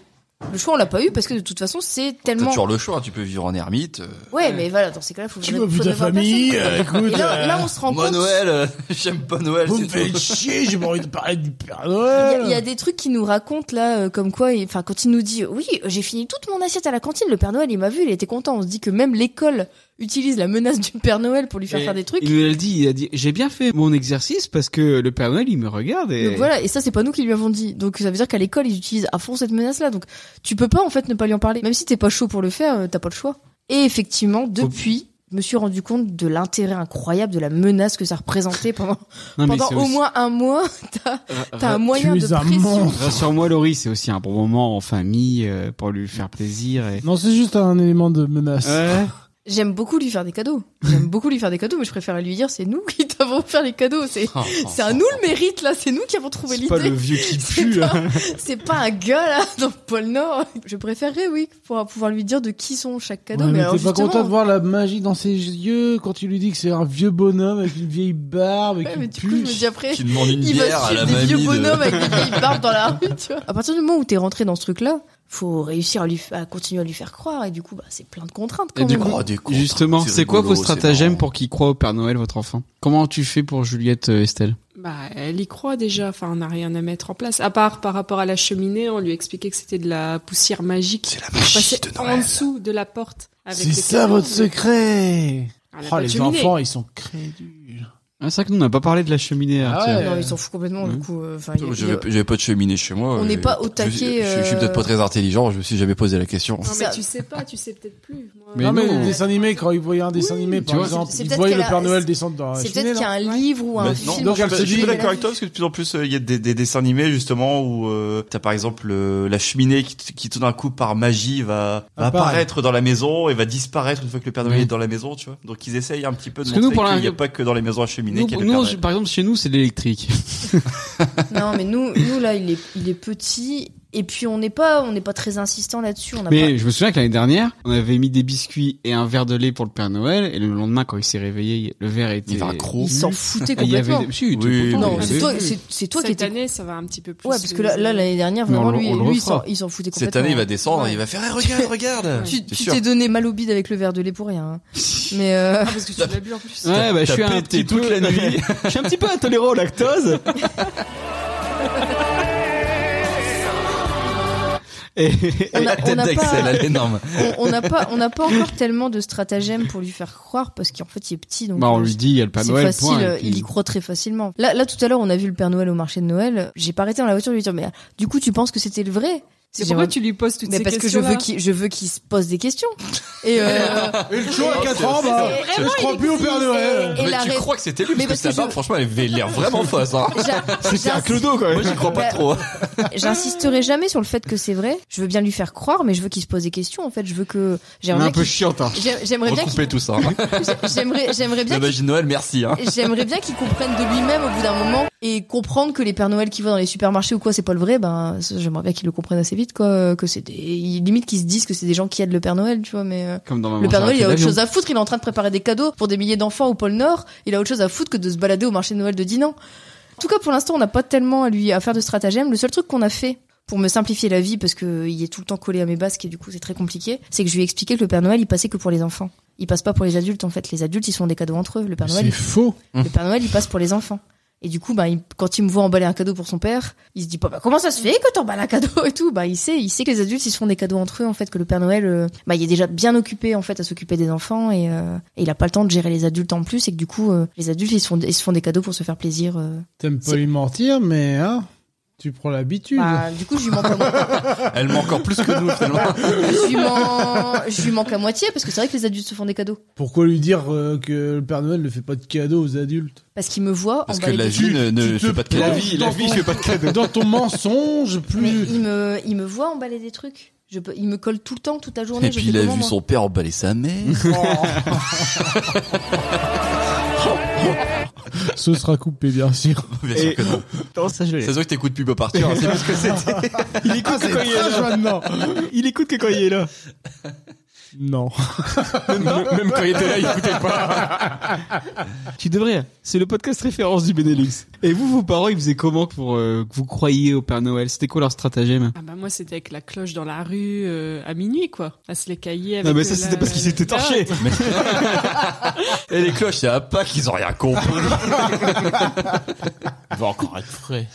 Speaker 3: Le choix, on l'a pas eu parce que de toute façon, c'est
Speaker 4: T'as
Speaker 3: tellement.
Speaker 4: toujours le choix, tu peux vivre en ermite. euh,
Speaker 3: Ouais, mais voilà, dans ces cas-là, faut
Speaker 4: Tu
Speaker 3: faudrait-
Speaker 4: m'as vu ta
Speaker 3: faudrait voir
Speaker 4: famille,
Speaker 3: personne.
Speaker 4: euh, écoute,
Speaker 3: Et là,
Speaker 4: euh,
Speaker 3: là, on se rend
Speaker 4: Moi
Speaker 3: compte.
Speaker 4: Noël, euh, j'aime pas Noël.
Speaker 5: Vous
Speaker 4: c'est
Speaker 5: me faites
Speaker 4: tout.
Speaker 5: chier, j'ai pas envie de parler du Père
Speaker 3: Il y
Speaker 5: Noël.
Speaker 3: a- il y, a des trucs qui nous racontent là, euh, comme quoi, et- enfin, quand il nous dit, euh, oui, j'ai fini toute mon assiette à la cantine, le Père Noël, il m'a vu, il était content. On se dit que même l'école utilise la menace du Père Noël pour lui faire
Speaker 2: Et
Speaker 3: faire des trucs.
Speaker 2: Il nous l'a dit, il a dit j'ai bien fait mon exercice parce que le Père Noël il me regarde et
Speaker 3: Donc voilà, et ça c'est pas nous qui lui avons dit. Donc ça veut dire qu'à l'école ils utilisent à fond cette menace-là. Donc tu peux pas en fait ne pas lui en parler. Même si t'es pas chaud pour le faire, euh, t'as pas le choix. Et effectivement, depuis, je me suis rendu compte de l'intérêt incroyable de la menace que ça représentait pendant,
Speaker 2: Non, Ah, mais
Speaker 3: pendant
Speaker 2: c'est
Speaker 3: au
Speaker 2: aussi- Euh,
Speaker 3: moins un mois. T'as t'as un moyen de pression.
Speaker 2: Rassure-moi, Laurie, c'est aussi un bon moment en famille euh, pour lui faire plaisir. Et...
Speaker 5: Non, c'est juste un élément de menace.
Speaker 2: Ouais.
Speaker 3: J'aime beaucoup lui faire des cadeaux. J'aime beaucoup lui faire des cadeaux, mais je préfère lui dire c'est nous qui t'avons offert les cadeaux. C'est
Speaker 2: Oh, oh,
Speaker 3: c'est à nous le mérite là, c'est nous qui avons trouvé l'idée.
Speaker 2: Pas le vieux qui pue. hein.
Speaker 3: C'est pas un gars là dans le pôle Nord. Je préférerais oui pour pouvoir lui dire de qui sont chaque cadeau.
Speaker 5: Ouais,
Speaker 3: mais
Speaker 5: mais
Speaker 3: alors
Speaker 5: t'es pas
Speaker 3: justement,
Speaker 5: content de voir la magie dans ses yeux quand tu lui dis que c'est un vieux bonhomme avec une vieille barbe.
Speaker 3: ouais,
Speaker 5: qui
Speaker 3: mais du coup je me dis après,
Speaker 5: Qui demande une
Speaker 3: il
Speaker 5: bière
Speaker 3: va
Speaker 5: à
Speaker 3: suivre
Speaker 5: la
Speaker 3: des
Speaker 5: mamie
Speaker 3: vieux
Speaker 5: de-
Speaker 3: bonhommes avec des vieilles barbes dans la rue. Tu vois. À partir du moment où t'es rentré dans ce truc là, faut réussir à lui à continuer à lui faire croire et du coup bah c'est plein de contraintes. Quand
Speaker 2: Et du
Speaker 3: même.
Speaker 2: coup,
Speaker 4: oh,
Speaker 2: justement, c'est quoi vos stratagèmes pour qu'il croit au Père Noël, votre enfant Comment tu fais pour Juliette euh, Estelle
Speaker 6: Bah, elle y croit déjà. Enfin, on n'a rien à mettre en place. À part par rapport à la cheminée, on lui expliquait que c'était de la poussière magique. C'est la magie de En dessous de la porte. avec
Speaker 5: C'est
Speaker 6: les
Speaker 5: ça
Speaker 6: cadeaux.
Speaker 5: votre secret
Speaker 6: Ah, la
Speaker 5: Oh,
Speaker 6: pas de
Speaker 5: les
Speaker 6: cheminée.
Speaker 5: enfants, ils sont crédules.
Speaker 2: Ah, c'est vrai que nous, on n'a pas parlé de la cheminée.
Speaker 4: Ah
Speaker 2: hein, tiens.
Speaker 3: Non, ils s'en foutent complètement, du coup. euh, 'fin, il y a- il y
Speaker 4: J'avais
Speaker 3: a-
Speaker 4: j'avais pas de cheminée chez moi.
Speaker 3: On
Speaker 4: et
Speaker 3: n'est pas au
Speaker 4: je- je-
Speaker 3: taquet,
Speaker 4: Je, suis
Speaker 3: euh,
Speaker 4: peut-être pas très intelligent, je me suis jamais posé la question.
Speaker 6: Non, mais tu sais pas, tu sais peut-être plus. moi.
Speaker 5: non, mais les dessins animés, quand ils voyaient un dessin animé, par
Speaker 4: vois.
Speaker 5: exemple,
Speaker 6: C'est
Speaker 5: ils
Speaker 6: peut-être
Speaker 5: voyaient
Speaker 6: qu'elle
Speaker 5: le
Speaker 6: a-
Speaker 5: Père Noël
Speaker 6: c'est-
Speaker 5: descendre dans la
Speaker 3: C'est
Speaker 5: cheminée.
Speaker 3: peut-être qu'il y a un livre ou un
Speaker 4: Bah,
Speaker 3: film.
Speaker 4: non, je,
Speaker 3: sais
Speaker 4: suis pas- je suis pas
Speaker 3: pas.
Speaker 4: d'accord avec toi parce que de plus en plus euh, il y a des, des dessins animés justement où euh, t'as par exemple euh, la cheminée qui, t- qui tout d'un coup par magie va, va
Speaker 2: Apparaître.
Speaker 4: apparaître dans la maison et va disparaître une fois que le Père Noël
Speaker 2: Oui.
Speaker 4: est dans la maison, tu vois. Donc ils essayent un petit peu de
Speaker 2: Mm. Parce que nous,
Speaker 4: montrer
Speaker 2: pour la-
Speaker 4: qu'il n'y a pas que dans les maisons à cheminée
Speaker 2: Nous,
Speaker 4: qu'il y a le
Speaker 2: nous,
Speaker 4: Père
Speaker 2: je-
Speaker 4: Noël.
Speaker 2: par exemple, chez nous, c'est de l'électrique.
Speaker 3: Non, mais nous, nous là, il est, il est petit. Et puis, on n'est pas, on n'est pas très insistant là-dessus. On n'a
Speaker 2: Mais
Speaker 3: pas-
Speaker 2: je me souviens que l'année dernière, on avait mis des biscuits et un verre de lait pour le Père Noël, et le lendemain, quand il s'est réveillé, le verre était.
Speaker 4: Il avait un croc.
Speaker 3: Il s'en foutait
Speaker 2: Et il y avait
Speaker 3: complètement.
Speaker 2: des- si, il était content,
Speaker 3: non,
Speaker 2: il
Speaker 3: c'est
Speaker 2: avait-
Speaker 3: toi, c'est- c'est toi qui
Speaker 6: Cette
Speaker 3: étais.
Speaker 6: année, ça va un petit peu plus.
Speaker 3: Ouais, parce que là, là, l'année dernière,
Speaker 4: Mais on
Speaker 3: vraiment,
Speaker 4: le-
Speaker 3: lui,
Speaker 4: on le
Speaker 3: lui, il
Speaker 4: refera.
Speaker 3: s'en- il s'en foutait complètement.
Speaker 4: Cette année il va descendre,
Speaker 3: Ouais.
Speaker 4: il va faire Eh, regarde, regarde.
Speaker 3: Tu tu
Speaker 4: T'es sûr
Speaker 3: t'es donné mal au bide avec le verre de lait pour rien. hein. Mais euh,
Speaker 6: Ah, Parce que tu l'as bu en plus.
Speaker 2: Ouais, bah, je
Speaker 4: T'as
Speaker 2: suis un petit
Speaker 4: pété toute
Speaker 2: peu.
Speaker 4: la nuit.
Speaker 2: je suis un petit peu intolérant au lactose. et,
Speaker 3: On a-
Speaker 4: La
Speaker 3: on
Speaker 4: tête
Speaker 3: n'a pas-
Speaker 4: d'Axel, elle est énorme.
Speaker 3: on- on n'a pas, on n'a pas encore tellement de stratagèmes pour lui faire croire parce qu'en fait, il est petit. Donc
Speaker 2: Bah, on
Speaker 3: euh,
Speaker 2: lui dit, il y a le Père
Speaker 3: C'est
Speaker 2: Noël.
Speaker 3: facile,
Speaker 2: point, et
Speaker 3: euh,
Speaker 2: puis-
Speaker 3: il y croit très facilement. Là, là tout à l'heure, on a vu le Père Noël au marché de Noël. J'ai pas arrêté dans la voiture de lui dire, mais ah, du coup, tu penses que c'était le vrai
Speaker 6: C'est
Speaker 3: J'aimerais-
Speaker 6: pourquoi tu lui poses toutes
Speaker 3: Mais
Speaker 6: ces
Speaker 3: parce que je
Speaker 6: questions.
Speaker 3: veux qu'il, je veux qu'il se pose des questions. Et, euh,
Speaker 5: Et le show à 4 ans, bah,
Speaker 3: c'est-
Speaker 5: je crois plus au Père Noël.
Speaker 3: et
Speaker 4: Mais
Speaker 3: la
Speaker 4: tu
Speaker 3: ré-
Speaker 4: crois que c'était lui
Speaker 3: Mais
Speaker 4: parce que
Speaker 3: parce
Speaker 4: sa
Speaker 3: que
Speaker 4: barbe
Speaker 3: je-
Speaker 4: franchement elle avait l'air vraiment fausse hein.
Speaker 3: j'a-
Speaker 2: C'était un
Speaker 3: j'ins-
Speaker 2: clodo, quand
Speaker 4: Moi
Speaker 2: même.
Speaker 4: j'y crois pas
Speaker 3: Bah,
Speaker 4: trop.
Speaker 3: j'insisterai jamais sur le fait que c'est vrai. Je veux bien lui faire croire, mais je veux qu'il se pose des questions. En fait, je veux que
Speaker 2: On est
Speaker 3: j'aimerais
Speaker 2: un
Speaker 3: bien
Speaker 2: peu
Speaker 3: qu'il-
Speaker 2: chiant, hein.
Speaker 3: j'ai- j'aimerais bien
Speaker 4: Recoupez tout ça.
Speaker 3: qu'il- j'aimerais, j'aimerais bien
Speaker 4: La
Speaker 3: qu'il-
Speaker 4: magie de Noël, merci hein.
Speaker 3: J'aimerais bien qu'il comprenne de lui-même au bout d'un moment et comprendre que les Pères Noël qui voient dans les supermarchés ou quoi, c'est pas le vrai. Ben, ça, j'aimerais bien qu'il le comprenne assez vite, quoi. Que c'est des, limite qu'ils se disent que c'est des gens qui aident le Père Noël, tu vois. Mais euh,
Speaker 2: Comme dans Maman,
Speaker 3: le Père
Speaker 2: j'ai
Speaker 3: Noël, il a
Speaker 2: raté
Speaker 3: autre
Speaker 2: l'avion.
Speaker 3: chose à foutre. Il est en train de préparer des cadeaux pour des milliers d'enfants au pôle Nord. Il a autre chose à foutre que de se balader au marché de Noël de Dinan. En tout cas, pour l'instant, on n'a pas tellement à lui à faire de stratagème. Le seul truc qu'on a fait pour me simplifier la vie, parce que euh, il est tout le temps collé à mes basques et du coup c'est très compliqué, c'est que je lui ai expliqué que le Père Noël il passait que pour les enfants. Il passe pas pour les adultes en fait. Les adultes ils sont des cadeaux entre eux. Le Père Noël
Speaker 5: C'est faux.
Speaker 3: le Père Noël, il passe pour les enfants. Et du coup, bah, il- quand il me voit emballer un cadeau pour son père, il se dit pas, bah, comment ça se fait que t'emballes un cadeau et tout? Bah, il sait, il sait que les adultes, ils se font des cadeaux entre eux, en fait, que le Père Noël, euh, bah, il est déjà bien occupé, en fait, à s'occuper des enfants et, euh, et il a pas le temps de gérer les adultes en plus et que du coup, euh, les adultes, ils se font, ils se font des cadeaux pour se faire plaisir. euh.
Speaker 5: T'aimes pas
Speaker 3: C'est-
Speaker 5: lui mentir, mais hein, tu prends l'habitude.
Speaker 3: Bah, du coup, je lui manque à moitié.
Speaker 4: Elle ment encore plus que nous finalement.
Speaker 3: je, lui manque- je lui manque à moitié parce que c'est vrai que les adultes se font des cadeaux.
Speaker 5: Pourquoi lui dire euh, que le Père Noël ne fait pas de cadeaux aux adultes
Speaker 3: Parce qu'il me voit
Speaker 4: Parce que
Speaker 3: emballer
Speaker 4: la
Speaker 3: des-
Speaker 4: vie ne, ne
Speaker 5: tu te
Speaker 4: fait pas de cadeaux.
Speaker 5: La vie- la vie fait
Speaker 4: pas de cadeaux.
Speaker 5: Dans ton mensonge,
Speaker 3: Mais
Speaker 5: plus.
Speaker 3: il me, il me voit emballer des trucs. Je peux, il me colle tout le temps, toute la journée.
Speaker 4: Et
Speaker 3: je
Speaker 4: puis
Speaker 3: fais
Speaker 4: il a
Speaker 3: comment,
Speaker 4: vu
Speaker 3: moi
Speaker 4: son père emballer sa mère.
Speaker 5: Ce sera coupé, bien sûr.
Speaker 4: Bien sûr
Speaker 2: Et-
Speaker 4: que non.
Speaker 2: Non, ça, je l'ai.
Speaker 4: Ça se voit que t'écoutes pub au partir. C'est parce que c'était.
Speaker 2: Il écoute
Speaker 5: Ah,
Speaker 2: que quand il est
Speaker 5: Sage
Speaker 2: là.
Speaker 5: maintenant.
Speaker 2: Il écoute que quand il est là.
Speaker 5: Non.
Speaker 7: Même, même quand il était là, il écoutait pas.
Speaker 2: Tu devrais. C'est le podcast référence du Benelux. Et vous, vos parents, ils faisaient comment pour euh, que vous croyiez au Père Noël C'était quoi leur stratagème
Speaker 6: Ah bah moi c'était avec la cloche dans la rue euh, à minuit quoi, à se les cailler avec
Speaker 2: Non mais ça
Speaker 6: euh,
Speaker 2: c'était
Speaker 6: la-
Speaker 2: parce qu'ils étaient
Speaker 6: Ah,
Speaker 2: torchés.
Speaker 4: Et les cloches, c'est à pas qu'ils ont rien compris.
Speaker 7: Il va encore être frais.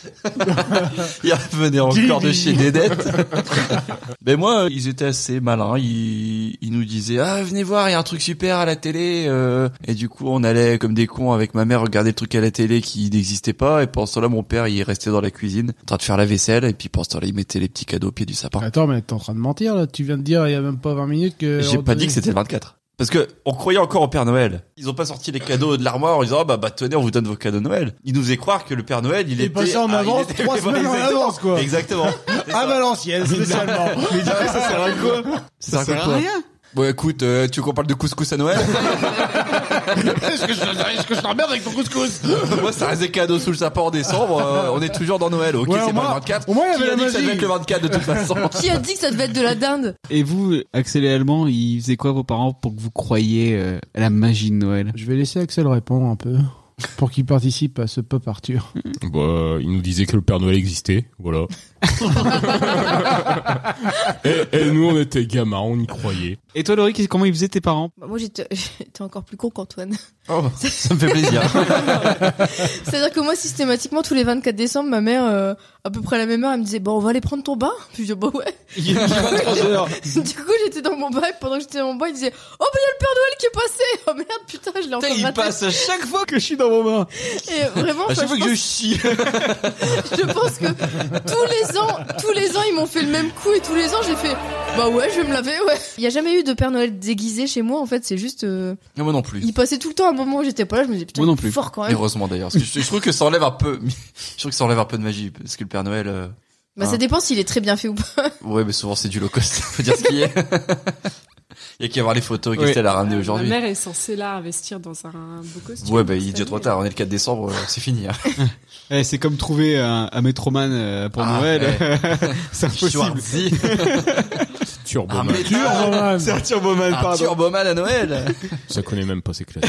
Speaker 4: Ils revenaient encore de chez des dettes. Mais Ben moi, ils étaient assez malins. Ils, ils nous disaient ah venez voir, il y a un truc super à la télé. euh. Et du coup, on allait comme des cons avec ma mère regarder le truc à la télé qui n'existait pas. Et pendant ce temps-là, mon père il restait dans la cuisine en train de faire la vaisselle. Et puis pendant ce temps-là, il mettait les petits cadeaux au pied du sapin.
Speaker 5: Attends, mais t'es en train de mentir là. Tu viens de dire il y a même pas 20 minutes que.
Speaker 4: J'ai pas dit que c'était le 24. Parce que on croyait encore au Père Noël. Ils ont pas sorti les cadeaux de l'armoire en disant ah bah, bah tenez on vous donne vos cadeaux de Noël. Ils nous faisaient croire que le Père Noël il
Speaker 5: Il est
Speaker 4: était
Speaker 5: passé en
Speaker 4: ah, il
Speaker 5: avance,
Speaker 4: était-
Speaker 5: trois
Speaker 4: Voilà,
Speaker 5: semaines en
Speaker 4: exactement.
Speaker 5: avance, quoi. Ah, bah,
Speaker 4: Exactement.
Speaker 5: À Valenciennes, spécialement.
Speaker 4: Mais ça sert à quoi Ça sert à quoi Bon écoute, euh, tu veux qu'on parle de couscous à Noël
Speaker 5: Est-ce que je, est-ce que je t'emmerde avec ton couscous
Speaker 4: Moi ça reste des cadeaux sous le sapin en décembre, euh, on est toujours dans Noël, ok
Speaker 5: Ouais, au
Speaker 4: c'est pas
Speaker 5: moins-
Speaker 4: le 24.
Speaker 5: au moins, il y
Speaker 4: Qui
Speaker 5: avait
Speaker 4: a dit
Speaker 5: la
Speaker 4: que ça devait
Speaker 5: magie.
Speaker 4: être le 24 de toute façon
Speaker 3: Qui a dit que ça devait être de la dinde?
Speaker 2: Et vous, Axel et Allemand, ils faisaient quoi vos parents pour que vous croyiez euh, à la magie de Noël
Speaker 5: Je vais laisser Axel répondre un peu pour qu'il participe à ce pop Arthur.
Speaker 7: Bah, il nous disait que le Père Noël existait, voilà. et, et nous, on était gamins, on y croyait.
Speaker 2: Et toi, Laurie, qu'est- comment ils faisaient tes parents
Speaker 3: Bah, moi, j'étais j'étais encore plus con qu'Antoine.
Speaker 2: Oh, ça me fait plaisir.
Speaker 3: C'est-à-dire que moi, systématiquement, tous les 24 décembre, ma mère, euh, à peu près à la même heure, elle me disait, bon, on va aller prendre ton bain. Puis je dis, bah ouais.
Speaker 2: Il est 23 heures.
Speaker 3: du coup, j'étais dans mon bain, et pendant que j'étais dans mon bain, il disait, oh, bah, il y a le Père Noël qui est passé. Oh merde, putain, je l'ai encore
Speaker 2: Putain, il
Speaker 3: raté.
Speaker 2: passe à chaque fois que je suis dans mon bain.
Speaker 3: Et vraiment,
Speaker 2: à
Speaker 3: enfin,
Speaker 2: chaque fois
Speaker 3: je
Speaker 2: que je chie.
Speaker 3: tous les ans, tous les ans, ils m'ont fait le même coup et tous les ans, j'ai fait, bah ouais, je vais me laver, ouais. Il y a jamais eu de Père Noël déguisé chez moi, en fait, c'est juste, euh,
Speaker 4: Non, moi non plus.
Speaker 3: il passait tout le temps à un moment où j'étais pas là, je me disais, putain,
Speaker 4: Moi non
Speaker 3: il est
Speaker 4: plus.
Speaker 3: fort quand
Speaker 4: Et
Speaker 3: même.
Speaker 4: heureusement d'ailleurs. Parce que je, je trouve que ça enlève un peu. Je trouve que ça enlève un peu de magie parce que le Père Noël. euh,
Speaker 3: Bah,
Speaker 2: Ah.
Speaker 4: hein.
Speaker 3: ça dépend s'il est très bien fait ou pas.
Speaker 4: Ouais, mais souvent c'est du low cost. Faut dire ce qu'il y a. Il y a qu'à voir les photos qu'est-ce
Speaker 2: Oui.
Speaker 4: qu'elle a ramenées
Speaker 6: Ah, Ma
Speaker 4: aujourd'hui.
Speaker 6: mère est censée là investir dans un beau costume.
Speaker 4: Ouais, bah il est déjà trop tard. On est le 4 décembre, euh, c'est fini. hein.
Speaker 2: Eh, c'est comme trouver un, un métroman euh, pour
Speaker 4: Ah,
Speaker 2: Noël.
Speaker 4: ouais.
Speaker 2: c'est impossible.
Speaker 4: Schwarzy.
Speaker 7: Turboman.
Speaker 4: Un Turboman.
Speaker 2: C'est un Turboman,
Speaker 4: Un
Speaker 2: pardon.
Speaker 4: Turboman à Noël.
Speaker 7: Ça connaît même pas ses classes.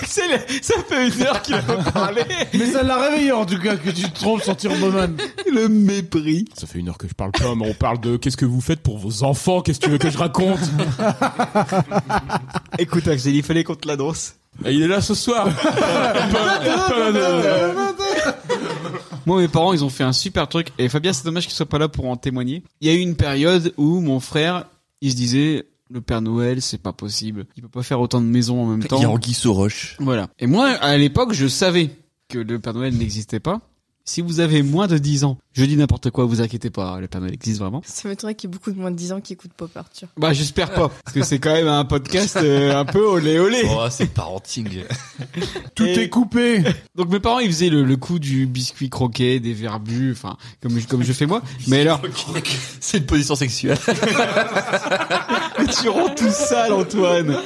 Speaker 2: Axel, ça fait une heure qu'il a pas parlé.
Speaker 5: Mais ça l'a réveillé en tout cas que tu te trompes sur Turboman.
Speaker 2: Le mépris.
Speaker 7: Ça fait une heure que je parle pas, mais on parle de qu'est-ce que vous faites pour vos enfants, qu'est-ce que tu veux que je raconte
Speaker 2: Écoute, Axel, il fallait qu'on te l'annonce.
Speaker 7: Et il est là ce soir.
Speaker 2: Moi, mes parents, ils ont fait un super truc. Et Fabien, c'est dommage qu'il soit pas là pour en témoigner. Il y a eu une période où mon frère, il se disait, le Père Noël, c'est pas possible. Il peut pas faire autant de maisons en même temps.
Speaker 4: Il y a Anguille sous roche.
Speaker 2: Voilà. Et moi, à l'époque, je savais que le Père Noël n'existait pas. Si vous avez moins de 10 ans, je dis n'importe quoi, vous inquiétez pas, le Père Noël existe vraiment.
Speaker 3: Ça m'étonnerait qu'il y ait beaucoup de moins de 10 ans qui écoutent Pop Arthur.
Speaker 2: Bah j'espère pas, parce que c'est quand même un podcast euh, un peu olé olé.
Speaker 4: Oh, c'est parenting.
Speaker 2: Tout
Speaker 5: est coupé.
Speaker 2: Donc mes parents ils faisaient le, le coup du biscuit croqué, des verbus, enfin comme je, comme je fais moi. Mais alors
Speaker 4: c'est une position sexuelle.
Speaker 2: Mais tu rends tout sale Antoine.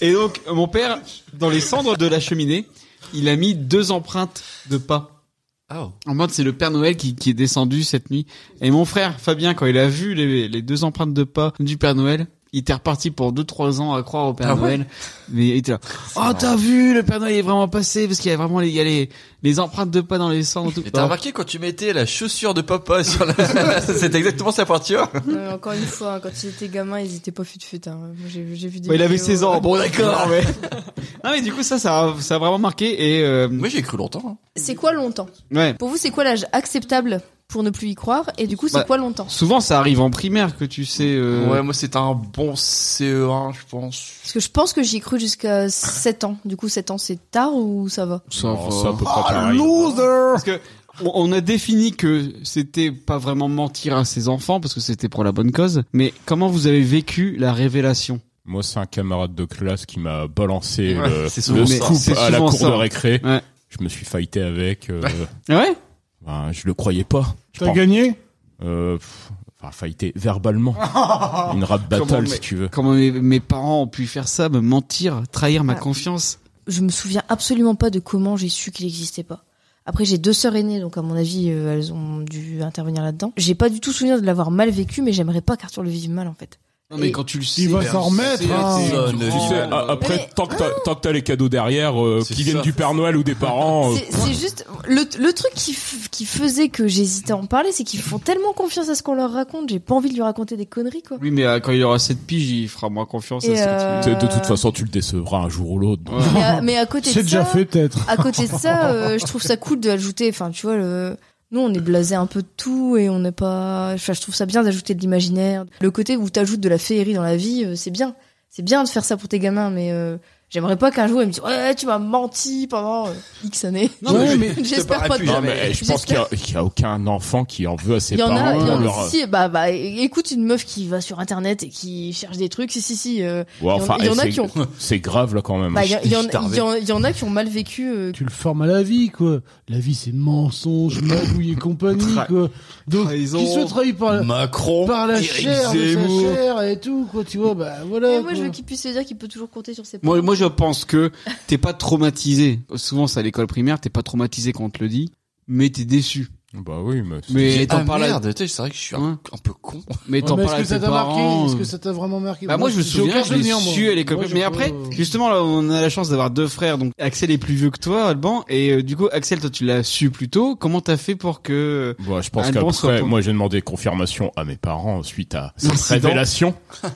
Speaker 2: Et donc mon père dans les cendres de la cheminée, il a mis deux empreintes de pas.
Speaker 4: Oh.
Speaker 2: En mode, c'est le Père Noël qui, qui est descendu cette nuit. Et mon frère, Fabien, quand il a vu les, les deux empreintes de pas du Père Noël, il était reparti pour deux, trois ans à croire au Père
Speaker 4: Ah ouais
Speaker 2: Noël. Mais il était là. Oh, t'as vu, le Père Noël est vraiment passé, parce qu'il y a vraiment les, il y a les, les empreintes de pas dans les cendres. Tout.
Speaker 4: Mais t'as remarqué quand tu mettais la chaussure de papa sur la... C'est exactement sa pointure.
Speaker 3: Non, mais encore une fois, hein, quand ils étaient gamins, ils étaient pas fut fut. Hein. Moi, J'ai j'ai vu des.
Speaker 2: Bah, il avait
Speaker 3: vidéos,
Speaker 2: 16
Speaker 3: euh,
Speaker 2: ans. Bon, d'accord, mais. non, mais du coup, ça, ça a, ça a vraiment marqué et, euh,
Speaker 4: Moi j'ai cru longtemps.
Speaker 3: C'est quoi longtemps
Speaker 2: ouais.
Speaker 3: Pour vous, c'est quoi l'âge acceptable pour ne plus y croire Et du coup, c'est
Speaker 2: Bah,
Speaker 3: quoi longtemps
Speaker 2: Souvent, ça arrive en primaire que tu sais, euh,
Speaker 4: Ouais, moi c'était un bon CE1, je pense.
Speaker 3: Parce que je pense que j'y ai cru jusqu'à 7 ans. Du coup, 7 ans, c'est tard ou ça va
Speaker 2: ça,
Speaker 7: Non,
Speaker 2: va.
Speaker 7: ça, Oh, à peu près pareil.
Speaker 2: Parce que on- on a défini que c'était pas vraiment mentir à ses enfants parce que c'était pour la bonne cause. Mais comment vous avez vécu la révélation
Speaker 7: Moi, c'est un camarade de classe qui m'a balancé
Speaker 4: Ouais,
Speaker 7: le,
Speaker 4: c'est souvent
Speaker 7: le
Speaker 2: ça.
Speaker 7: scoop
Speaker 2: C'est
Speaker 7: à la
Speaker 2: souvent
Speaker 7: cour
Speaker 2: ça.
Speaker 7: de récré.
Speaker 2: Ouais.
Speaker 7: Je me suis fighté avec. euh,
Speaker 5: Ah
Speaker 2: Ouais.
Speaker 7: ben, je le croyais pas. Je
Speaker 5: T'as
Speaker 7: pense-
Speaker 5: gagné
Speaker 7: euh, pff, enfin, fighté verbalement. Une rap battle,
Speaker 2: Comment, mais-
Speaker 7: si tu veux.
Speaker 2: Comment mes, mes parents ont pu faire ça, me mentir, trahir ma
Speaker 3: Ah.
Speaker 2: confiance
Speaker 3: Je me souviens absolument pas de comment j'ai su qu'il existait pas. Après, j'ai deux sœurs aînées, donc à mon avis, euh, elles ont dû intervenir là-dedans. J'ai pas du tout souvenir de l'avoir mal vécu, mais j'aimerais pas qu'Arthur le vive mal, en fait.
Speaker 2: Non mais
Speaker 3: Et-
Speaker 2: quand tu le sais,
Speaker 5: Il va
Speaker 2: ben,
Speaker 5: s'en remettre,
Speaker 2: c'est-
Speaker 5: hein. ah,
Speaker 2: c'est-
Speaker 4: Personne
Speaker 2: tu
Speaker 4: ne
Speaker 7: Tu
Speaker 2: prends-
Speaker 7: sais,
Speaker 4: vit
Speaker 7: a- Ah, après,
Speaker 3: Mais- Ah.
Speaker 7: tant que t'as- tant que t'as les cadeaux derrière, euh,
Speaker 4: C'est
Speaker 7: qui viennent
Speaker 4: ça.
Speaker 7: du Père Noël ou des parents, euh,
Speaker 3: C'est c'est juste le, le truc qui, f- qui faisait que j'hésitais à en parler, c'est qu'ils font tellement confiance à ce qu'on leur raconte. J'ai pas envie de lui raconter des conneries, quoi.
Speaker 2: Oui mais euh, quand il aura cette pige, il fera moins confiance.
Speaker 3: Et,
Speaker 2: à ce que tu-
Speaker 3: euh,
Speaker 7: de toute façon, tu le décevras un jour ou l'autre.
Speaker 5: euh,
Speaker 7: donc.
Speaker 3: Mais à, mais à côté
Speaker 5: C'est
Speaker 3: de
Speaker 5: déjà
Speaker 3: ça,
Speaker 5: fait peut-être.
Speaker 3: à côté de ça, euh, je trouve ça cool d'ajouter. Enfin, tu vois, le... nous on est blasé un peu de tout et on n'est pas. Enfin, je trouve ça bien d'ajouter de l'imaginaire. Le côté où t'ajoutes de la féerie dans la vie, euh, c'est bien. C'est bien de faire ça pour tes gamins, mais euh, j'aimerais pas qu'un jour ils me disent ouais, tu m'as menti pendant euh, X années.
Speaker 2: Non, mais
Speaker 5: mais
Speaker 3: J'espère pas.
Speaker 4: plus
Speaker 3: de-
Speaker 7: Non, mais eh, je pense qu'il y a- qu'il y a, aucun enfant qui en veut à ses
Speaker 3: Il y en a,
Speaker 7: parents.
Speaker 3: il y en a-
Speaker 7: leur-
Speaker 3: si, si, bah, bah, écoute une meuf qui va sur internet et qui cherche des trucs, si, si, si. euh,
Speaker 7: Ouais,
Speaker 3: il y en-
Speaker 7: Bah, enfin, eh,
Speaker 3: il y en a
Speaker 7: c'est-
Speaker 3: qui ont-
Speaker 7: C'est grave là quand même.
Speaker 3: bah, il y, a- il y en-
Speaker 4: Starvé.
Speaker 3: il y en- il y en a qui ont mal vécu. euh,
Speaker 5: Tu le formes à la vie, quoi. La vie, c'est mensonge, magouille et compagnie,
Speaker 2: Tra-
Speaker 5: quoi. Donc, qui
Speaker 2: trahison.
Speaker 5: se trahit par la,
Speaker 4: Ah, Macron,
Speaker 5: par la
Speaker 4: Éric
Speaker 5: chair, de sa
Speaker 4: Zemmour.
Speaker 5: chair et tout, quoi. Tu vois, bah voilà.
Speaker 3: Et moi, je
Speaker 5: quoi.
Speaker 3: veux qu'il puisse se dire qu'il peut toujours compter sur ses parents.
Speaker 2: Moi, moi, je pense que t'es pas traumatisé. Souvent, c'est à l'école primaire, t'es pas traumatisé quand on te le dit, mais t'es déçu. hein.
Speaker 7: Bah oui, mais.
Speaker 4: Mais t'en parles
Speaker 7: parles
Speaker 4: à- tu sais, c'est vrai que je suis un, un peu con.
Speaker 2: Mais t'en
Speaker 5: Ouais,
Speaker 2: parles à
Speaker 5: est-ce que
Speaker 2: tes
Speaker 5: ça t'a
Speaker 2: parents,
Speaker 5: marqué Est-ce
Speaker 2: euh,
Speaker 5: que ça t'a vraiment marqué
Speaker 2: Bah moi je me
Speaker 5: j'ai
Speaker 2: souviens,
Speaker 5: aucun
Speaker 2: je l'ai
Speaker 5: souvenir, moi.
Speaker 2: su à l'école.
Speaker 5: Moi,
Speaker 2: Mais
Speaker 5: je- euh, bah,
Speaker 2: après, justement, là, on a la chance d'avoir deux frères, donc Axel est plus vieux que toi, Alban, et euh, du coup Axel, toi tu l'as su plus tôt. Comment t'as fait pour que
Speaker 7: Bah, je pense
Speaker 2: Alban soit
Speaker 7: qu'après,
Speaker 2: ton-
Speaker 7: moi j'ai demandé confirmation à mes parents suite à cette
Speaker 2: L'incident.
Speaker 7: révélation.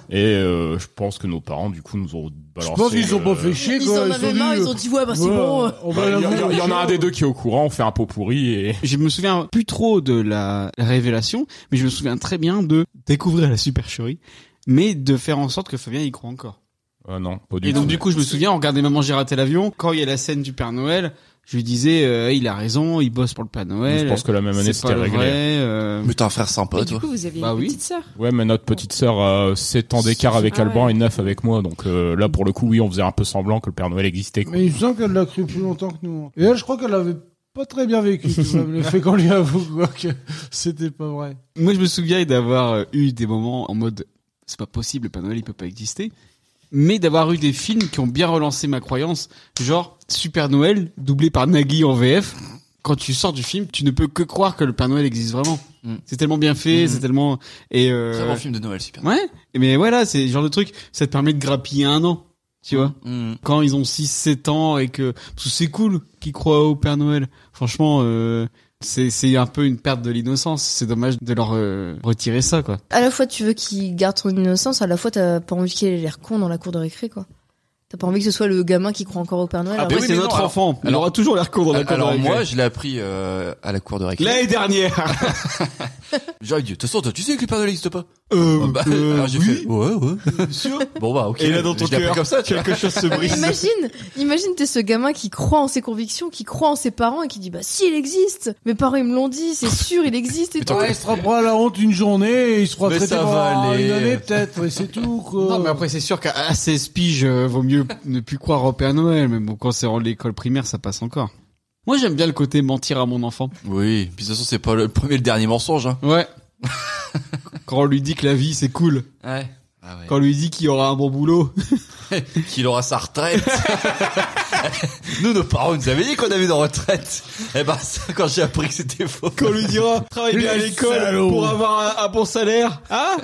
Speaker 7: Et euh, je pense que nos parents, du coup, nous ont balancé.
Speaker 5: Je
Speaker 7: euh,
Speaker 5: pense qu'ils ont
Speaker 7: le-
Speaker 5: pas fait chier,
Speaker 3: Ils
Speaker 5: quoi.
Speaker 3: en avaient
Speaker 5: dit,
Speaker 3: marre, ils
Speaker 5: euh,
Speaker 3: ont dit, ouais, bah, c'est
Speaker 5: ouais,
Speaker 3: bon, euh.
Speaker 5: euh, on
Speaker 7: Bah,
Speaker 5: va
Speaker 7: Il y,
Speaker 5: l'avouer.
Speaker 7: en- il y en a un des deux qui est au courant, on fait un pot pourri et.
Speaker 2: Je me souviens plus trop de la révélation, mais je me souviens très bien de découvrir la supercherie, mais de faire en sorte que Fabien y croit encore.
Speaker 7: Ah non, pas du
Speaker 2: Et
Speaker 7: tout.
Speaker 2: donc du coup, je me souviens, on regardait Maman j'ai raté l'avion. Quand il y a la scène du Père Noël, je lui disais, euh, il a raison, il bosse pour le Père Noël.
Speaker 7: Je pense que la même année,
Speaker 2: C'est pas
Speaker 7: c'était réglé.
Speaker 2: vrai, euh,
Speaker 4: Mais t'as un frère sympa,
Speaker 6: Et du coup, vous aviez
Speaker 2: Bah
Speaker 6: une
Speaker 2: oui.
Speaker 6: petite sœur.
Speaker 7: Ouais, mais notre petite sœur a 7 ans d'écart avec
Speaker 6: Ah
Speaker 7: Alban
Speaker 6: ouais.
Speaker 7: et 9 avec moi, donc euh, là pour le coup, oui, on faisait un peu semblant que le Père Noël existait. quoi.
Speaker 5: Mais il me semble qu'elle l'a cru plus longtemps que nous. hein. Et elle, je crois qu'elle l'avait pas très bien vécu, tout de même, le fait qu'on lui avoue quoi, que c'était pas vrai.
Speaker 2: Moi, je me souviens d'avoir euh, eu des moments en mode c'est pas possible, le Père Noël il peut pas exister, mais d'avoir eu des films qui ont bien relancé ma croyance, genre Super Noël doublé par Nagui en VF. Quand tu sors du film, tu ne peux que croire que le Père Noël existe vraiment.
Speaker 4: Mm.
Speaker 2: C'est tellement bien fait,
Speaker 4: Mm.
Speaker 2: c'est tellement et euh,
Speaker 4: Très bon film de Noël, super.
Speaker 2: Ouais, mais voilà, c'est le genre de truc, ça te permet de grappiller un an, tu vois.
Speaker 4: Mm.
Speaker 2: Quand ils ont 6 7 ans et que parce que c'est cool qu'ils croient au Père Noël. Franchement, euh, c'est c'est un peu une perte de l'innocence, c'est dommage de leur euh, retirer ça quoi.
Speaker 3: À la fois, tu veux qu'il garde son innocence, à la fois, t'as pas envie qu'il ait l'air con dans la cour de récré, quoi. T'as pas envie que ce soit le gamin qui croit encore au Père Noël. hein.
Speaker 4: Ah,
Speaker 3: alors
Speaker 4: bah
Speaker 2: Après,
Speaker 4: oui,
Speaker 2: c'est
Speaker 4: mais
Speaker 2: notre
Speaker 4: non, alors-
Speaker 2: enfant, il
Speaker 4: alors-
Speaker 2: aura toujours l'air con dans la cour de
Speaker 4: Euh, Alors
Speaker 2: récré.
Speaker 4: moi, je l'ai appris euh, à la cour de récré.
Speaker 2: L'année dernière.
Speaker 4: J'ai dit, de toute façon, toi, tu sais que le Père Noël n'existe pas.
Speaker 2: Euh,
Speaker 4: Ah bah,
Speaker 2: euh,
Speaker 4: alors j'ai
Speaker 2: oui.
Speaker 4: fait, ouais, ouais. Bon bah, ok.
Speaker 2: Et là dans
Speaker 4: Je
Speaker 2: ton
Speaker 4: l'ai appris
Speaker 2: cœur,
Speaker 4: comme ça, tu vois.
Speaker 2: quelque chose se
Speaker 3: Mais
Speaker 2: brise.
Speaker 3: imagine, imagine t'es ce gamin qui croit en ses convictions, qui croit en ses parents et qui dit bah si il existe, mes parents ils me l'ont dit, c'est sûr il existe et tout.
Speaker 5: Ouais, il se rappellera la honte une journée, et il se fera
Speaker 4: Mais
Speaker 5: traiter
Speaker 4: ça
Speaker 5: pendant
Speaker 4: va aller.
Speaker 5: une année peut-être, et c'est tout quoi.
Speaker 2: Non, mais après, c'est sûr qu'à à 16 piges, euh, vaut mieux ne plus croire au Père Noël. Mais bon, quand c'est en l'école primaire, ça passe encore. Moi, j'aime bien le côté mentir à mon enfant.
Speaker 4: Oui, puis de toute façon, c'est pas le premier et le dernier mensonge. Hein.
Speaker 2: Ouais. Quand on lui dit que la vie, c'est cool.
Speaker 4: Ouais.
Speaker 2: Quand on lui dit qu'il y aura un bon boulot.
Speaker 4: Qu'il aura sa retraite. nous, nos parents nous avaient dit qu'on avait une retraite. Eh ben, ça, quand j'ai appris que c'était faux.
Speaker 2: Quand on lui dira, travaille bien à
Speaker 5: Les
Speaker 2: l'école
Speaker 5: salauds.
Speaker 2: pour avoir un, un bon salaire. Hein?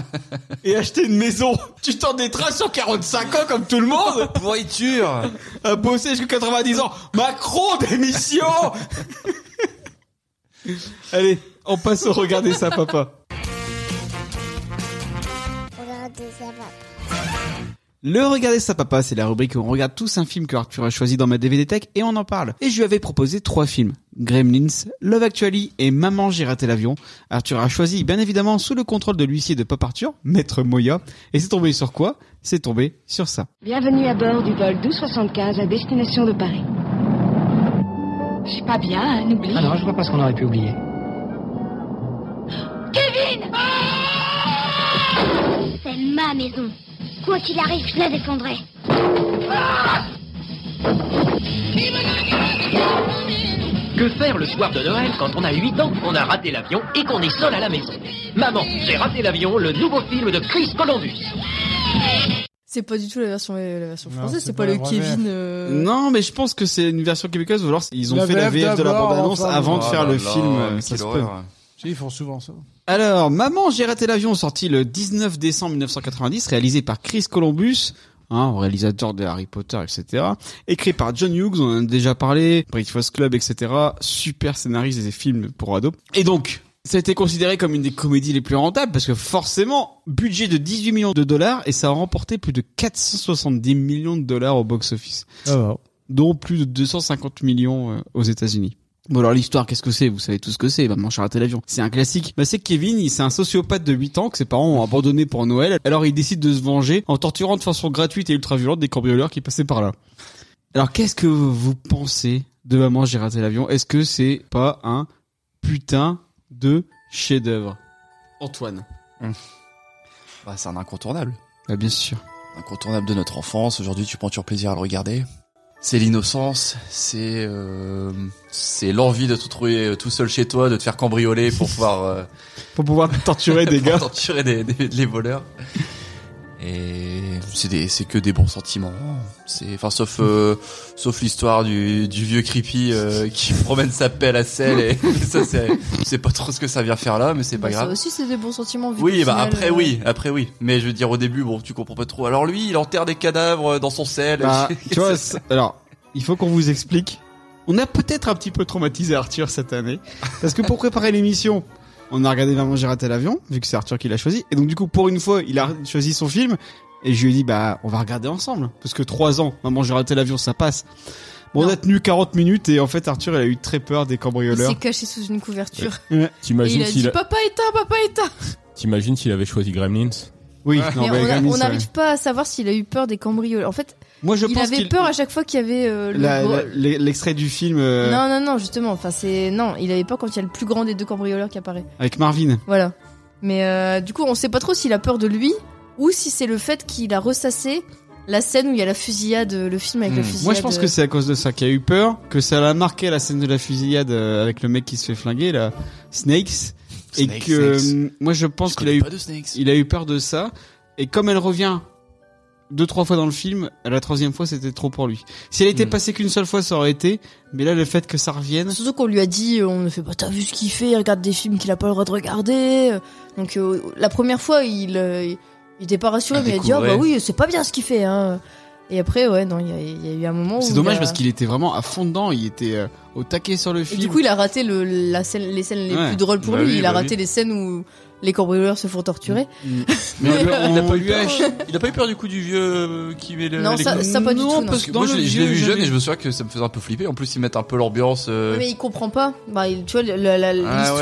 Speaker 2: Et acheter une maison. Tu t'en détraces sur 45 ans comme tout le monde.
Speaker 4: Pourriture.
Speaker 2: À bosser jusqu'à 90 ans. Macron, démission! Allez, on passe au regarder ça, papa.
Speaker 1: Regardez ça, papa.
Speaker 2: Le Regardez ça papa, c'est la rubrique où on regarde tous un film que Arthur a choisi dans ma DVD Tech et on en parle. Et je lui avais proposé trois films. Gremlins, Love Actually et Maman j'ai raté l'avion. Arthur a choisi, bien évidemment, sous le contrôle de l'huissier de Pop Arthur, Maître Moya. Et c'est tombé sur quoi C'est tombé sur ça.
Speaker 13: Bienvenue à bord du vol 1275 à destination de Paris. C'est pas bien, hein, n'oublie.
Speaker 8: Alors, je vois pas ce qu'on aurait pu oublier.
Speaker 14: Kevin C'est ma maison. Quoi qu'il arrive, je la défendrai.
Speaker 8: Que faire le soir de Noël quand on a 8 ans, on a raté l'avion et qu'on est seul à la maison Maman, j'ai raté l'avion, le nouveau film de Chris Columbus.
Speaker 3: C'est pas du tout la version la version
Speaker 5: Non,
Speaker 3: française,
Speaker 5: c'est
Speaker 3: c'est pas,
Speaker 5: pas
Speaker 3: le
Speaker 5: la
Speaker 3: Kevin.
Speaker 5: vraie.
Speaker 3: euh,
Speaker 2: Non, mais je pense que c'est une version québécoise, ou alors ils ont
Speaker 5: La
Speaker 2: fait la
Speaker 5: VF
Speaker 2: VF de la
Speaker 5: d'abord,
Speaker 2: bande-annonce
Speaker 5: enfin,
Speaker 2: avant de
Speaker 4: Oh
Speaker 2: faire
Speaker 4: là
Speaker 2: le
Speaker 4: là,
Speaker 2: film. euh, ça
Speaker 4: quelle
Speaker 2: se peut.
Speaker 4: horreur.
Speaker 5: Si, ils font souvent ça.
Speaker 2: Alors, Maman, j'ai raté l'avion, sorti le 19 décembre 1990, réalisé par Chris Columbus, hein, réalisateur de Harry Potter, etc. Écrit par John Hughes, on en a déjà parlé, Breakfast Club, etc. Super scénariste des films pour ados. Et donc, ça a été considéré comme une des comédies les plus rentables parce que forcément, budget de 18 millions de dollars et ça a remporté plus de 470 millions de dollars au box-office
Speaker 5: Alors,
Speaker 2: dont plus de 250 millions euh, aux États-Unis. Bon alors l'histoire, qu'est-ce que c'est Vous savez tout ce que c'est. Maman, j'ai raté l'avion. C'est un classique. Bah c'est que Kevin, il- c'est un sociopathe de 8 ans que ses parents ont abandonné pour Noël. Alors il décide de se venger en torturant de façon gratuite et ultra violente des cambrioleurs qui passaient par là. Alors qu'est-ce que vous pensez de Maman, j'ai raté l'avion Est-ce que c'est pas un putain de chef-d'œuvre Antoine.
Speaker 4: Bah, c'est un incontournable.
Speaker 2: Bah bien sûr.
Speaker 4: incontournable de notre enfance. Aujourd'hui, tu prends toujours plaisir à le regarder. C'est l'innocence, c'est euh, c'est l'envie de te trouver euh, tout seul chez toi, de te faire cambrioler pour pouvoir euh,
Speaker 2: Pour pouvoir torturer des
Speaker 4: pour
Speaker 2: gars.
Speaker 4: torturer des, des- les voleurs. Et mais c'est des- c'est que des bons sentiments. C'est, enfin, sauf, euh, sauf l'histoire du, du vieux creepy euh, qui promène sa pelle à sel et ça, c'est, c'est pas trop ce que ça vient faire là, mais c'est pas
Speaker 3: Bah, Ça
Speaker 4: grave.
Speaker 3: aussi, c'est des bons sentiments. vu
Speaker 4: Oui,
Speaker 3: qu'au
Speaker 4: bah
Speaker 3: final,
Speaker 4: après
Speaker 3: euh,
Speaker 4: oui, après oui. Mais je veux dire au début, bon, tu comprends pas trop. Alors lui, il enterre des cadavres dans son sel.
Speaker 2: Bah, tu vois, c'est- alors, il faut qu'on vous explique. On a peut-être un petit peu traumatisé Arthur cette année. Parce que pour préparer l'émission, on a regardé Maman, j'ai raté l'avion, vu que c'est Arthur qui l'a choisi. Et donc, du coup, pour une fois, il a choisi son film. Et je lui ai dit, bah, on va regarder ensemble. Parce que trois ans, Maman, j'ai raté l'avion, ça passe. Bon, on a tenu 40 minutes et en fait, Arthur, il a eu très peur des
Speaker 3: Il
Speaker 2: cambrioleurs.
Speaker 3: s'est caché sous une couverture.
Speaker 2: Ouais.
Speaker 3: Et il
Speaker 7: T'imagines
Speaker 3: a dit
Speaker 7: Bah, s'il a-
Speaker 3: Papa éteint, papa éteint
Speaker 7: t'imagines s'il avait choisi Gremlins
Speaker 2: Oui,
Speaker 3: Mais on a- on n'arrive pas à savoir s'il a eu peur des cambrioleurs. En fait,
Speaker 2: Moi, je
Speaker 3: il
Speaker 2: pense
Speaker 3: avait
Speaker 2: qu'il-
Speaker 3: peur à chaque fois qu'il y avait euh, le.
Speaker 2: La-
Speaker 3: gros-
Speaker 2: la- L'extrait du film euh,
Speaker 3: Non, non, non, justement. Enfin, c'est non, il avait peur quand il y a le plus grand des deux cambrioleurs qui apparaît.
Speaker 2: avec Marvin.
Speaker 3: Voilà. Mais euh, du coup, on sait pas trop s'il a peur de lui ou si c'est le fait qu'il a ressassé la scène où il y a la fusillade, le film avec la
Speaker 2: Hmm.
Speaker 3: fusillade. euh,
Speaker 2: Moi, je pense que c'est à cause de ça qu'il y a eu peur, que ça l'a marqué la scène de la fusillade euh, avec le mec qui se fait flinguer, là, Snakes. et
Speaker 4: Snakes,
Speaker 2: que euh,
Speaker 4: Snakes.
Speaker 2: moi, je pense
Speaker 4: Je
Speaker 2: qu'il a
Speaker 4: connais
Speaker 2: eu,
Speaker 4: pas de Snakes.
Speaker 2: il a eu peur de ça. Et comme elle revient deux trois fois dans le film, à la troisième fois, c'était trop pour lui. Si elle était
Speaker 4: Hmm.
Speaker 2: passée qu'une seule fois, ça aurait été. Mais là, le fait que ça revienne,
Speaker 3: Surtout qu'on lui a dit, euh, on ne fait pas, t'as vu ce qu'il fait, il regarde des films qu'il a pas le droit de regarder. Euh, Donc euh, la première fois, il, euh, il il était pas rassuré,
Speaker 2: Il
Speaker 3: mais il a dit, ah bah
Speaker 2: découvrait.
Speaker 3: oui, c'est pas bien ce qu'il fait. Hein. Et après, ouais, non, il y, a- il y a eu un moment où.
Speaker 2: c'est
Speaker 3: il
Speaker 2: dommage
Speaker 3: a-
Speaker 2: parce qu'il était vraiment à fond dedans. Il était euh, au taquet sur le
Speaker 3: Et
Speaker 2: film.
Speaker 3: du coup, il a raté le, la scène, les scènes les
Speaker 2: Ouais.
Speaker 3: plus drôles pour
Speaker 2: Bah
Speaker 3: lui.
Speaker 2: oui,
Speaker 3: il a
Speaker 2: bah
Speaker 3: raté
Speaker 2: oui.
Speaker 3: les scènes où les cambrioleurs se font torturer.
Speaker 4: Mais il a, il a
Speaker 2: on
Speaker 4: pas eu
Speaker 2: lui
Speaker 4: peur.
Speaker 2: a-
Speaker 4: Il a pas eu peur du coup du vieux euh, qui met le.
Speaker 3: Non,
Speaker 4: les
Speaker 3: ça-
Speaker 4: coups-
Speaker 3: ça pas du tout, non.
Speaker 4: parce que
Speaker 2: Dans
Speaker 4: moi
Speaker 2: le
Speaker 4: je l'ai je
Speaker 2: vieux,
Speaker 4: l'ai vu jeune
Speaker 2: j'avais-
Speaker 4: et je me souviens que ça me faisait un peu flipper. En plus ils mettent un peu l'ambiance. euh,
Speaker 3: Mais il comprend pas. Bah, il- tu vois, la- la-
Speaker 4: Ah,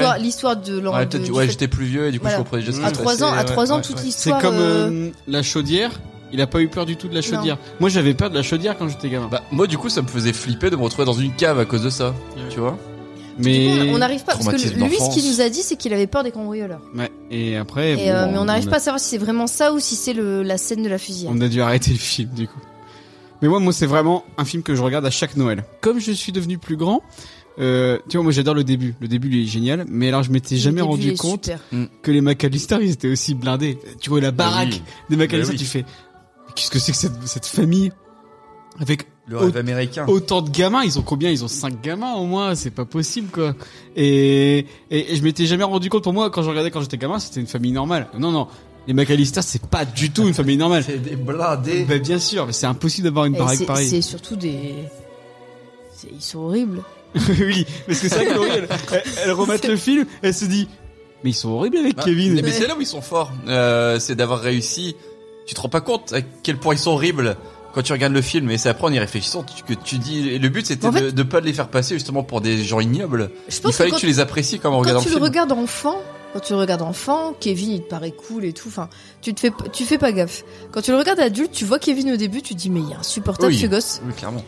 Speaker 3: l'histoire,
Speaker 4: ouais.
Speaker 3: l'histoire de l'en-
Speaker 4: Ouais,
Speaker 3: de-
Speaker 4: peut-être,
Speaker 3: du
Speaker 4: ouais
Speaker 3: fait-
Speaker 4: j'étais plus vieux et du coup
Speaker 3: Voilà.
Speaker 4: je comprenais déjà ce
Speaker 3: À
Speaker 4: qui se
Speaker 3: trois ans,
Speaker 4: passait,
Speaker 3: à
Speaker 4: ouais,
Speaker 3: trois ans,
Speaker 4: ouais,
Speaker 3: toute
Speaker 4: ouais.
Speaker 2: C'est
Speaker 3: l'histoire.
Speaker 2: comme
Speaker 3: euh,
Speaker 2: euh, la chaudière. Il a pas eu peur du tout de la chaudière. Moi, j'avais peur de la chaudière quand j'étais gamin.
Speaker 4: Bah, moi du coup ça me faisait flipper de me retrouver dans une cave à cause de ça. Tu vois
Speaker 2: Mais
Speaker 3: On n'arrive pas parce que
Speaker 4: Traumatisme
Speaker 3: lui, ce
Speaker 4: d'enfance.
Speaker 3: qu'il nous a dit, c'est qu'il avait peur des cambrioleurs.
Speaker 2: Ouais, et après.
Speaker 3: Et,
Speaker 2: bon,
Speaker 3: euh, mais on n'arrive
Speaker 2: a-
Speaker 3: pas à savoir si c'est vraiment ça ou si c'est le- la scène de la fusillade.
Speaker 2: On a dû arrêter le film, du coup. Mais moi, moi, c'est vraiment un film que je regarde à chaque Noël. Comme je suis devenu plus grand, euh, tu vois, moi, j'adore le début. Le début, il est génial. Mais alors, je m'étais jamais
Speaker 3: début, il
Speaker 2: rendu
Speaker 3: est
Speaker 2: compte
Speaker 3: super.
Speaker 2: que les McAllister, ils étaient aussi blindés. Tu vois, la baraque
Speaker 4: Bah oui.
Speaker 2: des McAllister,
Speaker 4: Bah oui.
Speaker 2: tu fais, mais qu'est-ce que c'est que cette, cette famille avec
Speaker 4: Le rêve
Speaker 2: au-
Speaker 4: américain.
Speaker 3: Ah.
Speaker 2: Autant de gamins, ils ont combien Ils ont cinq gamins au moins, c'est pas possible quoi. Et, et, et je m'étais jamais rendu compte pour moi quand je regardais quand j'étais gamin, c'était une famille normale. Non non, les McAllister c'est pas du tout une famille normale.
Speaker 4: c'est des blindés.
Speaker 2: Bah
Speaker 3: Ben,
Speaker 2: bien sûr, mais c'est impossible d'avoir une
Speaker 3: Et
Speaker 2: baraque
Speaker 3: c'est-
Speaker 2: pareille.
Speaker 3: C'est surtout des. c'est- Ils sont horribles.
Speaker 2: oui, parce que c'est vrai que Laurie, elle, elle, elle remate le film, elle se dit mais ils sont horribles avec
Speaker 4: Bah,
Speaker 2: Kevin.
Speaker 4: Mais c'est là où ils sont forts. Euh, c'est d'avoir réussi. Tu te rends pas compte à quel point ils sont horribles quand tu regardes le film. Et c'est après en y réfléchissant tu- que tu dis. Et le but c'était
Speaker 3: En fait-
Speaker 4: de, de pas les faire passer justement pour des gens ignobles.
Speaker 3: Je pense
Speaker 4: Il fallait
Speaker 3: que
Speaker 4: que,
Speaker 3: quand-
Speaker 4: tu les apprécies comme en
Speaker 3: Quand
Speaker 4: regardant
Speaker 3: tu
Speaker 4: le
Speaker 3: le
Speaker 4: film.
Speaker 3: regardes enfant, quand tu le regardes enfant, Kevin il te paraît cool et tout. Enfin, tu te fais, tu fais pas gaffe. Quand tu le regardes adulte, tu vois Kevin au début, tu te dis mais il est insupportable
Speaker 4: Oui.
Speaker 3: ce gosse.
Speaker 4: Oui, clairement.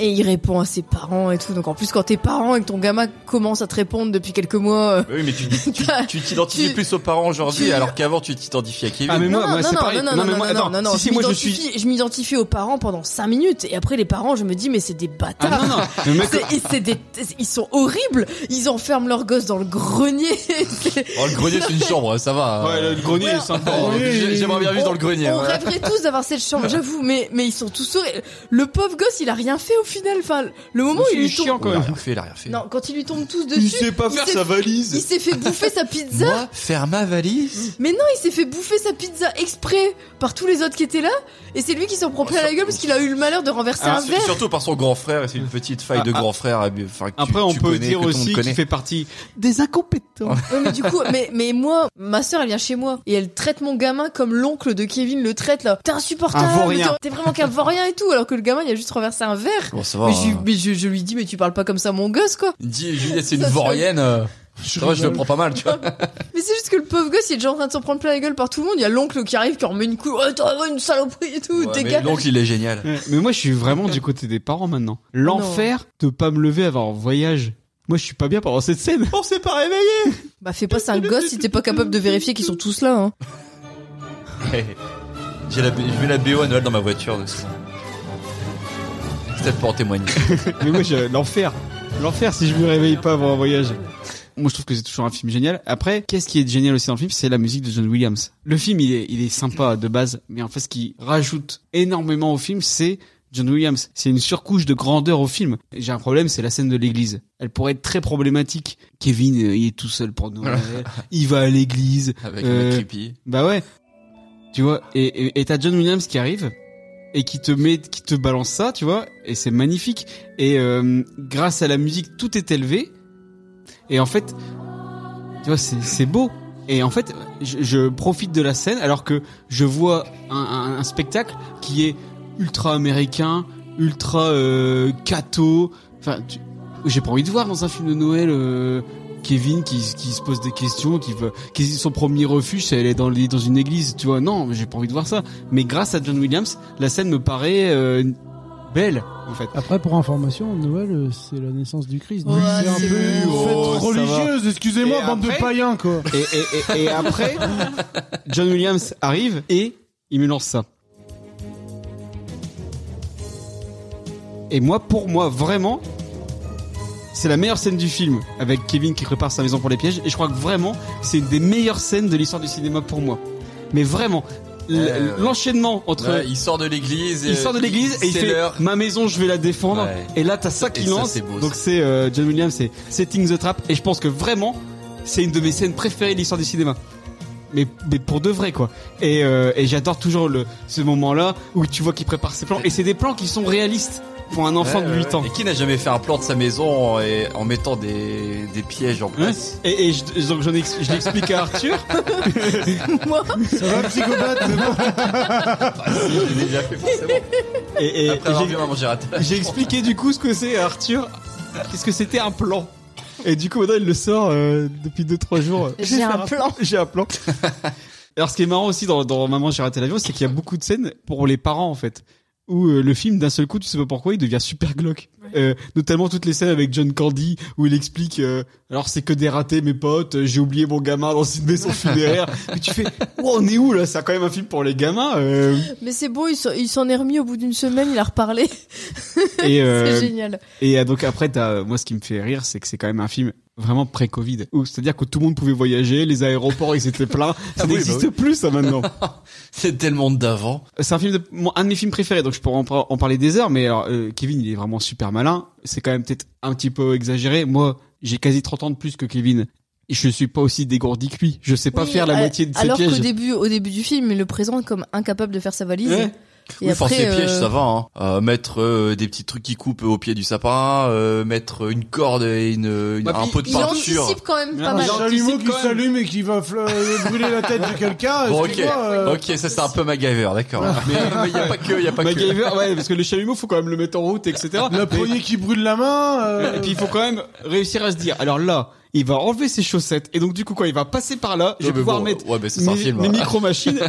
Speaker 3: Et il répond à ses parents et tout. Donc en plus quand tes parents et que ton gamin commence à te répondre depuis quelques mois, euh,
Speaker 4: Bah Oui, mais tu tu- tu t'identifies plus aux parents aujourd'hui,
Speaker 3: tu-
Speaker 4: alors qu'avant tu t'identifies à Kevin.
Speaker 2: Ah, mais moi-
Speaker 3: non, non,
Speaker 2: c'est
Speaker 3: non,
Speaker 2: pareil.
Speaker 3: non, non,
Speaker 2: Non, mais
Speaker 3: non,
Speaker 2: moi-
Speaker 3: non,
Speaker 2: attends,
Speaker 3: non, non,
Speaker 2: si,
Speaker 3: je
Speaker 2: si, moi, je
Speaker 3: m'identifie- je m'identifie aux parents pendant 5 minutes et après les parents, je me dis mais c'est des bâtards.
Speaker 2: Ah, non, non, mais mec-
Speaker 3: C'est- et c'est des- ils sont horribles. Ils enferment leur gosse dans le grenier. C'est-
Speaker 4: Oh, le grenier c'est une chambre, ça va. euh,
Speaker 2: Ouais, le grenier est sympa.
Speaker 4: Oh,
Speaker 2: hein.
Speaker 4: J'ai- J'aimerais
Speaker 2: Ah
Speaker 4: bien vivre dans le grenier. hein.
Speaker 3: On
Speaker 4: ouais.
Speaker 3: rêverait tous d'avoir cette chambre, j'avoue, mais, mais ils sont tous sourds. Le pauvre gosse, il a rien fait au final. Enfin, le moment où il lui tombe.
Speaker 4: Il a rien fait, il a rien fait.
Speaker 3: Non, quand ils lui tombent tous dessus.
Speaker 4: sait pas faire
Speaker 3: s'est-
Speaker 4: sa valise.
Speaker 3: Il s'est fait bouffer sa pizza.
Speaker 4: Moi, faire ma valise
Speaker 3: mais non, il s'est fait bouffer sa pizza exprès par tous les autres qui étaient là. Et c'est lui qui s'en prend
Speaker 2: Oh,
Speaker 3: plein la gueule parce qu'il a eu le malheur de renverser
Speaker 4: Ah,
Speaker 3: un
Speaker 4: sur-
Speaker 3: verre.
Speaker 4: Surtout par son grand frère, et c'est une petite faille de
Speaker 2: Ah, ah.
Speaker 4: grand frère. eh bien, enfin, que tu-
Speaker 2: Après, on
Speaker 4: tu
Speaker 2: peut
Speaker 4: connais,
Speaker 2: dire
Speaker 4: que tout le monde
Speaker 2: aussi
Speaker 4: connaît.
Speaker 2: qu'il fait partie des incompétents.
Speaker 3: Ouais, mais du coup, mais, mais moi, ma soeur, elle vient chez moi et elle traite mon gamin comme l'oncle de Kevin le traite là. T'es
Speaker 2: Un
Speaker 3: insupportable,
Speaker 2: vaurien.
Speaker 3: t'es- t'es vraiment qu'un vaurien et tout, alors que le gamin il a juste renversé un verre.
Speaker 4: Bon,
Speaker 2: Oh.
Speaker 4: ça va,
Speaker 3: mais je, lui-
Speaker 4: hein.
Speaker 3: mais je- je lui dis, mais tu parles pas comme ça, à mon gosse quoi.
Speaker 4: Dis, Juliette, c'est une
Speaker 3: Ça, ça-
Speaker 4: vaurienne. euh, Je, je le prends pas mal, tu vois.
Speaker 3: Mais c'est juste que le pauvre gosse il est déjà en train de s'en prendre plein la gueule par tout le monde. Il y a l'oncle qui arrive qui en remet une couille, oh, t'as vraiment une saloperie et tout,
Speaker 4: Ouais, mais
Speaker 3: dégage.
Speaker 4: L'oncle, il est génial.
Speaker 2: Ouais, Mais moi, je suis vraiment du côté des parents maintenant. L'enfer de pas me lever avant un voyage. Moi, je suis pas bien pendant cette scène. On s'est pas réveillé.
Speaker 3: Bah fais pas ça un gosse si t'es pas capable de vérifier qu'ils sont tous là. Hein.
Speaker 4: J'ai la, je mets la BO à Noël dans ma voiture. de ce- Peut-être pour en témoigner.
Speaker 2: Mais moi, j'ai l'enfer. L'enfer si je me réveille pas avant un voyage. Moi, je trouve que c'est toujours un film génial. Après, qu'est-ce qui est génial aussi dans le film, c'est la musique de John Williams. Le film, il est, il est sympa de base, mais en fait, ce qui rajoute énormément au film, c'est John Williams. C'est une surcouche de grandeur au film. Et J'ai un problème, c'est la scène de l'église. Elle pourrait être très problématique. Kevin, euh, il est tout seul pour Noël. il va à l'église.
Speaker 4: Avec un mec creepy.
Speaker 2: Bah ouais. Tu vois, et- et et t'as John Williams qui arrive et qui te met, qui te balance ça, tu vois, et c'est magnifique. Et euh, grâce à la musique, tout est élevé. Et en fait, tu vois, c'est c'est beau. Et en fait, je, je profite de la scène alors que je vois un, un- un spectacle qui est ultra américain, ultra euh, catho. Enfin, tu- j'ai pas envie de voir dans un film de Noël euh, Kevin qui, qui se pose des questions, qui veut, qui son premier refuge, c'est aller dans, les- dans une église. Tu vois, non, mais j'ai pas envie de voir ça. Mais grâce à John Williams, la scène me paraît euh, belle en fait.
Speaker 15: Après, pour information, Noël, euh, c'est la naissance du Christ. donc
Speaker 5: c'est un peu une fête religieuse, excusez-moi,
Speaker 2: Et
Speaker 5: bande de
Speaker 2: après-
Speaker 5: païens, quoi.
Speaker 2: Et, et- et- et après, John Williams arrive et il me lance ça. Et moi, pour moi, vraiment, c'est la meilleure scène du film avec Kevin qui prépare sa maison pour les pièges. Et je crois que vraiment, c'est une des meilleures scènes de l'histoire du cinéma pour moi. Mais vraiment, l-
Speaker 4: Euh,
Speaker 2: l'enchaînement entre.
Speaker 4: Ouais, il sort de l'église.
Speaker 2: Il sort de l'église et il fait ma maison, je vais la défendre.
Speaker 4: Ouais.
Speaker 2: Et là, t'as ça qui
Speaker 4: Et ça,
Speaker 2: lance.
Speaker 4: c'est beau,
Speaker 2: Donc c'est euh, John Williams, c'est Setting the Trap. Et je pense que vraiment, c'est une de mes scènes préférées de l'histoire du cinéma. Mais, mais pour de vrai quoi. Et, euh, et j'adore toujours le ce moment-là où tu vois qu'il prépare ses plans. Et c'est des plans qui sont réalistes pour un enfant de 8 ans.
Speaker 4: Et qui n'a jamais fait un plan de sa maison en, et- en mettant des, des pièges en place
Speaker 2: Hein Et, et je, donc j'en ex- je l'explique à Arthur.
Speaker 3: Moi
Speaker 5: Ça va, psychopathe c'est bon
Speaker 4: Bah, J'ai déjà fait forcément.
Speaker 2: Et, et-
Speaker 4: Après
Speaker 2: et
Speaker 4: avoir
Speaker 2: j'ai-
Speaker 4: vu Maman, j'ai raté.
Speaker 2: J'ai expliqué du coup ce que c'est à Arthur. Qu'est-ce que c'était un plan Et du coup, maintenant, il le sort euh, depuis 2-3 jours.
Speaker 3: J'ai
Speaker 2: Je vais
Speaker 3: un
Speaker 2: faire
Speaker 3: plan.
Speaker 2: J'ai un plan. Alors, ce qui est marrant aussi dans, dans Maman, j'ai raté l'avion, c'est qu'il y a beaucoup de scènes pour les parents en fait. Où euh, le film, d'un seul coup, tu sais pas pourquoi, il devient super glauque. Euh, notamment toutes les scènes avec John Candy où il explique euh, alors c'est que des ratés mes potes, euh, j'ai oublié mon gamin dans une maison funéraire. Et tu fais, wow, on est où là C'est quand même un film pour les gamins. euh.
Speaker 3: Mais c'est beau, il s'en- il s'en est remis au bout d'une semaine, il a reparlé.
Speaker 2: Et, euh,
Speaker 3: c'est génial.
Speaker 2: Et euh, donc après, t'as, euh, moi, ce qui me fait rire, c'est que c'est quand même un film vraiment pré-Covid. Où, C'est-à-dire que tout le monde pouvait voyager, les aéroports, ils étaient pleins. Ça
Speaker 4: Ah oui, bah
Speaker 2: n'existe
Speaker 4: oui.
Speaker 2: plus, ça, maintenant.
Speaker 4: C'est tellement d'avant.
Speaker 2: C'est un film de, mon- un de mes films préférés, donc je pourrais en, par- en parler des heures, mais alors, euh, Kevin, il est vraiment super malin. C'est quand même peut-être un petit peu exagéré. Moi, j'ai quasi 30 ans de plus que Kevin. Et Je suis pas aussi dégourdi que lui. Je sais pas
Speaker 3: Oui,
Speaker 2: faire la
Speaker 3: à-
Speaker 2: moitié de ses
Speaker 3: Euh, Alors
Speaker 2: pièges.
Speaker 3: qu'au début, au début du film, il le présente comme incapable de faire sa valise.
Speaker 2: Ouais.
Speaker 3: Et
Speaker 4: oui, forcer
Speaker 3: après,
Speaker 4: pièges,
Speaker 3: euh,
Speaker 4: ça va. Hein. Euh, mettre euh, des petits trucs qui coupent au pied du sapin, euh, mettre une corde et une, une-
Speaker 5: Bah,
Speaker 4: un
Speaker 5: puis
Speaker 4: pot de
Speaker 5: il
Speaker 4: peinture.
Speaker 5: anticipe
Speaker 3: quand même
Speaker 5: Un chalumeau qui
Speaker 4: quand même.
Speaker 5: s'allume et qui va fl- euh, brûler la tête de quelqu'un.
Speaker 4: Bon, ok,
Speaker 5: excuse-moi, euh,
Speaker 4: ok, ça c'est un peu MacGyver, d'accord. mais il y a pas que, il y a pas
Speaker 2: MacGyver,
Speaker 4: que.
Speaker 2: ouais, parce que le chalumeau, faut quand même le mettre en route, etc.
Speaker 5: Le poignet qui brûle la main. euh.
Speaker 2: Et puis il faut quand même réussir à se dire, alors là, il va enlever ses chaussettes et donc du coup quand il va passer par là, je
Speaker 4: Ouais,
Speaker 2: vais
Speaker 4: mais
Speaker 2: pouvoir
Speaker 4: bon,
Speaker 2: mettre
Speaker 4: ouais, mais ça, c'est un
Speaker 2: mes,
Speaker 4: film,
Speaker 2: mes
Speaker 4: hein.
Speaker 2: micro-machines.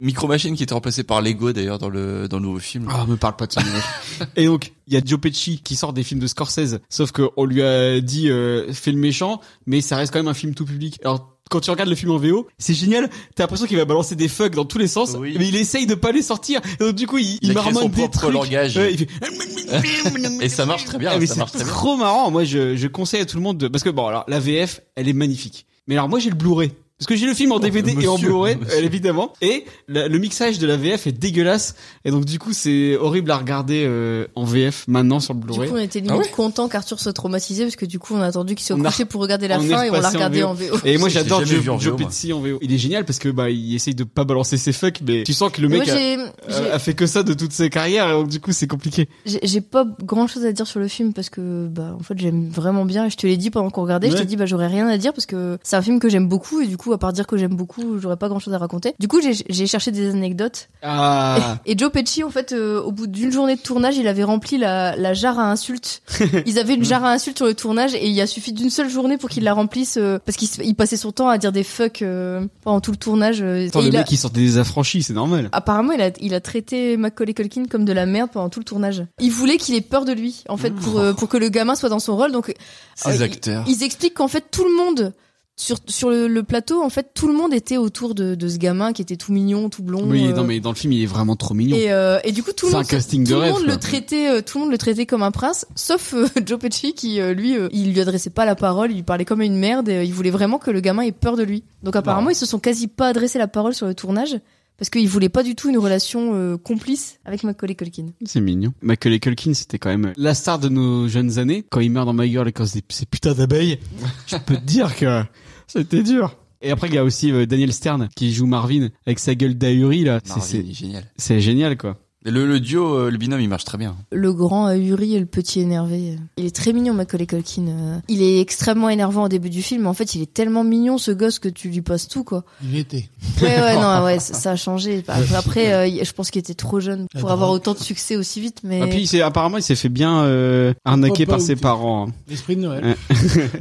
Speaker 4: Micro Machine qui était remplacé par Lego d'ailleurs dans le dans le nouveau film.
Speaker 2: Ah, me parle pas de ça. et donc il y a Joe Pesci qui sort des films de Scorsese, sauf que on lui a dit euh, fais le méchant, mais ça reste quand même un film tout public. Alors quand tu regardes le film en VO, c'est génial. T'as l'impression qu'il va balancer des fucks dans tous les sens, mais il essaye de pas les sortir. Et donc du coup, il,
Speaker 4: Il, a créé
Speaker 2: marmonne
Speaker 4: son
Speaker 2: des
Speaker 4: propre
Speaker 2: trucs.
Speaker 4: langage.
Speaker 2: Ouais, il fait-
Speaker 4: et ça marche très bien.
Speaker 2: Ah, mais
Speaker 4: ça
Speaker 2: c'est
Speaker 4: marche très bien.
Speaker 2: trop marrant. Moi, je, je conseille à tout le monde de, parce que bon, alors, la VF, elle est magnifique. Mais alors, moi, j'ai le Blu-ray. Parce que j'ai le film en DVD et en
Speaker 4: Oh, monsieur,
Speaker 2: Blu-ray,
Speaker 4: monsieur.
Speaker 2: euh, évidemment. Et la- le mixage de la VF est dégueulasse. Et donc, du coup, c'est horrible à regarder euh, en VF maintenant sur le
Speaker 3: Du
Speaker 2: Blu-ray.
Speaker 3: coup, on était limite content qu'Arthur soit traumatisé parce que du coup, on a attendu qu'il soit
Speaker 2: On a-
Speaker 3: couché pour regarder la
Speaker 2: est
Speaker 3: fin et on l'a
Speaker 2: repassé
Speaker 3: regardé en VO.
Speaker 2: Et moi,
Speaker 4: Je l'ai
Speaker 2: j'adore
Speaker 4: jamais
Speaker 2: Joe,
Speaker 4: vu en
Speaker 2: Joe
Speaker 4: VO, moi.
Speaker 2: Pesci en VO. Il est génial parce que bah il essaye de pas balancer ses fucks, mais tu sens que le
Speaker 3: Moi,
Speaker 2: mec a, Euh,
Speaker 3: j'ai- j'ai-
Speaker 2: a- a fait que ça de toute sa carrière. Et donc, du coup, c'est compliqué.
Speaker 3: J'ai j'ai pas grand chose à dire sur le film parce que bah en fait j'aime vraiment bien et je te l'ai dit pendant qu'on regardait je
Speaker 2: Ouais.
Speaker 3: t'ai dit bah j'aurais rien à dire parce que c'est un film que j'aime beaucoup et du coup à part dire que j'aime beaucoup j'aurais pas grand chose à raconter du coup j'ai- j'ai cherché des anecdotes
Speaker 2: Ah.
Speaker 3: et Joe Pesci en fait euh, au bout d'une journée de tournage il avait rempli la, la jarre à insultes ils avaient une jarre à insultes sur le tournage et il a suffi d'une seule journée pour qu'il la remplisse euh, parce qu'il se- il passait son temps à dire des fuck euh, pendant tout le tournage euh,
Speaker 2: Attends,
Speaker 3: et
Speaker 2: le
Speaker 3: il a-
Speaker 2: mec, il sortait des affranchis, c'est normal.
Speaker 3: Apparemment, il a, il a traité Macaulay Culkin comme de la merde pendant tout le tournage. Il voulait qu'il ait peur de lui, en fait, pour, euh, pour que le gamin soit dans son rôle. Donc,
Speaker 4: Ces acteurs.
Speaker 3: ils expliquent qu'en fait, tout le monde, sur, sur le, le plateau, en fait, tout le monde était autour de, de ce gamin qui était tout mignon, tout blond.
Speaker 2: Oui,
Speaker 3: euh,
Speaker 2: non, mais dans le film, il est vraiment trop mignon.
Speaker 3: Et, euh, et du coup, tout le
Speaker 2: C'est un
Speaker 3: monde,
Speaker 2: casting de
Speaker 3: tout le,
Speaker 2: rêve,
Speaker 3: monde
Speaker 2: quoi.
Speaker 3: le traitait, euh, tout le monde le traitait comme un prince, sauf euh, Joe Pesci qui, euh, lui, euh, il lui adressait pas la parole, il lui parlait comme une merde, et euh, il voulait vraiment que le gamin ait peur de lui.
Speaker 2: Bah.
Speaker 3: Donc apparemment, ils se sont quasi pas adressé la parole sur le tournage parce qu'ils voulaient pas du tout une relation euh, complice avec Macaulay Culkin.
Speaker 2: C'est mignon. Macaulay Culkin, c'était quand même la star de nos jeunes années. Quand il meurt dans My Girl et quand c'est ces putains d'abeilles, je peux te dire que c'était dur. Et après, il y a aussi euh, Daniel Stern qui joue Marvin avec sa gueule d'ahuri, là. C'est-
Speaker 4: Marvin,
Speaker 2: c'est-
Speaker 4: il est génial.
Speaker 2: C'est génial, quoi.
Speaker 4: Le, le duo, euh, le binôme, il marche très bien.
Speaker 3: Le grand ahuri et le petit énervé. euh, Il est très mignon, Macaulay Culkin. euh. Il est extrêmement énervant au début du film. mais En fait, il est tellement mignon, ce gosse, que tu lui passes tout, quoi.
Speaker 5: Il était.
Speaker 3: Ouais, ouais, non, ouais, ça ça a changé. Après, après, euh, il- je pense qu'il était trop jeune pour avoir autant de succès aussi vite, mais.
Speaker 2: Ah, puis, il s'est- apparemment, il s'est fait bien euh, arnaquer
Speaker 3: Papa
Speaker 2: par
Speaker 3: ou
Speaker 2: ses
Speaker 3: t'es-
Speaker 2: parents. hein.
Speaker 5: L'esprit de Noël.
Speaker 2: Ouais.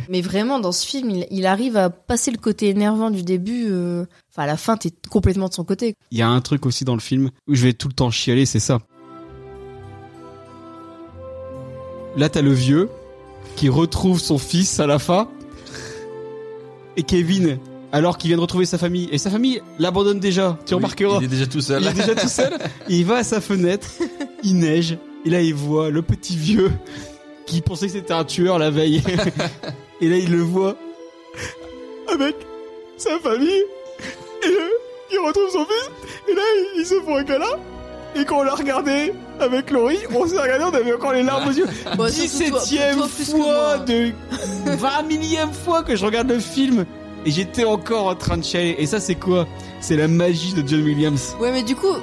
Speaker 3: Mais vraiment, dans ce film, il, il arrive à passer le côté énervant du début. euh, Enfin, à la fin, t'es complètement de son côté.
Speaker 2: Il y a un truc aussi dans le film où je vais tout le temps chialer, c'est ça. Là, t'as le vieux qui retrouve son fils à la fin. Et Kevin, alors qu'il vient de retrouver sa famille, et sa famille l'abandonne déjà, tu
Speaker 4: Oui,
Speaker 2: remarqueras.
Speaker 4: il est déjà tout seul.
Speaker 2: Il est déjà tout seul. il va à sa fenêtre, il neige, et là il voit le petit vieux qui pensait que c'était un tueur la veille. et là il le voit avec sa famille. Et le, il retrouve son fils. Et là, ils se font un câlin. Et quand on l'a regardé avec Laurie, on s'est regardé, on avait encore les larmes aux yeux.
Speaker 16: Bah, surtout toi,
Speaker 2: 17ème
Speaker 16: toi plus que
Speaker 2: fois de 20 millième fois que je regarde le film. Et j'étais encore en train de chialer. Et ça, c'est quoi C'est la magie de John Williams.
Speaker 3: Ouais, mais du coup,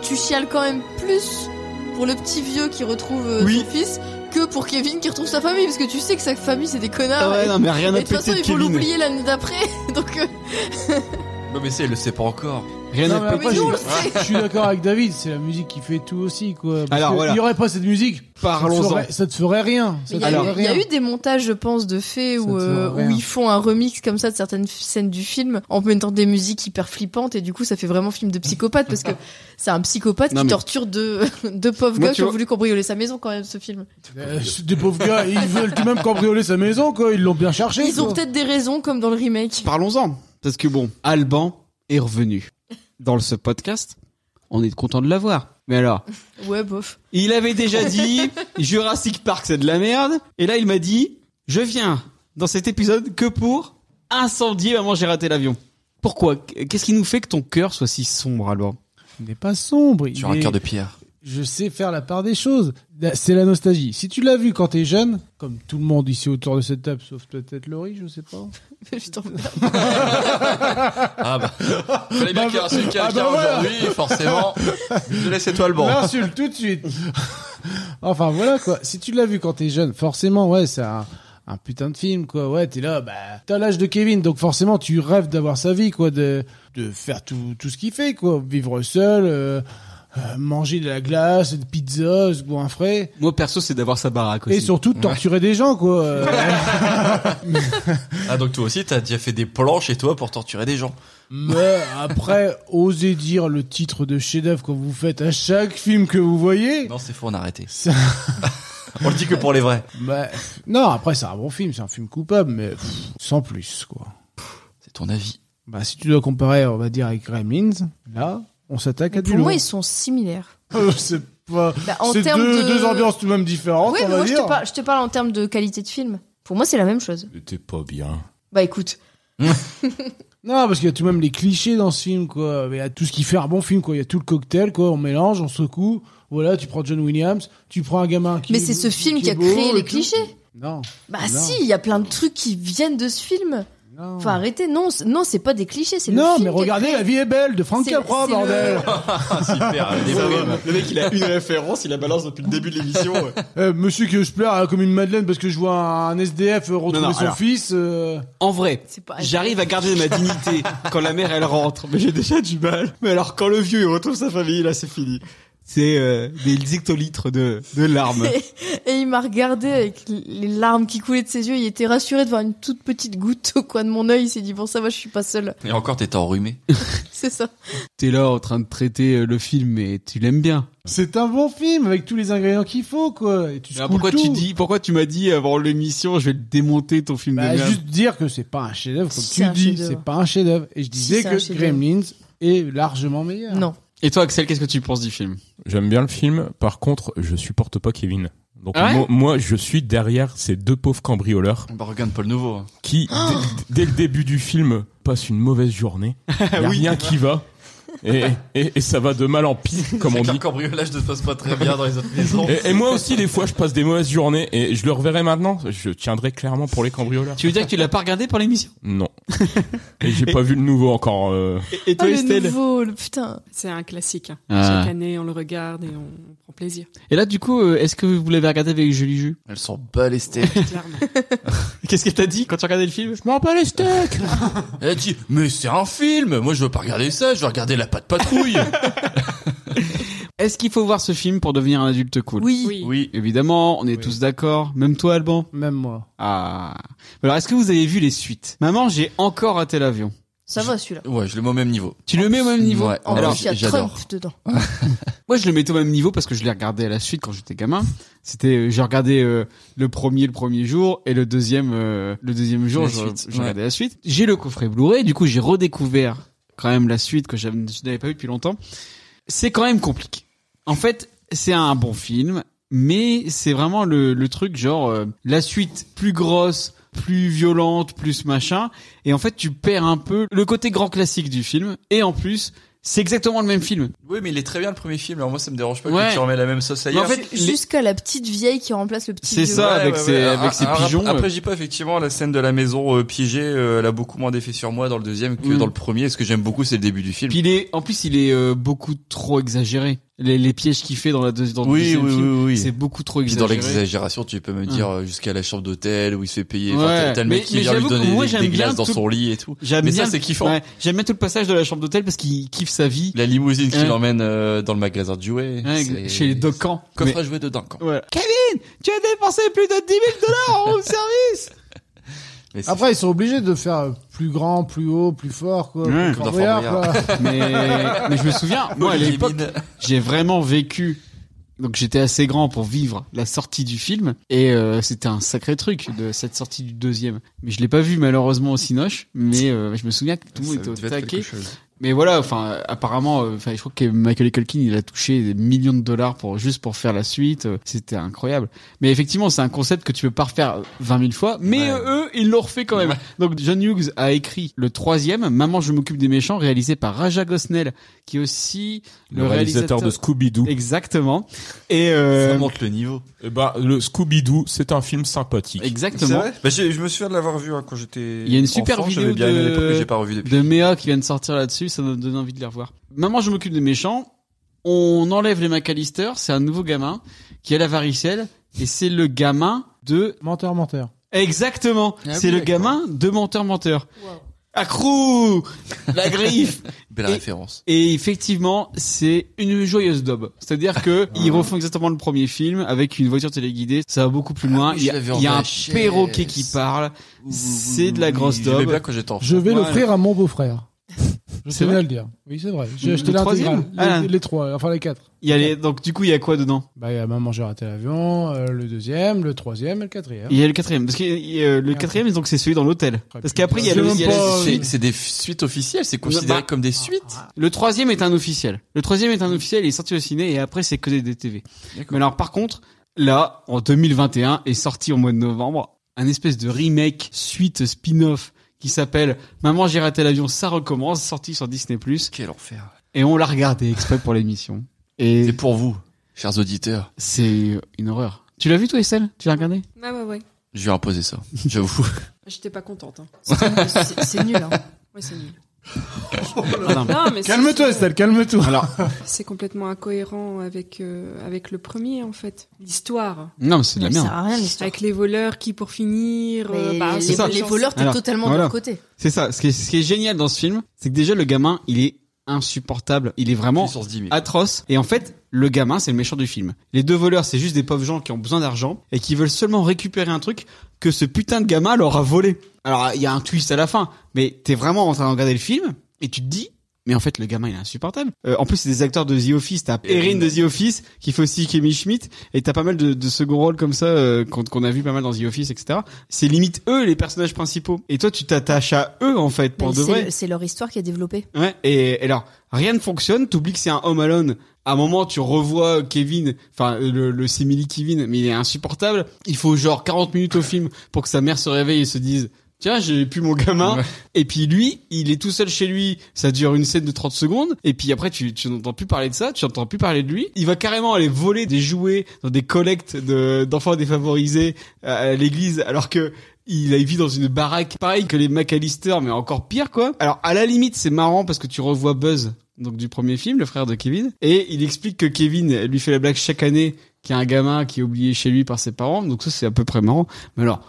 Speaker 3: tu chiales quand même plus pour le petit vieux qui retrouve euh,
Speaker 2: Oui.
Speaker 3: son fils que pour Kevin qui retrouve sa famille, parce que tu sais que sa famille c'est des connards.
Speaker 2: Ah ouais,
Speaker 3: et-
Speaker 2: non, mais rien à
Speaker 3: et De toute
Speaker 2: péter
Speaker 3: façon,
Speaker 2: de
Speaker 3: il faut
Speaker 2: Kevin.
Speaker 3: l'oublier l'année d'après. Donc, euh,
Speaker 4: Non, mais c'est, il le sait pas encore.
Speaker 2: Rien
Speaker 5: Non, mais après,
Speaker 4: péter.
Speaker 5: je, je suis d'accord avec David, c'est la musique qui fait tout aussi, quoi. Parce
Speaker 2: Alors,
Speaker 5: que
Speaker 2: voilà.
Speaker 5: Il n'y aurait pas cette musique.
Speaker 2: Parlons-en.
Speaker 5: Ça te ferait- Ça te ferait rien. Ça
Speaker 3: il y,
Speaker 5: te
Speaker 3: a
Speaker 5: ferait
Speaker 3: eu- il y a
Speaker 5: rien.
Speaker 3: eu des montages, je pense, de faits où,
Speaker 5: te
Speaker 3: euh,
Speaker 5: fera
Speaker 3: où
Speaker 5: rien.
Speaker 3: ils font un remix comme ça de certaines f- scènes du film en mettant des musiques hyper flippantes et du coup, ça fait vraiment film de psychopathe parce que c'est un psychopathe
Speaker 2: Non,
Speaker 3: qui
Speaker 2: mais-
Speaker 3: torture deux, deux pauvres
Speaker 2: Moi,
Speaker 3: gars
Speaker 2: tu
Speaker 3: qui ont
Speaker 2: vois-
Speaker 3: voulu cambrioler sa maison quand même, ce film.
Speaker 5: Euh, c'est des pauvres gars, ils veulent tout de même cambrioler sa maison, quoi. Ils l'ont bien cherché.
Speaker 3: Ils ont
Speaker 5: quoi.
Speaker 3: peut-être des raisons comme dans le remake.
Speaker 2: Parlons-en. Parce que bon, Alban est revenu dans le- ce podcast. On est content de l'avoir. Mais alors,
Speaker 3: Ouais, bof.
Speaker 2: il avait déjà dit Jurassic Park c'est de la merde. Et là, il m'a dit je viens dans cet épisode que pour incendier maman j'ai raté l'avion. Pourquoi Qu'est-ce qui nous fait que ton cœur soit si sombre alors
Speaker 5: Il n'est pas sombre. il
Speaker 4: Sur un
Speaker 5: est-
Speaker 4: cœur de pierre.
Speaker 5: Je sais faire la part des choses. Là, C'est la nostalgie. Si tu l'as vu quand t'es jeune, comme tout le monde ici autour de cette table, sauf peut-être Laurie, je sais pas.
Speaker 3: Je t'emmerde.
Speaker 4: Ah bah. Fallait bien
Speaker 5: Bah,
Speaker 4: qu'il y ait un seul
Speaker 5: ah bah voilà.
Speaker 4: aujourd'hui, forcément. Je laisse toi le banc.
Speaker 5: L'insulte tout de suite. enfin voilà quoi. Si tu l'as vu quand t'es jeune, forcément ouais, c'est un, un putain de film quoi. Ouais, t'es là, bah t'as l'âge de Kevin, donc forcément tu rêves d'avoir sa vie quoi, de de faire tout tout ce qu'il fait quoi, vivre seul, euh, euh, manger de la glace, de pizza, se boire un frais.
Speaker 2: Moi perso, c'est d'avoir sa baraque aussi.
Speaker 5: Et surtout de torturer des gens quoi. Euh,
Speaker 4: Ah, donc toi aussi, t'as déjà fait des plans chez toi pour torturer des gens.
Speaker 5: Mais après, osez dire le titre de chef-d'œuvre que vous faites à chaque film que vous voyez.
Speaker 4: Non, c'est faux, on a arrêté.
Speaker 5: Ça-
Speaker 4: On le dit que pour les vrais.
Speaker 5: Bah, non, après, c'est un bon film, c'est un film coupable, mais pff, sans plus, quoi.
Speaker 4: C'est ton avis.
Speaker 5: Bah, si tu dois comparer, on va dire, avec Gremlins, là, on s'attaque à du
Speaker 3: Pour moi,
Speaker 5: lourd.
Speaker 3: ils sont similaires.
Speaker 5: Euh, c'est pas.
Speaker 3: Bah, en
Speaker 5: c'est
Speaker 3: termes
Speaker 5: deux,
Speaker 3: de-
Speaker 5: deux ambiances tout de même différentes,
Speaker 3: Ouais,
Speaker 5: on
Speaker 3: mais
Speaker 5: va
Speaker 3: moi, je
Speaker 5: dire.
Speaker 3: te, parle, je te parle en termes de qualité de film. Pour moi, c'est la même chose.
Speaker 7: C'était pas bien.
Speaker 3: Bah écoute,
Speaker 5: Non, parce qu'il y a tout de même les clichés dans ce film, quoi. Mais Il y a tout ce qui fait un bon film, quoi. Il y a tout le cocktail, quoi. On mélange, on secoue. Voilà, tu prends John Williams, tu prends un gamin qui.
Speaker 3: mais c'est ce film qui
Speaker 5: est
Speaker 3: a
Speaker 5: beau
Speaker 3: créé
Speaker 5: et
Speaker 3: les
Speaker 5: tout.
Speaker 3: clichés.
Speaker 5: Non.
Speaker 3: Bah
Speaker 5: Non.
Speaker 3: si, il y a plein de trucs qui viennent de ce film. Enfin arrêtez, non, c'est- non, c'est pas des clichés, c'est le
Speaker 5: Non,
Speaker 3: film.
Speaker 5: mais
Speaker 3: qui a
Speaker 5: regardez,
Speaker 3: créé.
Speaker 5: la vie est belle de Franck
Speaker 3: C'est-
Speaker 5: Capra,
Speaker 3: c'est le-
Speaker 5: bordel.
Speaker 4: Super, des brumes.
Speaker 2: Le mec, il a une référence, il la balance depuis le début de l'émission.
Speaker 5: Euh, monsieur que je pleure euh, comme une madeleine parce que je vois un SDF euh, retrouver
Speaker 2: Non, non,
Speaker 5: son
Speaker 2: alors.
Speaker 5: fils. euh,
Speaker 2: En vrai,
Speaker 15: Ah,
Speaker 2: j'arrive à garder ma dignité quand la mère elle rentre, mais j'ai déjà du mal. Mais alors quand le vieux il retrouve sa famille, là c'est fini. C'est euh, des hectolitres de, de larmes.
Speaker 3: Et, et il m'a regardé avec les larmes qui coulaient de ses yeux. Il était rassuré de voir une toute petite goutte au coin de mon œil. Il s'est dit, bon, ça va, je suis pas seule.
Speaker 4: Et encore, t'étais enrhumé.
Speaker 3: C'est ça.
Speaker 2: T'es là en train de traiter euh, le film, mais tu l'aimes bien.
Speaker 15: C'est un bon film avec tous les ingrédients qu'il faut, quoi. Et tu
Speaker 2: Alors
Speaker 15: secoues
Speaker 2: pourquoi
Speaker 15: tout.
Speaker 2: tu dis, pourquoi tu m'as dit avant l'émission, je vais te démonter ton film
Speaker 15: Bah,
Speaker 2: de merde
Speaker 15: juste dire que c'est pas un chef-d'œuvre, comme
Speaker 3: Si,
Speaker 15: tu
Speaker 3: c'est un
Speaker 15: dis,
Speaker 3: chef-d'œuvre.
Speaker 15: c'est pas un chef-d'œuvre. Et je disais
Speaker 3: c'est un
Speaker 15: que
Speaker 3: chef-d'œuvre.
Speaker 15: Gremlins est largement meilleur.
Speaker 2: Ah.
Speaker 3: Non.
Speaker 2: Et toi, Axel, qu'est-ce que tu penses du film
Speaker 7: J'aime bien le film, par contre, je supporte pas Kevin. Donc
Speaker 2: Ah ouais
Speaker 7: moi, moi, je suis derrière ces deux pauvres cambrioleurs
Speaker 4: Bah, regarde pas le nouveau. hein.
Speaker 7: qui, dès, dès le début du film, passent une mauvaise journée. Il a
Speaker 4: Oui.
Speaker 7: rien qui va. Et, et, et ça va de mal en pire, comme on
Speaker 4: C'est que
Speaker 7: dit.
Speaker 4: le cambriolage ne se passe pas très bien dans les autres maisons.
Speaker 7: Et, et moi aussi, des fois, je passe des mauvaises journées et je le reverrai maintenant. Je tiendrai clairement pour les cambrioleurs.
Speaker 2: Tu veux dire que tu l'as pas regardé pour l'émission
Speaker 7: Non. Et j'ai pas vu le nouveau encore. euh.
Speaker 2: Et
Speaker 6: toi,
Speaker 3: Ah,
Speaker 6: Estelle
Speaker 3: le nouveau, le putain.
Speaker 6: C'est un classique. hein.
Speaker 7: Ah.
Speaker 6: Chaque année, on le regarde et on prend plaisir.
Speaker 2: Et là, du coup, euh, est-ce que vous l'avez regardé avec Julie Ju
Speaker 4: Elles sont pas les steaks.
Speaker 2: Qu'est-ce qu'elle t'a dit quand tu regardais le film Je m'en bats les steaks
Speaker 4: Elle a dit, mais c'est un film. Moi, je veux pas regarder ça. Je veux regarder la patte patrouille.
Speaker 2: Est-ce qu'il faut voir ce film pour devenir un adulte cool
Speaker 3: Oui.
Speaker 6: Oui.
Speaker 2: Évidemment, on est tous d'accord. Même toi, Alban
Speaker 15: Même moi.
Speaker 2: Ah. Alors, est-ce que vous avez vu les suites Maman, j'ai encore raté l'avion.
Speaker 3: Ça va, celui-là.
Speaker 4: ouais, je le mets au même niveau.
Speaker 2: Tu le mets au même niveau
Speaker 4: Ouais,
Speaker 3: En
Speaker 2: Alors,
Speaker 3: plus, il y a
Speaker 4: j'adore.
Speaker 3: Trump dedans.
Speaker 2: Moi, je le mettais au même niveau parce que je l'ai regardé à la suite quand j'étais gamin. C'était, euh, j'ai regardé euh, le premier le premier jour et le deuxième euh, le deuxième jour,
Speaker 4: La
Speaker 2: je-
Speaker 4: suite,
Speaker 2: j'ai
Speaker 4: ouais.
Speaker 2: regardé la suite. J'ai le coffret Blu-ray, du coup, j'ai redécouvert quand même la suite que j'avais- je n'avais pas vue depuis longtemps. C'est quand même compliqué. En fait, c'est un bon film, mais c'est vraiment le, le truc genre euh, la suite plus grosse, plus violente, plus machin. Et en fait, tu perds un peu le côté grand classique du film. Et en plus, c'est exactement le même film.
Speaker 4: Oui, mais il est très bien le premier film. Alors moi, ça me dérange pas
Speaker 2: Ouais.
Speaker 4: que tu remets la même sauce
Speaker 2: Mais
Speaker 4: ailleurs.
Speaker 2: en fait,
Speaker 3: Ju- Jusqu'à la petite vieille qui remplace le petit
Speaker 2: C'est
Speaker 3: vieux.
Speaker 2: ça, avec ses- avec
Speaker 4: Ah,
Speaker 2: ses
Speaker 4: ah,
Speaker 2: pigeons, euh.
Speaker 4: Après,
Speaker 2: ouais.
Speaker 4: j'ai pas effectivement la scène de la maison euh, piégée. euh, elle a beaucoup moins d'effet sur moi dans le deuxième que
Speaker 2: Mm.
Speaker 4: dans le premier. Ce que j'aime beaucoup, c'est le début du film.
Speaker 2: Puis il est, en plus, il est euh, beaucoup trop exagéré. Les, les pièges qu'il fait dans la deuxi- dans le
Speaker 4: Oui,
Speaker 2: deuxième
Speaker 4: oui,
Speaker 2: film,
Speaker 4: oui, oui.
Speaker 2: c'est beaucoup trop
Speaker 4: Puis dans
Speaker 2: exagéré. Mm.
Speaker 4: l'exagération, tu peux me dire euh, jusqu'à la chambre d'hôtel où il se fait payer.
Speaker 2: Ouais.
Speaker 4: Enfin, t'as- t'as le mec
Speaker 2: Mais-
Speaker 4: qui
Speaker 2: mais
Speaker 4: vient lui
Speaker 2: j'avoue que
Speaker 4: donner
Speaker 2: moi,
Speaker 4: des- des,
Speaker 2: j'aime bien
Speaker 4: glaces dans
Speaker 2: tout-
Speaker 4: son lit et tout.
Speaker 2: J'aime
Speaker 4: Mais
Speaker 2: bien,
Speaker 4: ça, c'est kiffant.
Speaker 2: ouais, j'aime bien tout le passage de la chambre d'hôtel parce qu'il kiffe sa vie.
Speaker 4: La limousine qui
Speaker 2: Ouais.
Speaker 4: l'emmène euh, dans le magasin de jouets.
Speaker 2: Ouais,
Speaker 4: c'est-
Speaker 2: chez les docans.
Speaker 4: Coffre à jouer dedans. quoi.
Speaker 2: Voilà. Kevin, tu as dépensé plus de 10 000 dollars en room service
Speaker 4: Mais c'est-
Speaker 15: Après, ils sont obligés de faire euh, plus grand, plus haut, plus fort, quoi.
Speaker 2: Ouais.
Speaker 15: Plus
Speaker 4: Dans Fort
Speaker 15: Boyard,
Speaker 4: Boyard.
Speaker 15: quoi.
Speaker 2: mais, mais je me souviens, moi à
Speaker 4: Olivier
Speaker 2: l'époque,
Speaker 4: Mine.
Speaker 2: j'ai vraiment vécu. Donc j'étais assez grand pour vivre la sortie du film et euh, c'était un sacré truc de cette sortie du deuxième. Mais je l'ai pas vu malheureusement au Cinoche, mais euh, je me souviens que tout le monde
Speaker 4: Ça
Speaker 2: était au
Speaker 4: devait être quelque
Speaker 2: taquet.
Speaker 4: chose.
Speaker 2: Mais voilà, enfin euh, apparemment, euh, enfin je crois que Michael Culkin il a touché des millions de dollars pour juste pour faire la suite. euh, C'était incroyable. Mais effectivement, c'est un concept que tu peux pas refaire 20 000 fois. Mais
Speaker 4: Ouais.
Speaker 2: euh, eux, ils l'ont refait quand même.
Speaker 4: Ouais.
Speaker 2: Donc John Hughes a écrit le troisième, Maman, je m'occupe des méchants, réalisé par Raja Gosnell, qui est aussi
Speaker 7: Le, réalisateur, de Scooby-Doo.
Speaker 2: Exactement. Et
Speaker 4: Ça
Speaker 2: euh,
Speaker 4: monte le niveau.
Speaker 7: Eh ben, le Scooby-Doo, c'est un film sympathique.
Speaker 2: exactement.
Speaker 4: bah, j'ai- je me souviens de l'avoir vu hein, quand j'étais.
Speaker 2: Il y a une super
Speaker 4: enfant,
Speaker 2: vidéo
Speaker 4: j'avais bien aimé à
Speaker 2: de-
Speaker 4: l'époque, mais j'ai pas revu depuis.
Speaker 2: de Méa qui vient de sortir là-dessus, ça me donne envie de les revoir. Maman, je m'occupe des méchants. On enlève les McAllister, c'est un nouveau gamin qui a la varicelle et c'est le gamin de
Speaker 15: Menteur, menteur.
Speaker 2: exactement,
Speaker 4: Ah
Speaker 2: c'est
Speaker 4: oui,
Speaker 2: le
Speaker 4: d'accord.
Speaker 2: gamin de menteur menteur. Accrou la griffe
Speaker 4: Belle
Speaker 2: Et-
Speaker 4: référence.
Speaker 2: et effectivement, c'est une joyeuse daube. C'est-à-dire que
Speaker 4: Ah.
Speaker 2: ils refont exactement le premier film avec une voiture téléguidée, ça va beaucoup plus loin,
Speaker 4: Ah, oui,
Speaker 2: il y a,
Speaker 4: je l'avais en
Speaker 2: il y a un
Speaker 4: VHS.
Speaker 2: perroquet qui parle, c'est de la grosse
Speaker 4: Je l'aimais
Speaker 2: daube.
Speaker 4: bien quand j'étais enfant.
Speaker 15: Je vais
Speaker 2: Voilà.
Speaker 15: l'offrir à mon beau-frère. Je
Speaker 2: C'est
Speaker 15: tenais
Speaker 2: vrai
Speaker 15: à le dire. Oui, c'est vrai. J'ai
Speaker 2: Le
Speaker 15: acheté l'intégrale.
Speaker 2: troisième
Speaker 15: Les,
Speaker 2: Ah.
Speaker 15: les trois, enfin les quatre.
Speaker 2: Il y a les- donc du coup, il y a quoi dedans
Speaker 15: Bah, il y a Maman, j'ai raté l'avion, euh, le deuxième, le troisième et le quatrième.
Speaker 2: Il y a le quatrième. Parce que euh, le quatrième, donc c'est celui dans l'hôtel. Parce qu'après, il y a, le,
Speaker 15: C'est
Speaker 2: il y a le-
Speaker 15: même
Speaker 4: C'est c'est des f- suites officielles, c'est
Speaker 2: Bah-
Speaker 4: considéré comme des suites.
Speaker 2: le troisième est un officiel. Le troisième est un officiel, il est sorti au ciné et après c'est que des DTV. Mais alors par contre, là, en 2021, est sorti au mois de novembre, un espèce de remake, suite, spin-off qui s'appelle Maman j'ai raté l'avion, ça recommence, sorti sur Disney+.
Speaker 4: Quel enfer.
Speaker 2: Et on l'a regardé exprès pour l'émission.
Speaker 4: C'est
Speaker 2: Et
Speaker 4: pour vous, chers auditeurs.
Speaker 2: c'est une horreur. Tu l'as vu toi Estelle Tu l'as regardé
Speaker 6: Ah ouais, ouais.
Speaker 4: Je vais imposer ça, j'avoue.
Speaker 6: J'étais pas contente. Hein.
Speaker 3: C'est c'est nul, hein.
Speaker 6: Ouais, c'est nul.
Speaker 2: Ah, non.
Speaker 6: Non, mais c'est-
Speaker 15: Calme-toi, Estelle, calme-toi.
Speaker 2: Alors,
Speaker 6: C'est complètement incohérent avec, euh, avec le premier, en fait. L'histoire.
Speaker 2: non mais c'est de la
Speaker 3: Ça
Speaker 2: merde.
Speaker 3: sert à rien, l'histoire.
Speaker 6: Avec les voleurs qui, pour finir... euh,
Speaker 3: Mais
Speaker 6: bah,
Speaker 3: les,
Speaker 6: c'est
Speaker 2: ça.
Speaker 6: pas
Speaker 3: les
Speaker 6: gentil.
Speaker 3: voleurs, t'es
Speaker 2: Alors,
Speaker 3: totalement
Speaker 2: voilà.
Speaker 3: de leur côté.
Speaker 2: C'est ça. Ce qui, est, ce qui est génial dans ce film, c'est que déjà le gamin, il est insupportable. Il est vraiment atroce. Et en fait, le gamin, c'est le méchant du film. Les deux voleurs, c'est juste des pauvres gens qui ont besoin d'argent et qui veulent seulement récupérer un truc que ce putain de gamin leur a volé. Alors, il y a un twist à la fin, mais t'es vraiment en train de regarder le film et tu te dis, mais en fait, le gamin, il est insupportable. Euh, en plus, c'est des acteurs de The Office. T'as Erin de The Office, qui fait aussi Kimmy Schmidt, et t'as pas mal de, de second rôles comme ça euh, qu'on qu'on a vu pas mal dans The Office, etc. C'est limite eux les personnages principaux. Et toi, tu t'attaches à eux en fait pour
Speaker 3: Mais
Speaker 2: de
Speaker 3: c'est-
Speaker 2: vrai.
Speaker 3: C'est leur histoire qui est développée.
Speaker 2: Ouais. Et, et alors, rien ne fonctionne. T'oublies que c'est un Home Alone. À un moment, tu revois Kevin, enfin le, le simili Kevin, mais il est insupportable. Il faut genre 40 minutes au film pour que sa mère se réveille et se dise. Tiens, j'ai plus mon gamin. Et puis lui, il est tout seul chez lui. Ça dure une scène de 30 secondes. Et puis après, tu, tu n'entends plus parler de ça. Tu n'entends plus parler de lui. Il va carrément aller voler des jouets dans des collectes de- d'enfants défavorisés à l'église. Alors que il a vit dans une baraque pareil que les McAllister, mais encore pire quoi. Alors à la limite, c'est marrant parce que tu revois Buzz, donc du premier film, le frère de Kevin, et il explique que Kevin lui fait la blague chaque année qu'il y a un gamin qui est oublié chez lui par ses parents. Donc ça c'est à peu près marrant. Mais alors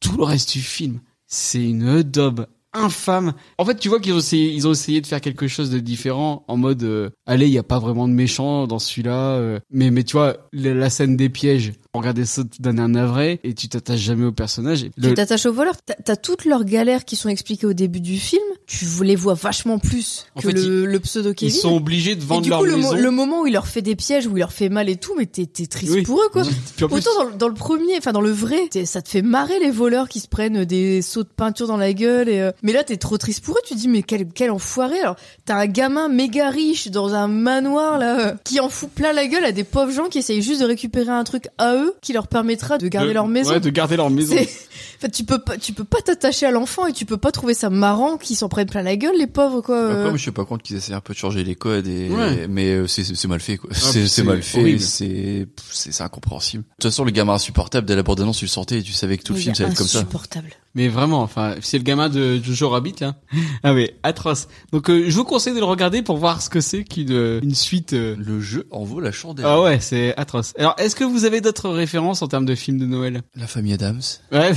Speaker 2: tout le reste du film, c'est une daube infâme. En fait, tu vois qu'ils ont essayé, ils ont essayé de faire quelque chose de différent en mode euh, allez, il y a pas vraiment de méchant dans celui-là euh, mais mais tu vois la, la scène des pièges, regardez ça d'un air navré et tu t'attaches jamais au personnage.
Speaker 3: Tu
Speaker 2: Le-
Speaker 3: t'attaches aux voleurs. T'as- T'as toutes leurs galères qui sont expliquées au début du film. Tu les vois vachement plus
Speaker 2: En
Speaker 3: que
Speaker 2: fait,
Speaker 3: le,
Speaker 2: ils-
Speaker 3: le pseudo Kevin.
Speaker 2: Ils sont obligés de
Speaker 3: Et
Speaker 2: vendre
Speaker 3: du
Speaker 2: leur
Speaker 3: coup, le, mo-
Speaker 2: maison.
Speaker 3: le moment où il leur fait des pièges, où il leur fait mal et tout, mais t'es t'es triste pour eux, quoi.
Speaker 2: Puis en plus-
Speaker 3: Autant dans, le- dans le premier, enfin dans le vrai, t'es- ça te fait marrer les voleurs qui se prennent des sauts de peinture dans la gueule. Et, euh, mais là, t'es trop triste pour eux. Tu te dis, mais quel, quel enfoiré. Alors, t'as un gamin méga riche dans un manoir, là, euh, qui en fout plein la gueule à des pauvres gens qui essayent juste de récupérer un truc à eux qui leur permettra de garder
Speaker 2: De-
Speaker 3: leur maison.
Speaker 2: euh, ouais, de garder leur maison.
Speaker 3: C'est- Enfin, tu peux pas, tu peux pas t'attacher à l'enfant et tu peux pas trouver ça marrant qu'ils s'en prennent plein la gueule, les pauvres, quoi.
Speaker 2: Ah,
Speaker 3: euh.
Speaker 4: Après, moi, je suis pas contre qu'ils essayent un peu de changer les codes et,
Speaker 3: Ouais.
Speaker 4: mais euh, c'est, c'est- c'est mal fait, quoi.
Speaker 2: Ah,
Speaker 4: c'est,
Speaker 2: c'est
Speaker 4: c'est mal fait,
Speaker 2: horrible.
Speaker 4: c'est, pff, c'est, c'est incompréhensible. De toute façon, le gamin insupportable, dès la bande annonce, tu le sentais et tu savais que tout le
Speaker 3: Il
Speaker 4: film,
Speaker 3: est
Speaker 4: ça allait être comme ça.
Speaker 3: insupportable.
Speaker 2: Mais vraiment, enfin, c'est le gamin de Jojo Rabbit là. Ah oui, atroce. Donc euh, je vous conseille de le regarder pour voir ce que c'est qu'une euh, une suite.
Speaker 4: Le jeu en vaut la chandelle.
Speaker 2: Ah ouais, c'est atroce. Alors est-ce que vous avez d'autres références en termes de films de Noël
Speaker 4: La famille Adams.
Speaker 2: Ouais.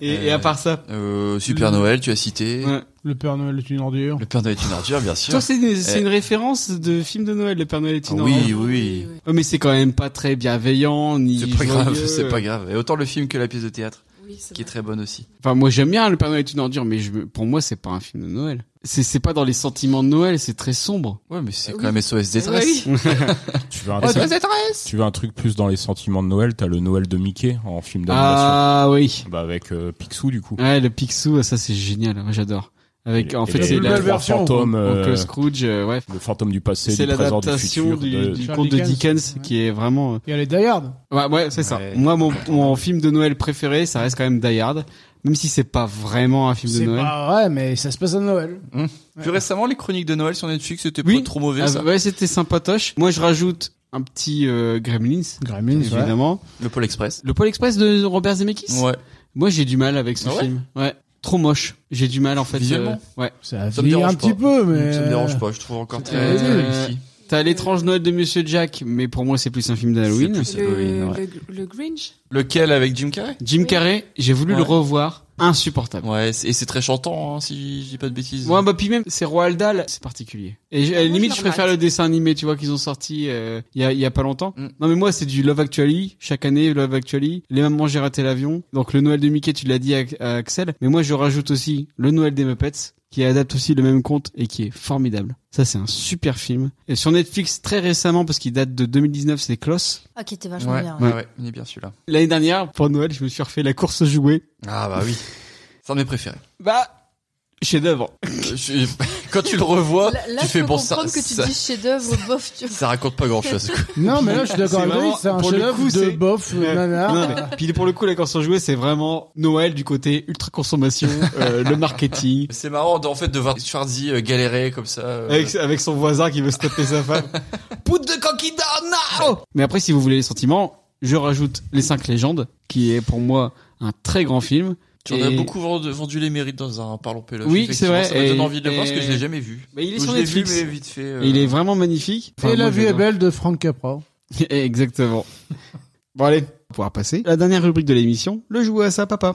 Speaker 2: et, et à part ça.
Speaker 4: Euh, Super Noël, tu as cité.
Speaker 15: Le Père Noël est une ordure.
Speaker 4: Le Père Noël est une ordure, bien sûr.
Speaker 2: Toi, c'est une, c'est
Speaker 4: Eh,
Speaker 2: une référence de film de Noël, le Père Noël est une
Speaker 4: Ah oui,
Speaker 2: ordure.
Speaker 4: oui, oui.
Speaker 2: Ouais, Mais c'est quand même pas très bienveillant ni.
Speaker 4: C'est pas grave,
Speaker 2: joyeux.
Speaker 4: c'est pas grave. Et autant le film que la pièce de théâtre, qui est très bonne aussi.
Speaker 2: Enfin, moi j'aime bien le Père Noël est une ordure, mais je, me- pour moi c'est pas un film de Noël. C'est c'est pas dans les sentiments de Noël, c'est très sombre.
Speaker 4: Ouais, mais c'est quand même SOS
Speaker 2: Ah
Speaker 4: détresse.
Speaker 15: Oh,
Speaker 7: tu
Speaker 2: Oh,
Speaker 7: veux un truc- Tu veux un truc plus dans les sentiments de Noël, t'as le Noël de Mickey en film d'animation.
Speaker 2: Ah oui.
Speaker 7: Bah avec euh, Picsou du coup.
Speaker 2: Ouais, le Picsou, ça c'est génial, moi j'adore. Avec, en
Speaker 7: Et
Speaker 2: fait,
Speaker 7: les-
Speaker 2: c'est
Speaker 7: les
Speaker 2: la
Speaker 7: trois fantômes, euh,
Speaker 2: Oncle Scrooge, euh, ouais.
Speaker 7: Le fantôme du passé,
Speaker 2: C'est
Speaker 7: du présent, du
Speaker 2: l'adaptation
Speaker 7: futur.
Speaker 2: du,
Speaker 7: de-
Speaker 2: du
Speaker 15: Charles
Speaker 2: conte de
Speaker 15: Dickens.
Speaker 2: Dickens qui est vraiment. euh,
Speaker 15: Il y a les Die Hard.
Speaker 2: Ouais, ouais, c'est ça. Moi, mon, mon film de Noël préféré, ça reste quand même Die Hard, même si c'est pas vraiment un film de
Speaker 15: C'est
Speaker 2: Noël.
Speaker 15: pas vrai, mais ça se passe à Noël.
Speaker 4: Plus récemment, les chroniques de Noël sur Netflix, c'était pas trop mauvais,
Speaker 2: Ah,
Speaker 4: ça.
Speaker 2: ouais, c'était sympatoche. Moi, je rajoute un petit euh, Gremlins.
Speaker 15: Gremlins, ouais.
Speaker 2: évidemment.
Speaker 4: Le Pôle Express.
Speaker 2: Le Pôle Express de Robert Zemeckis.
Speaker 4: Ouais.
Speaker 2: Moi, j'ai du mal avec ce
Speaker 4: Ah ouais
Speaker 2: film. Ouais. Trop moche. J'ai du mal en fait.
Speaker 4: Visuellement
Speaker 2: euh, ouais.
Speaker 15: Ça Ça me vieillit dérange un pas. petit peu, mais-
Speaker 4: Ça me dérange pas, je trouve encore très-
Speaker 2: Euh,
Speaker 4: très réussi.
Speaker 2: T'as l'étrange Noël de Monsieur Jack, mais pour moi, c'est plus un film d'Halloween.
Speaker 4: C'est plus Halloween, ouais.
Speaker 6: Le, le Grinch
Speaker 4: Lequel avec Jim Carrey
Speaker 2: Jim Carrey, j'ai voulu le
Speaker 4: Ouais.
Speaker 2: revoir. Insupportable.
Speaker 4: Ouais, c'est- et c'est très chantant, hein, si je dis pas de bêtises.
Speaker 2: Ouais, bah puis même, c'est Roald Dahl, c'est particulier. Et j- à la limite, je préfère le dessin animé, tu vois, qu'ils ont sorti euh, il y, a, il y a pas longtemps. Non, mais moi, c'est du Love Actually. Chaque année, Love Actually. Les mamans, j'ai raté l'avion. Donc, le Noël de Mickey, tu l'as dit à, à Axel. Mais moi, je rajoute aussi le Noël des Muppets, qui adapte aussi le même conte et qui est formidable. Ça, c'est un super film. Et sur Netflix, très récemment, parce qu'il date de 2019, c'est Klaus.
Speaker 3: Ah, qui était vachement bien.
Speaker 4: Ouais,
Speaker 2: Ouais.
Speaker 4: ouais, il est bien celui-là.
Speaker 2: L'année dernière, pour Noël, je me suis refait la course aux jouets.
Speaker 4: Ah bah oui. C'est un de mes préférés. Euh,
Speaker 2: Bah, chef-d'œuvre.
Speaker 4: Je- Quand tu le revois,
Speaker 3: Là, là,
Speaker 4: Oh, tu
Speaker 3: je
Speaker 4: fais
Speaker 3: peux
Speaker 4: bon ça.
Speaker 3: comprendre que tu
Speaker 4: ça-
Speaker 3: dis chef-d'œuvre, bof, tu
Speaker 4: ça raconte pas grand chose.
Speaker 15: euh, Non, mais là, je suis d'accord
Speaker 2: C'est
Speaker 15: avec lui,
Speaker 2: vraiment-
Speaker 15: c'est un
Speaker 2: pour le
Speaker 15: chef-d'œuvre
Speaker 2: coup,
Speaker 15: de
Speaker 2: c'est-
Speaker 15: bof,
Speaker 2: Ouais.
Speaker 15: nanar.
Speaker 2: Non, mais- Puis pour le coup, la course jouée, c'est vraiment Noël du côté ultra consommation, euh, le marketing,
Speaker 4: C'est marrant de- en fait de voir Schwarzy euh, galérer comme ça. euh,
Speaker 2: avec, avec son voisin qui veut se taper sa femme. Put the coquille down now Mais après, si vous voulez les sentiments, je rajoute Les Cinq Légendes, qui est pour moi un très grand film.
Speaker 4: Tu en
Speaker 2: Et-
Speaker 4: as beaucoup vendu, vendu les mérites dans un Parlons Péloche.
Speaker 2: Oui, c'est
Speaker 4: Effectivement,
Speaker 2: vrai.
Speaker 4: Ça me donne
Speaker 2: Et-
Speaker 4: envie de le voir parce que
Speaker 2: et-
Speaker 4: je l'ai jamais vu.
Speaker 2: Mais il est
Speaker 4: Ou
Speaker 2: sur
Speaker 4: Oh, je l'ai vu,
Speaker 2: Netflix.
Speaker 4: mais vite fait. euh,
Speaker 2: Et il est vraiment magnifique. Enfin,
Speaker 15: Et la
Speaker 2: moi,
Speaker 15: vie est
Speaker 2: j'adore.
Speaker 15: belle de Frank Capra.
Speaker 2: Exactement. Bon, allez, on pourra passer. La dernière rubrique de l'émission, le jouet à sa papa.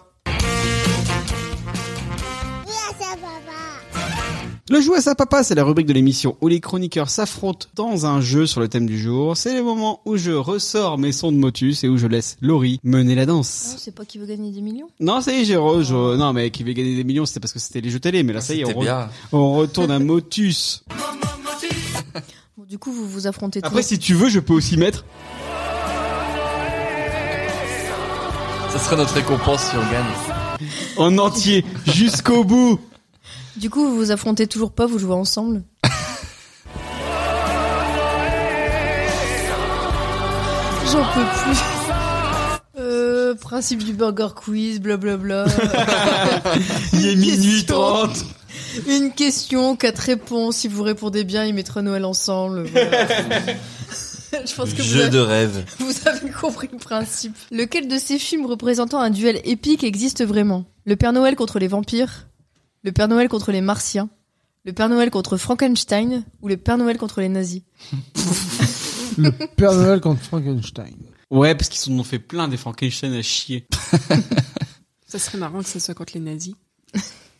Speaker 2: Le jeu à sa papa, c'est la rubrique de l'émission où les chroniqueurs s'affrontent dans un jeu sur le thème du jour. C'est le moment où je ressors mes sons de motus et où je laisse Laurie mener la danse.
Speaker 3: c'est pas qui veut gagner des millions.
Speaker 2: Non, ça y est, j'ai re- je- Non, mais qui veut gagner des millions, c'était parce que c'était les jeux télé. Mais là, ça y est, on,
Speaker 4: c'était
Speaker 2: re-
Speaker 4: bien.
Speaker 2: on retourne à motus.
Speaker 3: Bon, du coup, vous vous affrontez
Speaker 2: Après,
Speaker 3: tous.
Speaker 2: si tu veux, je peux aussi mettre...
Speaker 4: Ça serait notre récompense si on gagne.
Speaker 2: En entier, jusqu'au bout.
Speaker 3: Du coup, vous vous affrontez toujours pas, vous jouez ensemble. J'en peux plus. Euh, principe du burger quiz, blablabla.
Speaker 2: Il est minuit 30.
Speaker 3: Une question, quatre réponses. Si vous répondez bien, ils mettront Noël ensemble. voilà. Je pense que vous
Speaker 4: Jeu
Speaker 3: avez-
Speaker 4: de rêve.
Speaker 3: Vous avez compris le principe. Lequel de ces films représentant un duel épique existe vraiment Le Père Noël contre les vampires Le Père Noël contre les martiens Le Père Noël contre Frankenstein Ou le Père Noël contre les nazis
Speaker 15: Le Père Noël contre Frankenstein.
Speaker 2: Ouais, parce qu'ils en ont fait plein des Frankenstein à chier.
Speaker 6: Ça serait marrant que ce soit contre les nazis.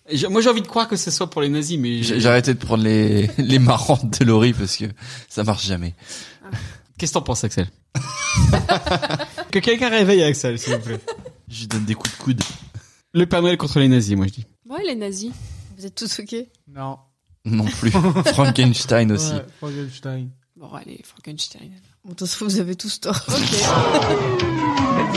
Speaker 2: J'ai- Moi, j'ai envie de croire que ce soit pour les nazis, mais...
Speaker 4: J'ai j'ai arrêté de prendre les, les marrantes de Laurie parce que ça marche jamais.
Speaker 2: Qu'est-ce que t'en penses, Axel Que quelqu'un réveille Axel, s'il vous plaît.
Speaker 4: Je lui donne des coups de coude.
Speaker 2: Le Père Noël contre les nazis, moi je dis.
Speaker 6: Ouais, les nazis.
Speaker 3: Vous êtes tous ok
Speaker 15: Non.
Speaker 4: Non plus. Frankenstein aussi.
Speaker 15: Ouais, Frankenstein.
Speaker 6: Bon, allez, Frankenstein.
Speaker 3: Bon, de toute façon, vous avez tous tort.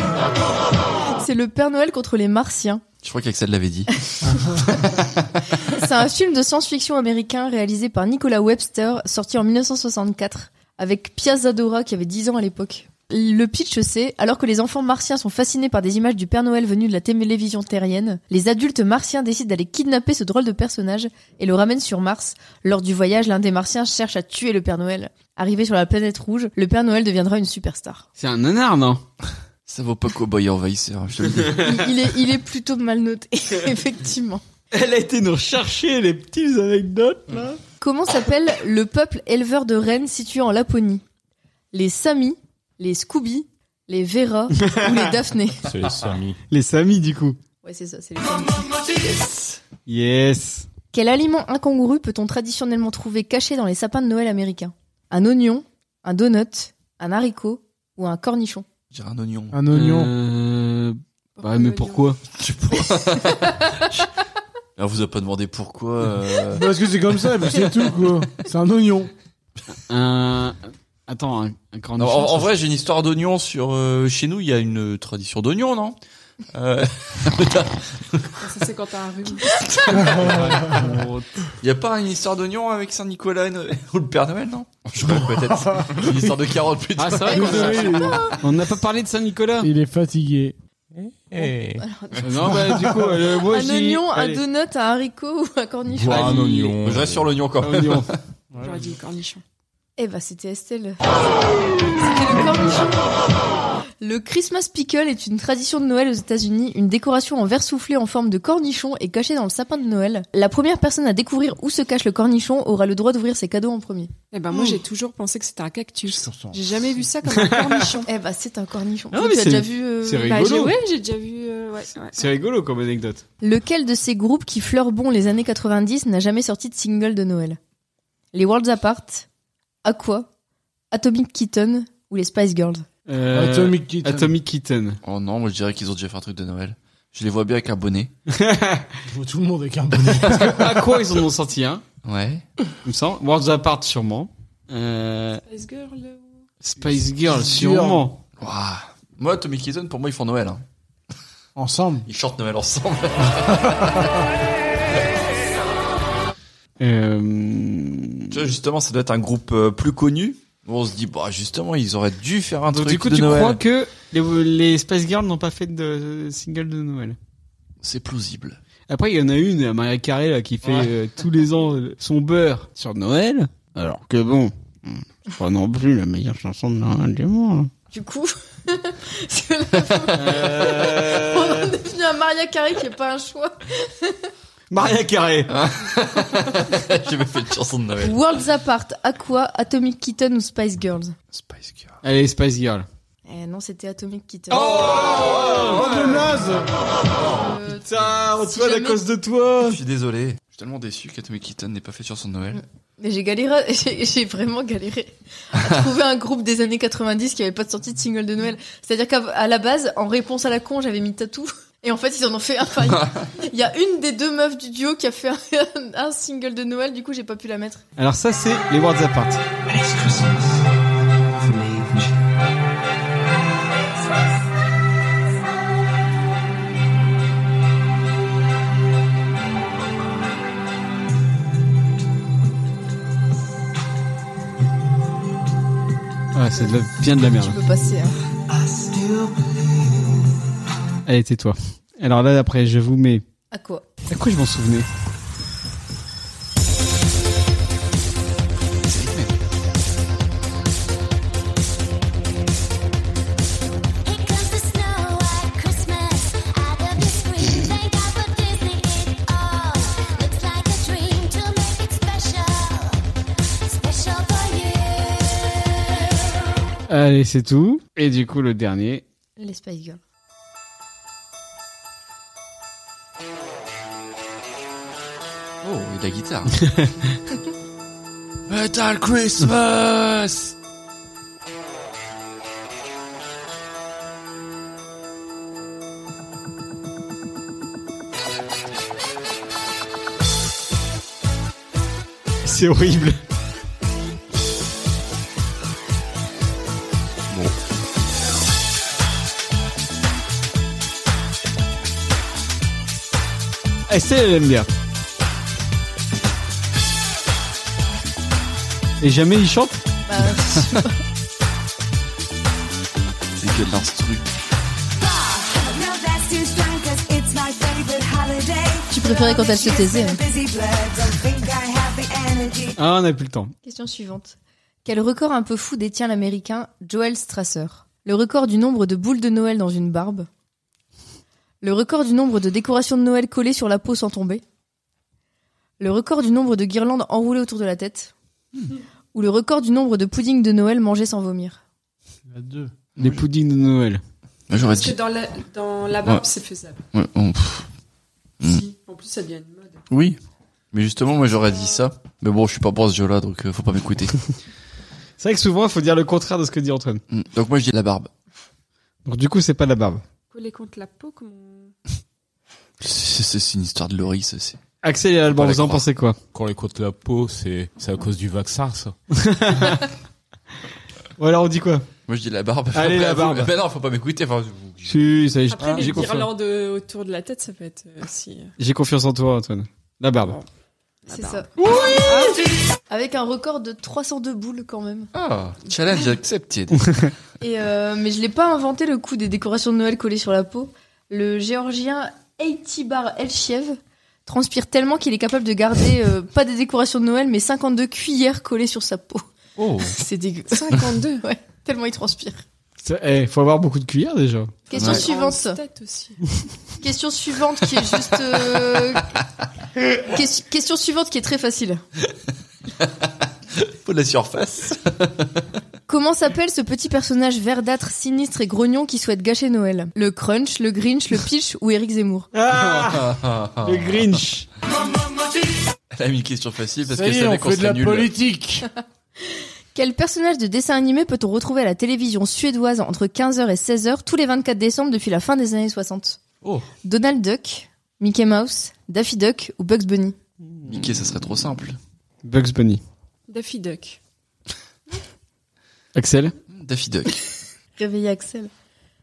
Speaker 3: C'est le Père Noël contre les martiens.
Speaker 4: Je crois qu'Axel l'avait dit.
Speaker 3: C'est un film de science-fiction américain réalisé par Nicolas Webster, sorti en 1964, avec Pia Zadora qui avait 10 ans à l'époque. Le pitch c'est, alors que les enfants martiens sont fascinés par des images du Père Noël venues de la télévision terrienne, les adultes martiens décident d'aller kidnapper ce drôle de personnage et le ramènent sur Mars. Lors du voyage, l'un des martiens cherche à tuer le Père Noël. Arrivé sur la planète rouge, le Père Noël deviendra une superstar.
Speaker 2: C'est un nanar, non
Speaker 4: Ça vaut pas cowboy envahisseur, je te le dis.
Speaker 3: Il, il est, il est plutôt mal noté, effectivement.
Speaker 2: Elle a été nous rechercher les petites anecdotes, là.
Speaker 3: Comment s'appelle le peuple éleveur de rennes situé en Laponie Les Samis, les Scooby, les Vera ou les Daphné
Speaker 7: C'est les Samis.
Speaker 2: Les Samis, du coup.
Speaker 3: Ouais, c'est ça, c'est les Samis.
Speaker 2: Yes.
Speaker 3: Quel aliment incongrue peut-on traditionnellement trouver caché dans les sapins de Noël américains Un oignon, un donut, un haricot ou un cornichon
Speaker 4: J'ai un oignon.
Speaker 15: Un oignon.
Speaker 2: Euh... Bah, mais pourquoi
Speaker 4: On vous a pas demandé pourquoi. euh,
Speaker 15: Parce que c'est comme ça, et puis c'est tout, quoi. C'est un oignon.
Speaker 2: Un. Attends, un, un cornichon.
Speaker 4: Non, en, en
Speaker 2: ça-
Speaker 4: vrai, j'ai une histoire d'oignon sur. euh, chez nous, il y a une tradition d'oignon, non Euh,
Speaker 6: Ça, c'est quand t'as un rhume.
Speaker 4: Il y a pas une histoire d'oignon avec Saint Nicolas et Noël- ou le Père Noël, non Je sais pas, peut-être. Une histoire de carotte plutôt.
Speaker 2: Ah, c'est vrai qu'on a- on n'a pas parlé de Saint-Nicolas.
Speaker 15: Il est fatigué.
Speaker 2: Non, bah, du coup, euh, moi,
Speaker 3: Un
Speaker 2: je dis-
Speaker 3: oignon, un
Speaker 2: allez.
Speaker 3: donut, un haricot ou un cornichon
Speaker 7: Voir un
Speaker 4: Allez,
Speaker 7: oignon.
Speaker 4: Je reste sur l'oignon quand
Speaker 2: Un
Speaker 4: même.
Speaker 2: oignon.
Speaker 6: J'aurais dit cornichon.
Speaker 3: Eh bah c'était Estelle. C'était le cornichon. Le Christmas pickle est une tradition de Noël aux États-Unis, une décoration en verre soufflé en forme de cornichon et cachée dans le sapin de Noël. La première personne à découvrir où se cache le cornichon aura le droit d'ouvrir ses cadeaux en premier.
Speaker 6: Eh ben, moi,
Speaker 3: Ouh.
Speaker 6: j'ai toujours pensé que c'était un cactus.
Speaker 15: sens.
Speaker 6: J'ai jamais vu ça comme un cornichon.
Speaker 3: Eh bah c'est un cornichon.
Speaker 2: Non,
Speaker 3: Toi,
Speaker 2: mais
Speaker 3: tu as
Speaker 2: Ah c'est-
Speaker 3: déjà vu euh,
Speaker 2: c'est
Speaker 3: bah,
Speaker 6: Bah, j'ai-
Speaker 2: rigolo.
Speaker 6: ouais, j'ai déjà vu. euh, ouais, ouais.
Speaker 2: C'est rigolo comme anecdote.
Speaker 3: Lequel de ces groupes qui fleurent bon les années 90 n'a jamais sorti de single de Noël Les Worlds Apart, Aqua, Atomic Kitten ou les Spice Girls
Speaker 2: Euh,
Speaker 15: Atomic Kitten.
Speaker 2: Atomic Kitten.
Speaker 4: Oh non, moi je dirais qu'ils ont déjà fait un truc de Noël. Je les vois bien avec un bonnet.
Speaker 15: Je vois tout le monde avec un bonnet.
Speaker 2: à quoi ils en ont sorti un
Speaker 4: Ouais.
Speaker 2: Il me semble. Worlds Apart, sûrement. Euh,
Speaker 6: Spice Girl. euh, ou-
Speaker 2: Spice Girl, sûrement.
Speaker 4: Ouah. Moi, Tommy Keaton, pour moi, ils font Noël. hein.
Speaker 15: Ensemble.
Speaker 4: Ils chantent Noël ensemble.
Speaker 2: Euh...
Speaker 4: tu vois, justement, ça doit être un groupe euh, plus connu. Où on se dit, bah justement, ils auraient dû faire un
Speaker 2: Donc,
Speaker 4: truc
Speaker 2: du coup,
Speaker 4: de
Speaker 2: tu
Speaker 4: Noël.
Speaker 2: crois que les, les Spice Girls n'ont pas fait de single de Noël
Speaker 4: C'est plausible.
Speaker 2: Après, il y en a une, Maria Carré, là, qui fait euh, tous les ans euh, son beurre sur Noël. Alors que bon, hmm, c'est pas non plus la meilleure chanson de Noël du monde.
Speaker 3: Du coup, c'est la-
Speaker 15: Euh,
Speaker 2: Euh,
Speaker 3: on en est venu à Maria Carré qui est pas un choix.
Speaker 2: Maria Carré
Speaker 15: Ah.
Speaker 4: J'ai même fait une chanson de Noël.
Speaker 3: Worlds Apart, Aqua, Atomic Kitten ou Spice Girls
Speaker 4: Spice Girl.
Speaker 2: Allez, Spice Girl. Oh
Speaker 3: Eh non, c'était Atomic Kitten.
Speaker 15: Oh, de naze
Speaker 3: Euh,
Speaker 2: putain,
Speaker 3: Antoine, à jamais- cause
Speaker 2: de toi
Speaker 4: Oh, Je suis désolé. Je suis tellement déçu qu'Atomic Kitten n'ait pas fait sur son Noël.
Speaker 3: Mais j'ai galéré, j'ai j'ai vraiment galéré à trouver un groupe des années 90 qui avait pas de sortie de single de Noël. C'est-à-dire qu'à à la base, en réponse à la con, j'avais mis Tatou. Et en fait, ils en ont fait un. Enfin, il y a une des deux meufs du duo qui a fait un, un single de Noël, du coup, j'ai pas pu la mettre.
Speaker 2: Alors ça, c'est les Words Apart. Ouais, c'est de la- bien de la merde.
Speaker 3: Tu peux passer. hein.
Speaker 2: Allez, tais-toi. Alors là, après, je vous mets...
Speaker 3: À quoi
Speaker 2: À quoi je m'en souvenais Allez, c'est tout. Et du coup, le dernier.
Speaker 3: Les Spice Girls.
Speaker 4: Oh, et de la guitare. Metal Christmas
Speaker 2: C'est horrible. Eh, c'est elle aime bien. Et jamais il chante
Speaker 3: Bah, je sais pas.
Speaker 4: C'est que de l'instru.
Speaker 3: Tu préférais quand elle se taisait. hein.
Speaker 2: Ah, on n'a plus le temps.
Speaker 3: Question suivante. Quel record un peu fou détient l'américain Joel Strasser Le record du nombre de boules de Noël dans une barbe Le record du nombre de décorations de Noël collées sur la peau sans tomber Le record du nombre de guirlandes enroulées autour de la tête
Speaker 2: Hmm.
Speaker 3: Ou le record du nombre de puddings de Noël mangés sans vomir
Speaker 2: Les puddings de Noël.
Speaker 4: J'aurais
Speaker 6: Parce que dans la, dans la barbe,
Speaker 4: Ouais.
Speaker 6: c'est faisable.
Speaker 4: Ouais, on- pff. Mm.
Speaker 6: En plus, ça devient une mode.
Speaker 4: Oui. Mais justement, moi j'aurais dit ça. Mais bon, je suis pas pour ce jeu-là, donc euh, faut pas m'écouter.
Speaker 2: C'est vrai que souvent, il faut dire le contraire de ce que dit Antoine.
Speaker 4: Mm. donc moi je dis la barbe.
Speaker 2: Donc, du coup, c'est pas la barbe.
Speaker 6: Coller contre la peau, comme on...
Speaker 4: C'est c'est- c'est une histoire de Laurie, ça. c'est-
Speaker 2: Axel et Alban, vous en pensez quoi
Speaker 7: Quand les côtes la peau, c'est c'est à cause du vaccin, ça.
Speaker 2: Ou alors, on dit quoi
Speaker 4: Moi je dis la barbe.
Speaker 2: Allez, la barbe.
Speaker 4: Mais non, faut pas m'écouter. Enfin, vous-
Speaker 2: Si, ça y est, j'ai
Speaker 6: Après, les
Speaker 2: j'ai confiance.
Speaker 6: guirlandes euh, autour de la tête, ça peut être euh, aussi... euh,
Speaker 2: J'ai confiance en toi, Antoine. La barbe.
Speaker 3: C'est ça. Avec un record de 302 boules quand même.
Speaker 4: Ah, challenge accepted.
Speaker 3: Et euh, mais je l'ai pas inventé le coup des décorations de Noël collées sur la peau. Le Géorgien Eitibar Elchiev transpire tellement qu'il est capable de garder euh, pas des décorations de Noël mais 52 cuillères collées sur sa peau.
Speaker 4: Oh.
Speaker 3: C'est dégueu. 52 Ouais, tellement il transpire.
Speaker 2: Ça- Eh, faut avoir beaucoup de cuillères déjà.
Speaker 3: Question
Speaker 6: Ouais.
Speaker 3: suivante.
Speaker 6: En tête aussi.
Speaker 3: Question suivante qui est juste euh, ques- question suivante qui est très facile.
Speaker 4: Faut de la surface.
Speaker 3: Comment s'appelle ce petit personnage verdâtre, sinistre et grognon qui souhaite gâcher Noël Le Crunch, le Grinch, le Peach ou Eric Zemmour
Speaker 4: Ah,
Speaker 2: Ah Le Grinch.
Speaker 4: Elle a mis une question facile parce
Speaker 5: Ça y
Speaker 4: qu'elle
Speaker 5: est, on
Speaker 4: savait qu'on
Speaker 5: fait de
Speaker 4: serait
Speaker 5: la
Speaker 4: nul.
Speaker 5: politique.
Speaker 3: Quel personnage de dessin animé peut-on retrouver à la télévision suédoise entre 15h et 16h tous les 24 décembre depuis la fin des années 60
Speaker 4: Oh.
Speaker 3: Donald Duck, Mickey Mouse, Daffy Duck ou Bugs Bunny
Speaker 4: Mickey, ça serait trop simple.
Speaker 2: Bugs Bunny.
Speaker 6: Daffy Duck.
Speaker 2: Axel
Speaker 4: Daffy Duck.
Speaker 3: Réveillez Axel.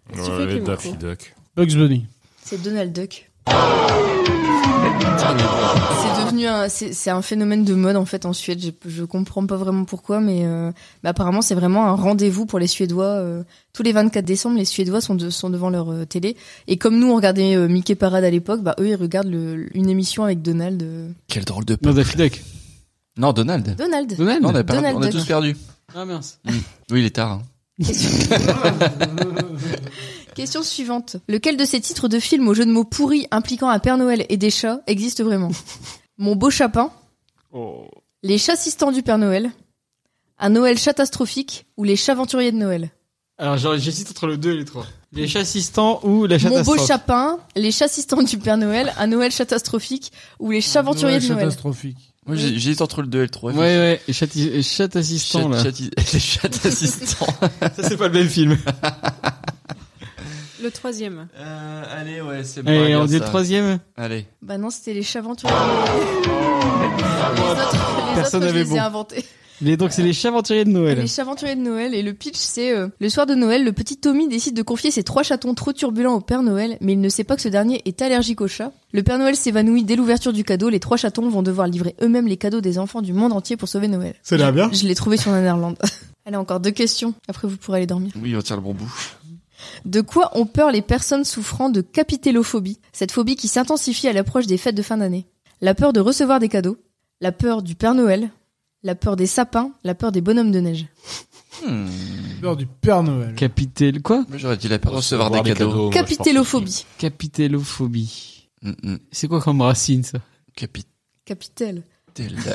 Speaker 3: Qu'est-ce que tu fais avec les
Speaker 7: Daffy
Speaker 3: micros
Speaker 7: Duck.
Speaker 5: Bugs Bunny.
Speaker 3: C'est Donald Duck. C'est devenu un, c'est c'est un phénomène de mode en fait en Suède. Je, je comprends pas vraiment pourquoi, mais, euh, mais apparemment c'est vraiment un rendez-vous pour les Suédois. euh, tous les 24 décembre, les Suédois sont, de- sont devant leur euh, télé. Et comme nous on regardait euh, Mickey Parade à l'époque, bah eux ils regardent le- une émission avec Donald. euh,
Speaker 4: Quel drôle de peuple.
Speaker 2: Non, Daffy Duck.
Speaker 4: Non, Donald.
Speaker 3: Donald.
Speaker 2: Donald
Speaker 4: Non, on a, perdu-
Speaker 3: Donald
Speaker 4: on a
Speaker 3: Duck.
Speaker 4: tous perdu.
Speaker 2: Ah mince.
Speaker 4: Oui, il est tard. hein.
Speaker 3: Question suivante. Lequel de ces titres de films aux jeux de mots pourris impliquant un Père Noël et des chats existe vraiment Mon beau chapin,
Speaker 2: Oh.
Speaker 3: Les chassistants du Père Noël, Un Noël catastrophique ou Les chaventuriers de Noël
Speaker 2: Alors genre, j'hésite entre le 2 et le 3. Les chassistants ou la
Speaker 3: Mon
Speaker 2: catastrophe
Speaker 3: beau chapin, les chassistants du Père Noël, un Noël catastrophique ou les chaventuriers de Noël.
Speaker 15: catastrophique.
Speaker 4: Moi, j'ai- j'hésite entre le 2 et le 3.
Speaker 2: Ouais, ouais, et chat, et chat assistant, là.
Speaker 4: les chats assistants.
Speaker 2: Ça, c'est pas le même film.
Speaker 6: Le troisième.
Speaker 4: Euh, allez, ouais, c'est
Speaker 2: bon, Allez, on regarde dit le ça. troisième
Speaker 4: Allez.
Speaker 3: Bah non, c'était les chaventuriers. les autres, les
Speaker 2: Personne
Speaker 3: autres, je
Speaker 2: n'avait
Speaker 3: les
Speaker 2: bon.
Speaker 3: ai inventés.
Speaker 2: Mais donc, c'est les chaventuriers de Noël.
Speaker 3: Les chaventuriers de Noël et le pitch c'est euh, le soir de Noël, le petit Tommy décide de confier ses trois chatons trop turbulents au Père Noël, mais il ne sait pas que ce dernier est allergique aux chats. Le Père Noël s'évanouit dès l'ouverture du cadeau, les trois chatons vont devoir livrer eux-mêmes les cadeaux des enfants du monde entier pour sauver Noël.
Speaker 2: Ça a l'air bien.
Speaker 3: Je, je l'ai trouvé sur Nanarland. Allez, encore deux questions, après vous pourrez aller dormir.
Speaker 4: Oui, on tient le bon bout.
Speaker 3: De quoi ont peur les personnes souffrant de capitellophobie, cette phobie qui s'intensifie à l'approche des fêtes de fin d'année La peur de recevoir des cadeaux, la peur du Père Noël, la peur des sapins, la peur des bonhommes de neige.
Speaker 15: Peur du Père Noël.
Speaker 2: Capitelle, quoi
Speaker 4: Hmm. Moi, j'aurais dit la peur de recevoir des cadeaux.
Speaker 3: Capitellophobie.
Speaker 2: Capitellophobie.
Speaker 4: Hmm,
Speaker 2: C'est quoi comme racine, ça
Speaker 4: Capitelle.
Speaker 3: Capitelle.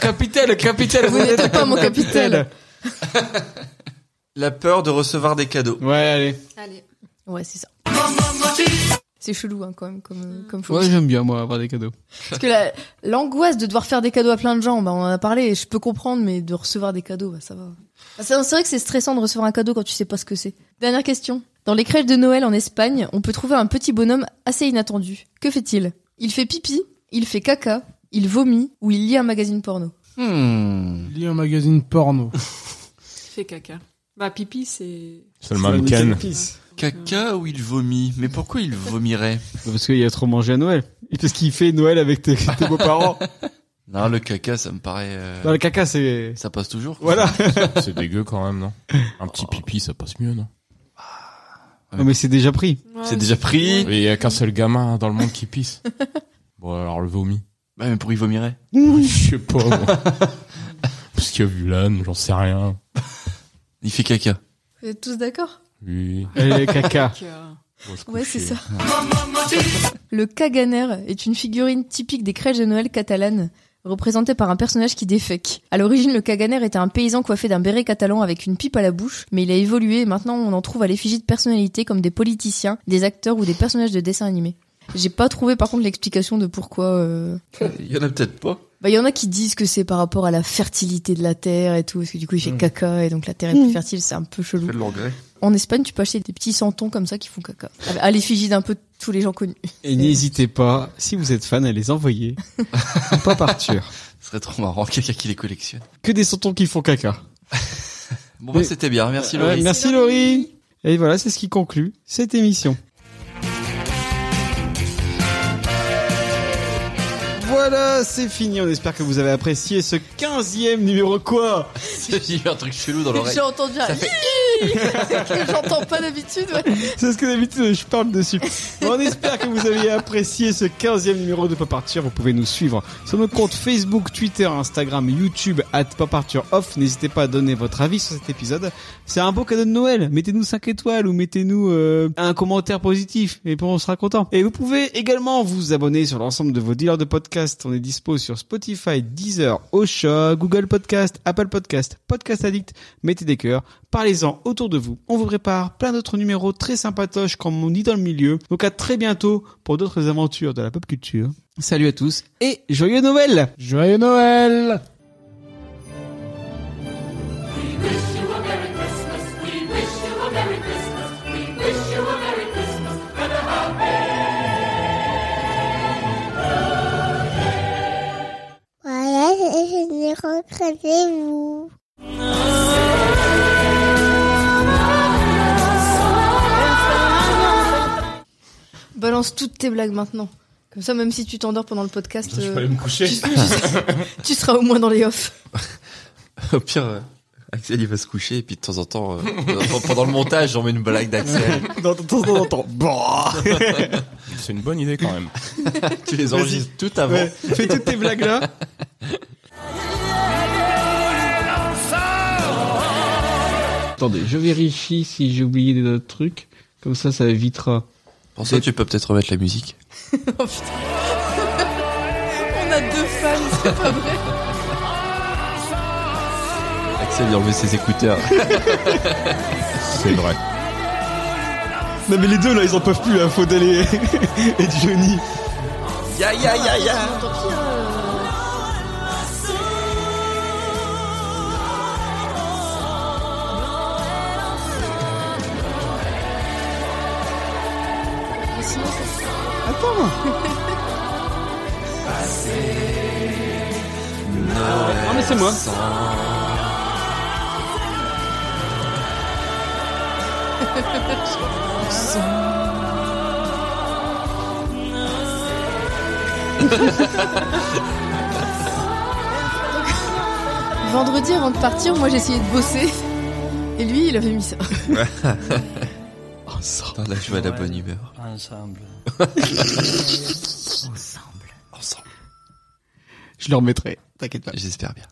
Speaker 2: Capitelle, capitelle,
Speaker 3: Vous n'êtes pas mon capitaine.
Speaker 4: La peur de recevoir des cadeaux.
Speaker 2: Ouais, allez.
Speaker 3: Allez. Ouais, c'est ça. C'est chelou hein, quand même comme euh, comme
Speaker 2: Ouais,
Speaker 3: phobie.
Speaker 2: j'aime bien, moi, avoir des cadeaux.
Speaker 3: Parce que la- l'angoisse de devoir faire des cadeaux à plein de gens, bah, on en a parlé, et je peux comprendre, mais de recevoir des cadeaux, bah, ça va. Bah, c'est c'est vrai que c'est stressant de recevoir un cadeau quand tu sais pas ce que c'est. Dernière question. Dans les crèches de Noël en Espagne, on peut trouver un petit bonhomme assez inattendu. Que fait-il Il fait pipi, il fait caca, il vomit ou il lit un magazine porno.
Speaker 4: Hmm.
Speaker 15: Lis un magazine porno.
Speaker 6: Fait caca. Bah, pipi, c'est.
Speaker 7: Seulement le Ken.
Speaker 4: Caca ou il vomit Mais pourquoi il vomirait
Speaker 2: Parce qu'il y a trop mangé à Noël. Et parce qu'il fait Noël avec tes, tes beaux-parents.
Speaker 4: Non, le caca, ça me paraît. euh,
Speaker 2: Non, Bah, le caca, c'est...
Speaker 4: Ça passe toujours.
Speaker 2: Voilà.
Speaker 7: C'est dégueu quand même, non Un petit pipi, ça passe mieux, non
Speaker 2: Non, mais c'est déjà pris.
Speaker 4: C'est déjà pris.
Speaker 7: Mais il y a qu'un seul gamin dans le monde qui pisse. Bon, alors le vomi.
Speaker 4: Bah, mais pourquoi il vomirait
Speaker 7: Je sais pas, moi. Parce qu'il y a vu l'âne, j'en sais rien.
Speaker 4: Il fait caca.
Speaker 3: Vous êtes tous d'accord
Speaker 7: Oui.
Speaker 2: Et caca.
Speaker 6: euh,
Speaker 3: Ouais, c'est ça. Le caganer est une figurine typique des crèches de Noël catalanes, représentée par un personnage qui défèque. À l'origine, le caganer était un paysan coiffé d'un béret catalan avec une pipe à la bouche, mais il a évolué et maintenant on en trouve à l'effigie de personnalités comme des politiciens, des acteurs ou des personnages de dessins animés. J'ai pas trouvé par contre l'explication de pourquoi. euh,
Speaker 4: Il y en a peut-être pas.
Speaker 3: Bah, il y en a qui disent que c'est par rapport à la fertilité de la terre et tout, parce que du coup il fait caca et donc la terre est plus fertile, c'est un peu chelou.
Speaker 4: Fait de l'engrais.
Speaker 3: En Espagne, tu peux acheter des petits santons comme ça qui font caca. À l'effigie d'un peu tous les gens connus.
Speaker 2: Et n'hésitez pas, si vous êtes fan, à les envoyer. Faut pas partir.
Speaker 4: Ce serait trop marrant, quelqu'un qui les collectionne.
Speaker 2: Que des santons qui font caca.
Speaker 4: Bon, bah,
Speaker 2: Mais-
Speaker 4: c'était bien. Merci,
Speaker 2: Ouais,
Speaker 4: Laurie.
Speaker 2: merci Laurie. Et voilà, c'est ce qui conclut cette émission. Voilà, c'est fini. On espère que vous avez apprécié ce 15e numéro quoi
Speaker 4: J'ai eu un truc chelou dans l'oreille.
Speaker 3: J'ai entendu un Hi que j'entends pas d'habitude. ouais.
Speaker 2: C'est ce que d'habitude je parle dessus. Bon, on espère que vous avez apprécié ce 15e numéro de Pas Partir. Vous pouvez nous suivre sur nos comptes Facebook, Twitter, Instagram, YouTube, at Pas Partir Off. N'hésitez pas à donner votre avis sur cet épisode. C'est un beau cadeau de Noël. Mettez-nous 5 étoiles ou mettez-nous euh, un commentaire positif et puis on sera content. Et vous pouvez également vous abonner sur l'ensemble de vos dealers de podcasts. On est dispo sur Spotify, Deezer, Osha, Google Podcast, Apple Podcast, Podcast Addict. Mettez des cœurs, parlez-en autour de vous. On vous prépare plein d'autres numéros très sympatoches comme on dit dans le milieu. Donc à très bientôt pour d'autres aventures de la pop culture. Salut à tous et joyeux Noël
Speaker 15: Joyeux Noël
Speaker 14: Voilà, je vais rencontrer vous.
Speaker 3: Balance toutes tes blagues maintenant. Comme ça, même si tu t'endors pendant le podcast, euh,
Speaker 7: coucher.
Speaker 3: tu seras au moins dans les offs.
Speaker 4: Au pire, euh, Axel, il va se coucher et puis de temps en temps, euh, de temps en temps, pendant le montage, j'en mets une blague d'Axel.
Speaker 2: Non, t'entends, t'entends, Bah.
Speaker 7: C'est une bonne idée quand même.
Speaker 4: tu les enregistres tout avant.
Speaker 2: Ouais, Fais toutes tes blagues là Attendez, je vérifie si j'ai oublié des autres trucs. Comme ça, ça évitera.
Speaker 4: Pour ça, tu peux peut-être remettre la musique.
Speaker 3: Oh, putain. On a deux fans, c'est pas vrai.
Speaker 4: Axel, il a enlevé ses écouteurs.
Speaker 7: C'est vrai.
Speaker 2: Non mais les deux là ils en peuvent plus, hein, Faudel et, et Johnny.
Speaker 4: Ya ya ya ya.
Speaker 2: Ah mais c'est moi.
Speaker 3: Vendredi, avant de partir, moi j'essayais de bosser. Et lui, il avait mis ça.
Speaker 4: Ensemble. Là, je vais à la bonne humeur.
Speaker 12: Ensemble.
Speaker 2: Ensemble. Ensemble. Je le remettrai, t'inquiète pas.
Speaker 4: J'espère bien.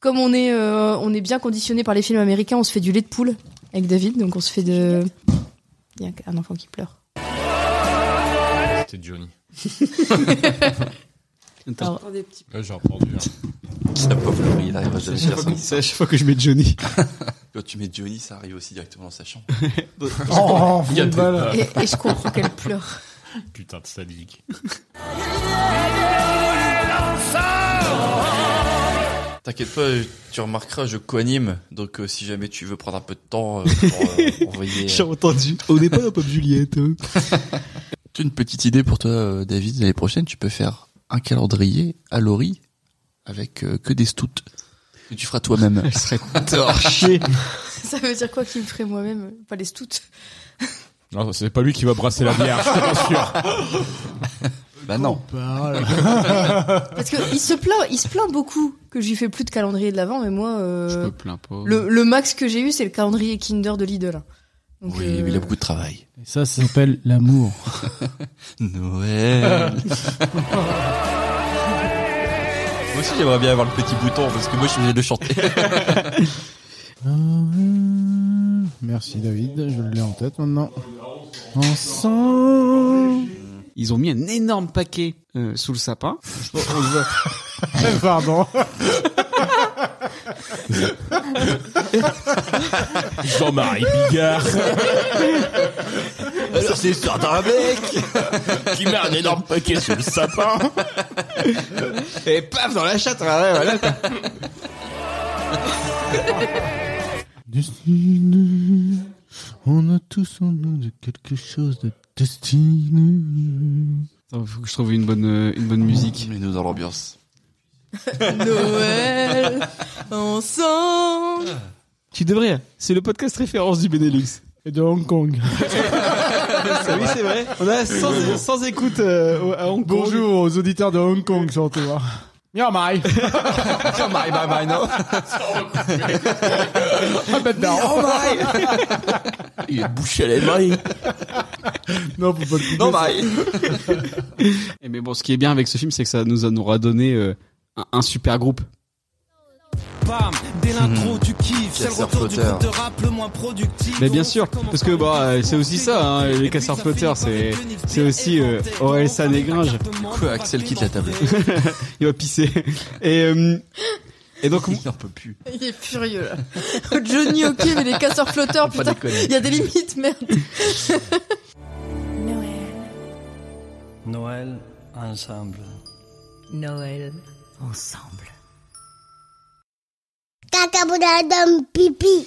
Speaker 3: Comme on est, euh, on est bien conditionné par les films américains, on se fait du lait de poule avec David, donc on se fait de. Il y a un enfant qui pleure.
Speaker 7: C'était Johnny.
Speaker 3: Alors-
Speaker 7: Là, j'ai entendu. hein.
Speaker 4: La pauvre Laurie, il arrive pas à se
Speaker 2: Chaque
Speaker 4: dire
Speaker 2: fois
Speaker 4: son
Speaker 2: que-
Speaker 4: nom.
Speaker 2: à chaque fois que je mets Johnny.
Speaker 4: Quand tu mets Johnny, ça arrive aussi directement dans sa chambre.
Speaker 2: Oh,
Speaker 4: Il y
Speaker 2: fous
Speaker 4: a
Speaker 2: le
Speaker 4: deux
Speaker 2: bal.
Speaker 4: balles.
Speaker 3: Et, et je comprends qu'elle pleure.
Speaker 7: Putain de sadique.
Speaker 4: T'inquiète pas, tu remarqueras, je coanime. Donc euh, si jamais tu veux prendre un peu de temps euh, pour euh, envoyer.
Speaker 2: J'ai entendu. On n'est pas la pop Juliette. hein.
Speaker 4: J'ai une petite idée pour toi, euh, David. L'année prochaine, tu peux faire un calendrier à Laurie avec euh, que des stouts que tu feras toi-même.
Speaker 2: Elle serait torchée.
Speaker 3: Ça veut dire quoi qu'il me ferait moi-même Pas les stouts.
Speaker 7: Non, c'est pas lui qui va brasser la bière, je suis pas sûr.
Speaker 4: Bah non.
Speaker 3: Parce que il se plaint, il se plaint beaucoup que je lui fais plus de calendrier de l'avant, mais moi, euh,
Speaker 2: plains pas.
Speaker 3: le, le max que j'ai eu, c'est le calendrier Kinder de Lidl. hein. Donc,
Speaker 4: Oui,
Speaker 3: euh,
Speaker 4: mais il a beaucoup de travail.
Speaker 15: Et ça, ça s'appelle l'amour.
Speaker 4: Noël. moi aussi, j'aimerais bien avoir le petit bouton parce que moi, je suis obligé de chanter.
Speaker 15: Merci David, je l'ai en tête maintenant. Ensemble.
Speaker 2: Ils ont mis un énorme paquet euh, sous le sapin. Je pense qu'on
Speaker 15: le voit. Pardon.
Speaker 7: Jean-Marie Bigard.
Speaker 4: Alors, c'est l'histoire d'un
Speaker 7: mec qui met un énorme paquet sur le sapin.
Speaker 2: Et paf dans la chatte. ah ouais, voilà, quoi.
Speaker 15: Destiné, on a tous en nous de quelque chose de destiné.
Speaker 2: Attends, faut que je trouve une bonne euh, une bonne musique.
Speaker 4: Mais nous dans l'ambiance.
Speaker 3: Noël ensemble.
Speaker 2: Tu devrais. C'est le podcast référence du Benelux.
Speaker 15: Et de Hong Kong.
Speaker 2: oui, c'est vrai. On a sans, sans écoute euh, au- à Hong Kong.
Speaker 15: Bonjour aux auditeurs de Hong Kong, surtout. hein. Miao mai.
Speaker 4: Bye
Speaker 2: Ah,
Speaker 4: bye
Speaker 2: bah,
Speaker 4: bye no.
Speaker 15: I bet now.
Speaker 4: Il est bouché à la maille.
Speaker 15: Non, faut pas le couper,
Speaker 4: Non
Speaker 2: bah,
Speaker 15: ça.
Speaker 4: maille.
Speaker 2: Et Eh, mais bon, ce qui est bien avec ce film, c'est que ça nous en aura donné euh, un, un super groupe.
Speaker 12: Bam,
Speaker 2: Hmm.
Speaker 12: dès l'intro tu kiffes, c'est le
Speaker 4: Casseur
Speaker 12: retour du
Speaker 4: flotteur.
Speaker 12: groupe de rap le moins productif.
Speaker 2: Mais bien sûr, parce que bah, euh, c'est aussi ça, hein, les casseurs flotteurs, c'est c'est aussi euh, Orelsan et Gringe.
Speaker 4: Quoi, Axel quitte la table.
Speaker 2: Il va pisser. Et euh, et donc
Speaker 4: Il n'en peut plus.
Speaker 3: Il est furieux là. Johnny, ok, mais les casseurs flotteurs,
Speaker 4: Faut pas
Speaker 3: putain,
Speaker 4: déconner.
Speaker 3: il y a des limites, merde.
Speaker 12: Noël ensemble.
Speaker 10: Noël ensemble.
Speaker 14: Caca, boudin, dum, pipi.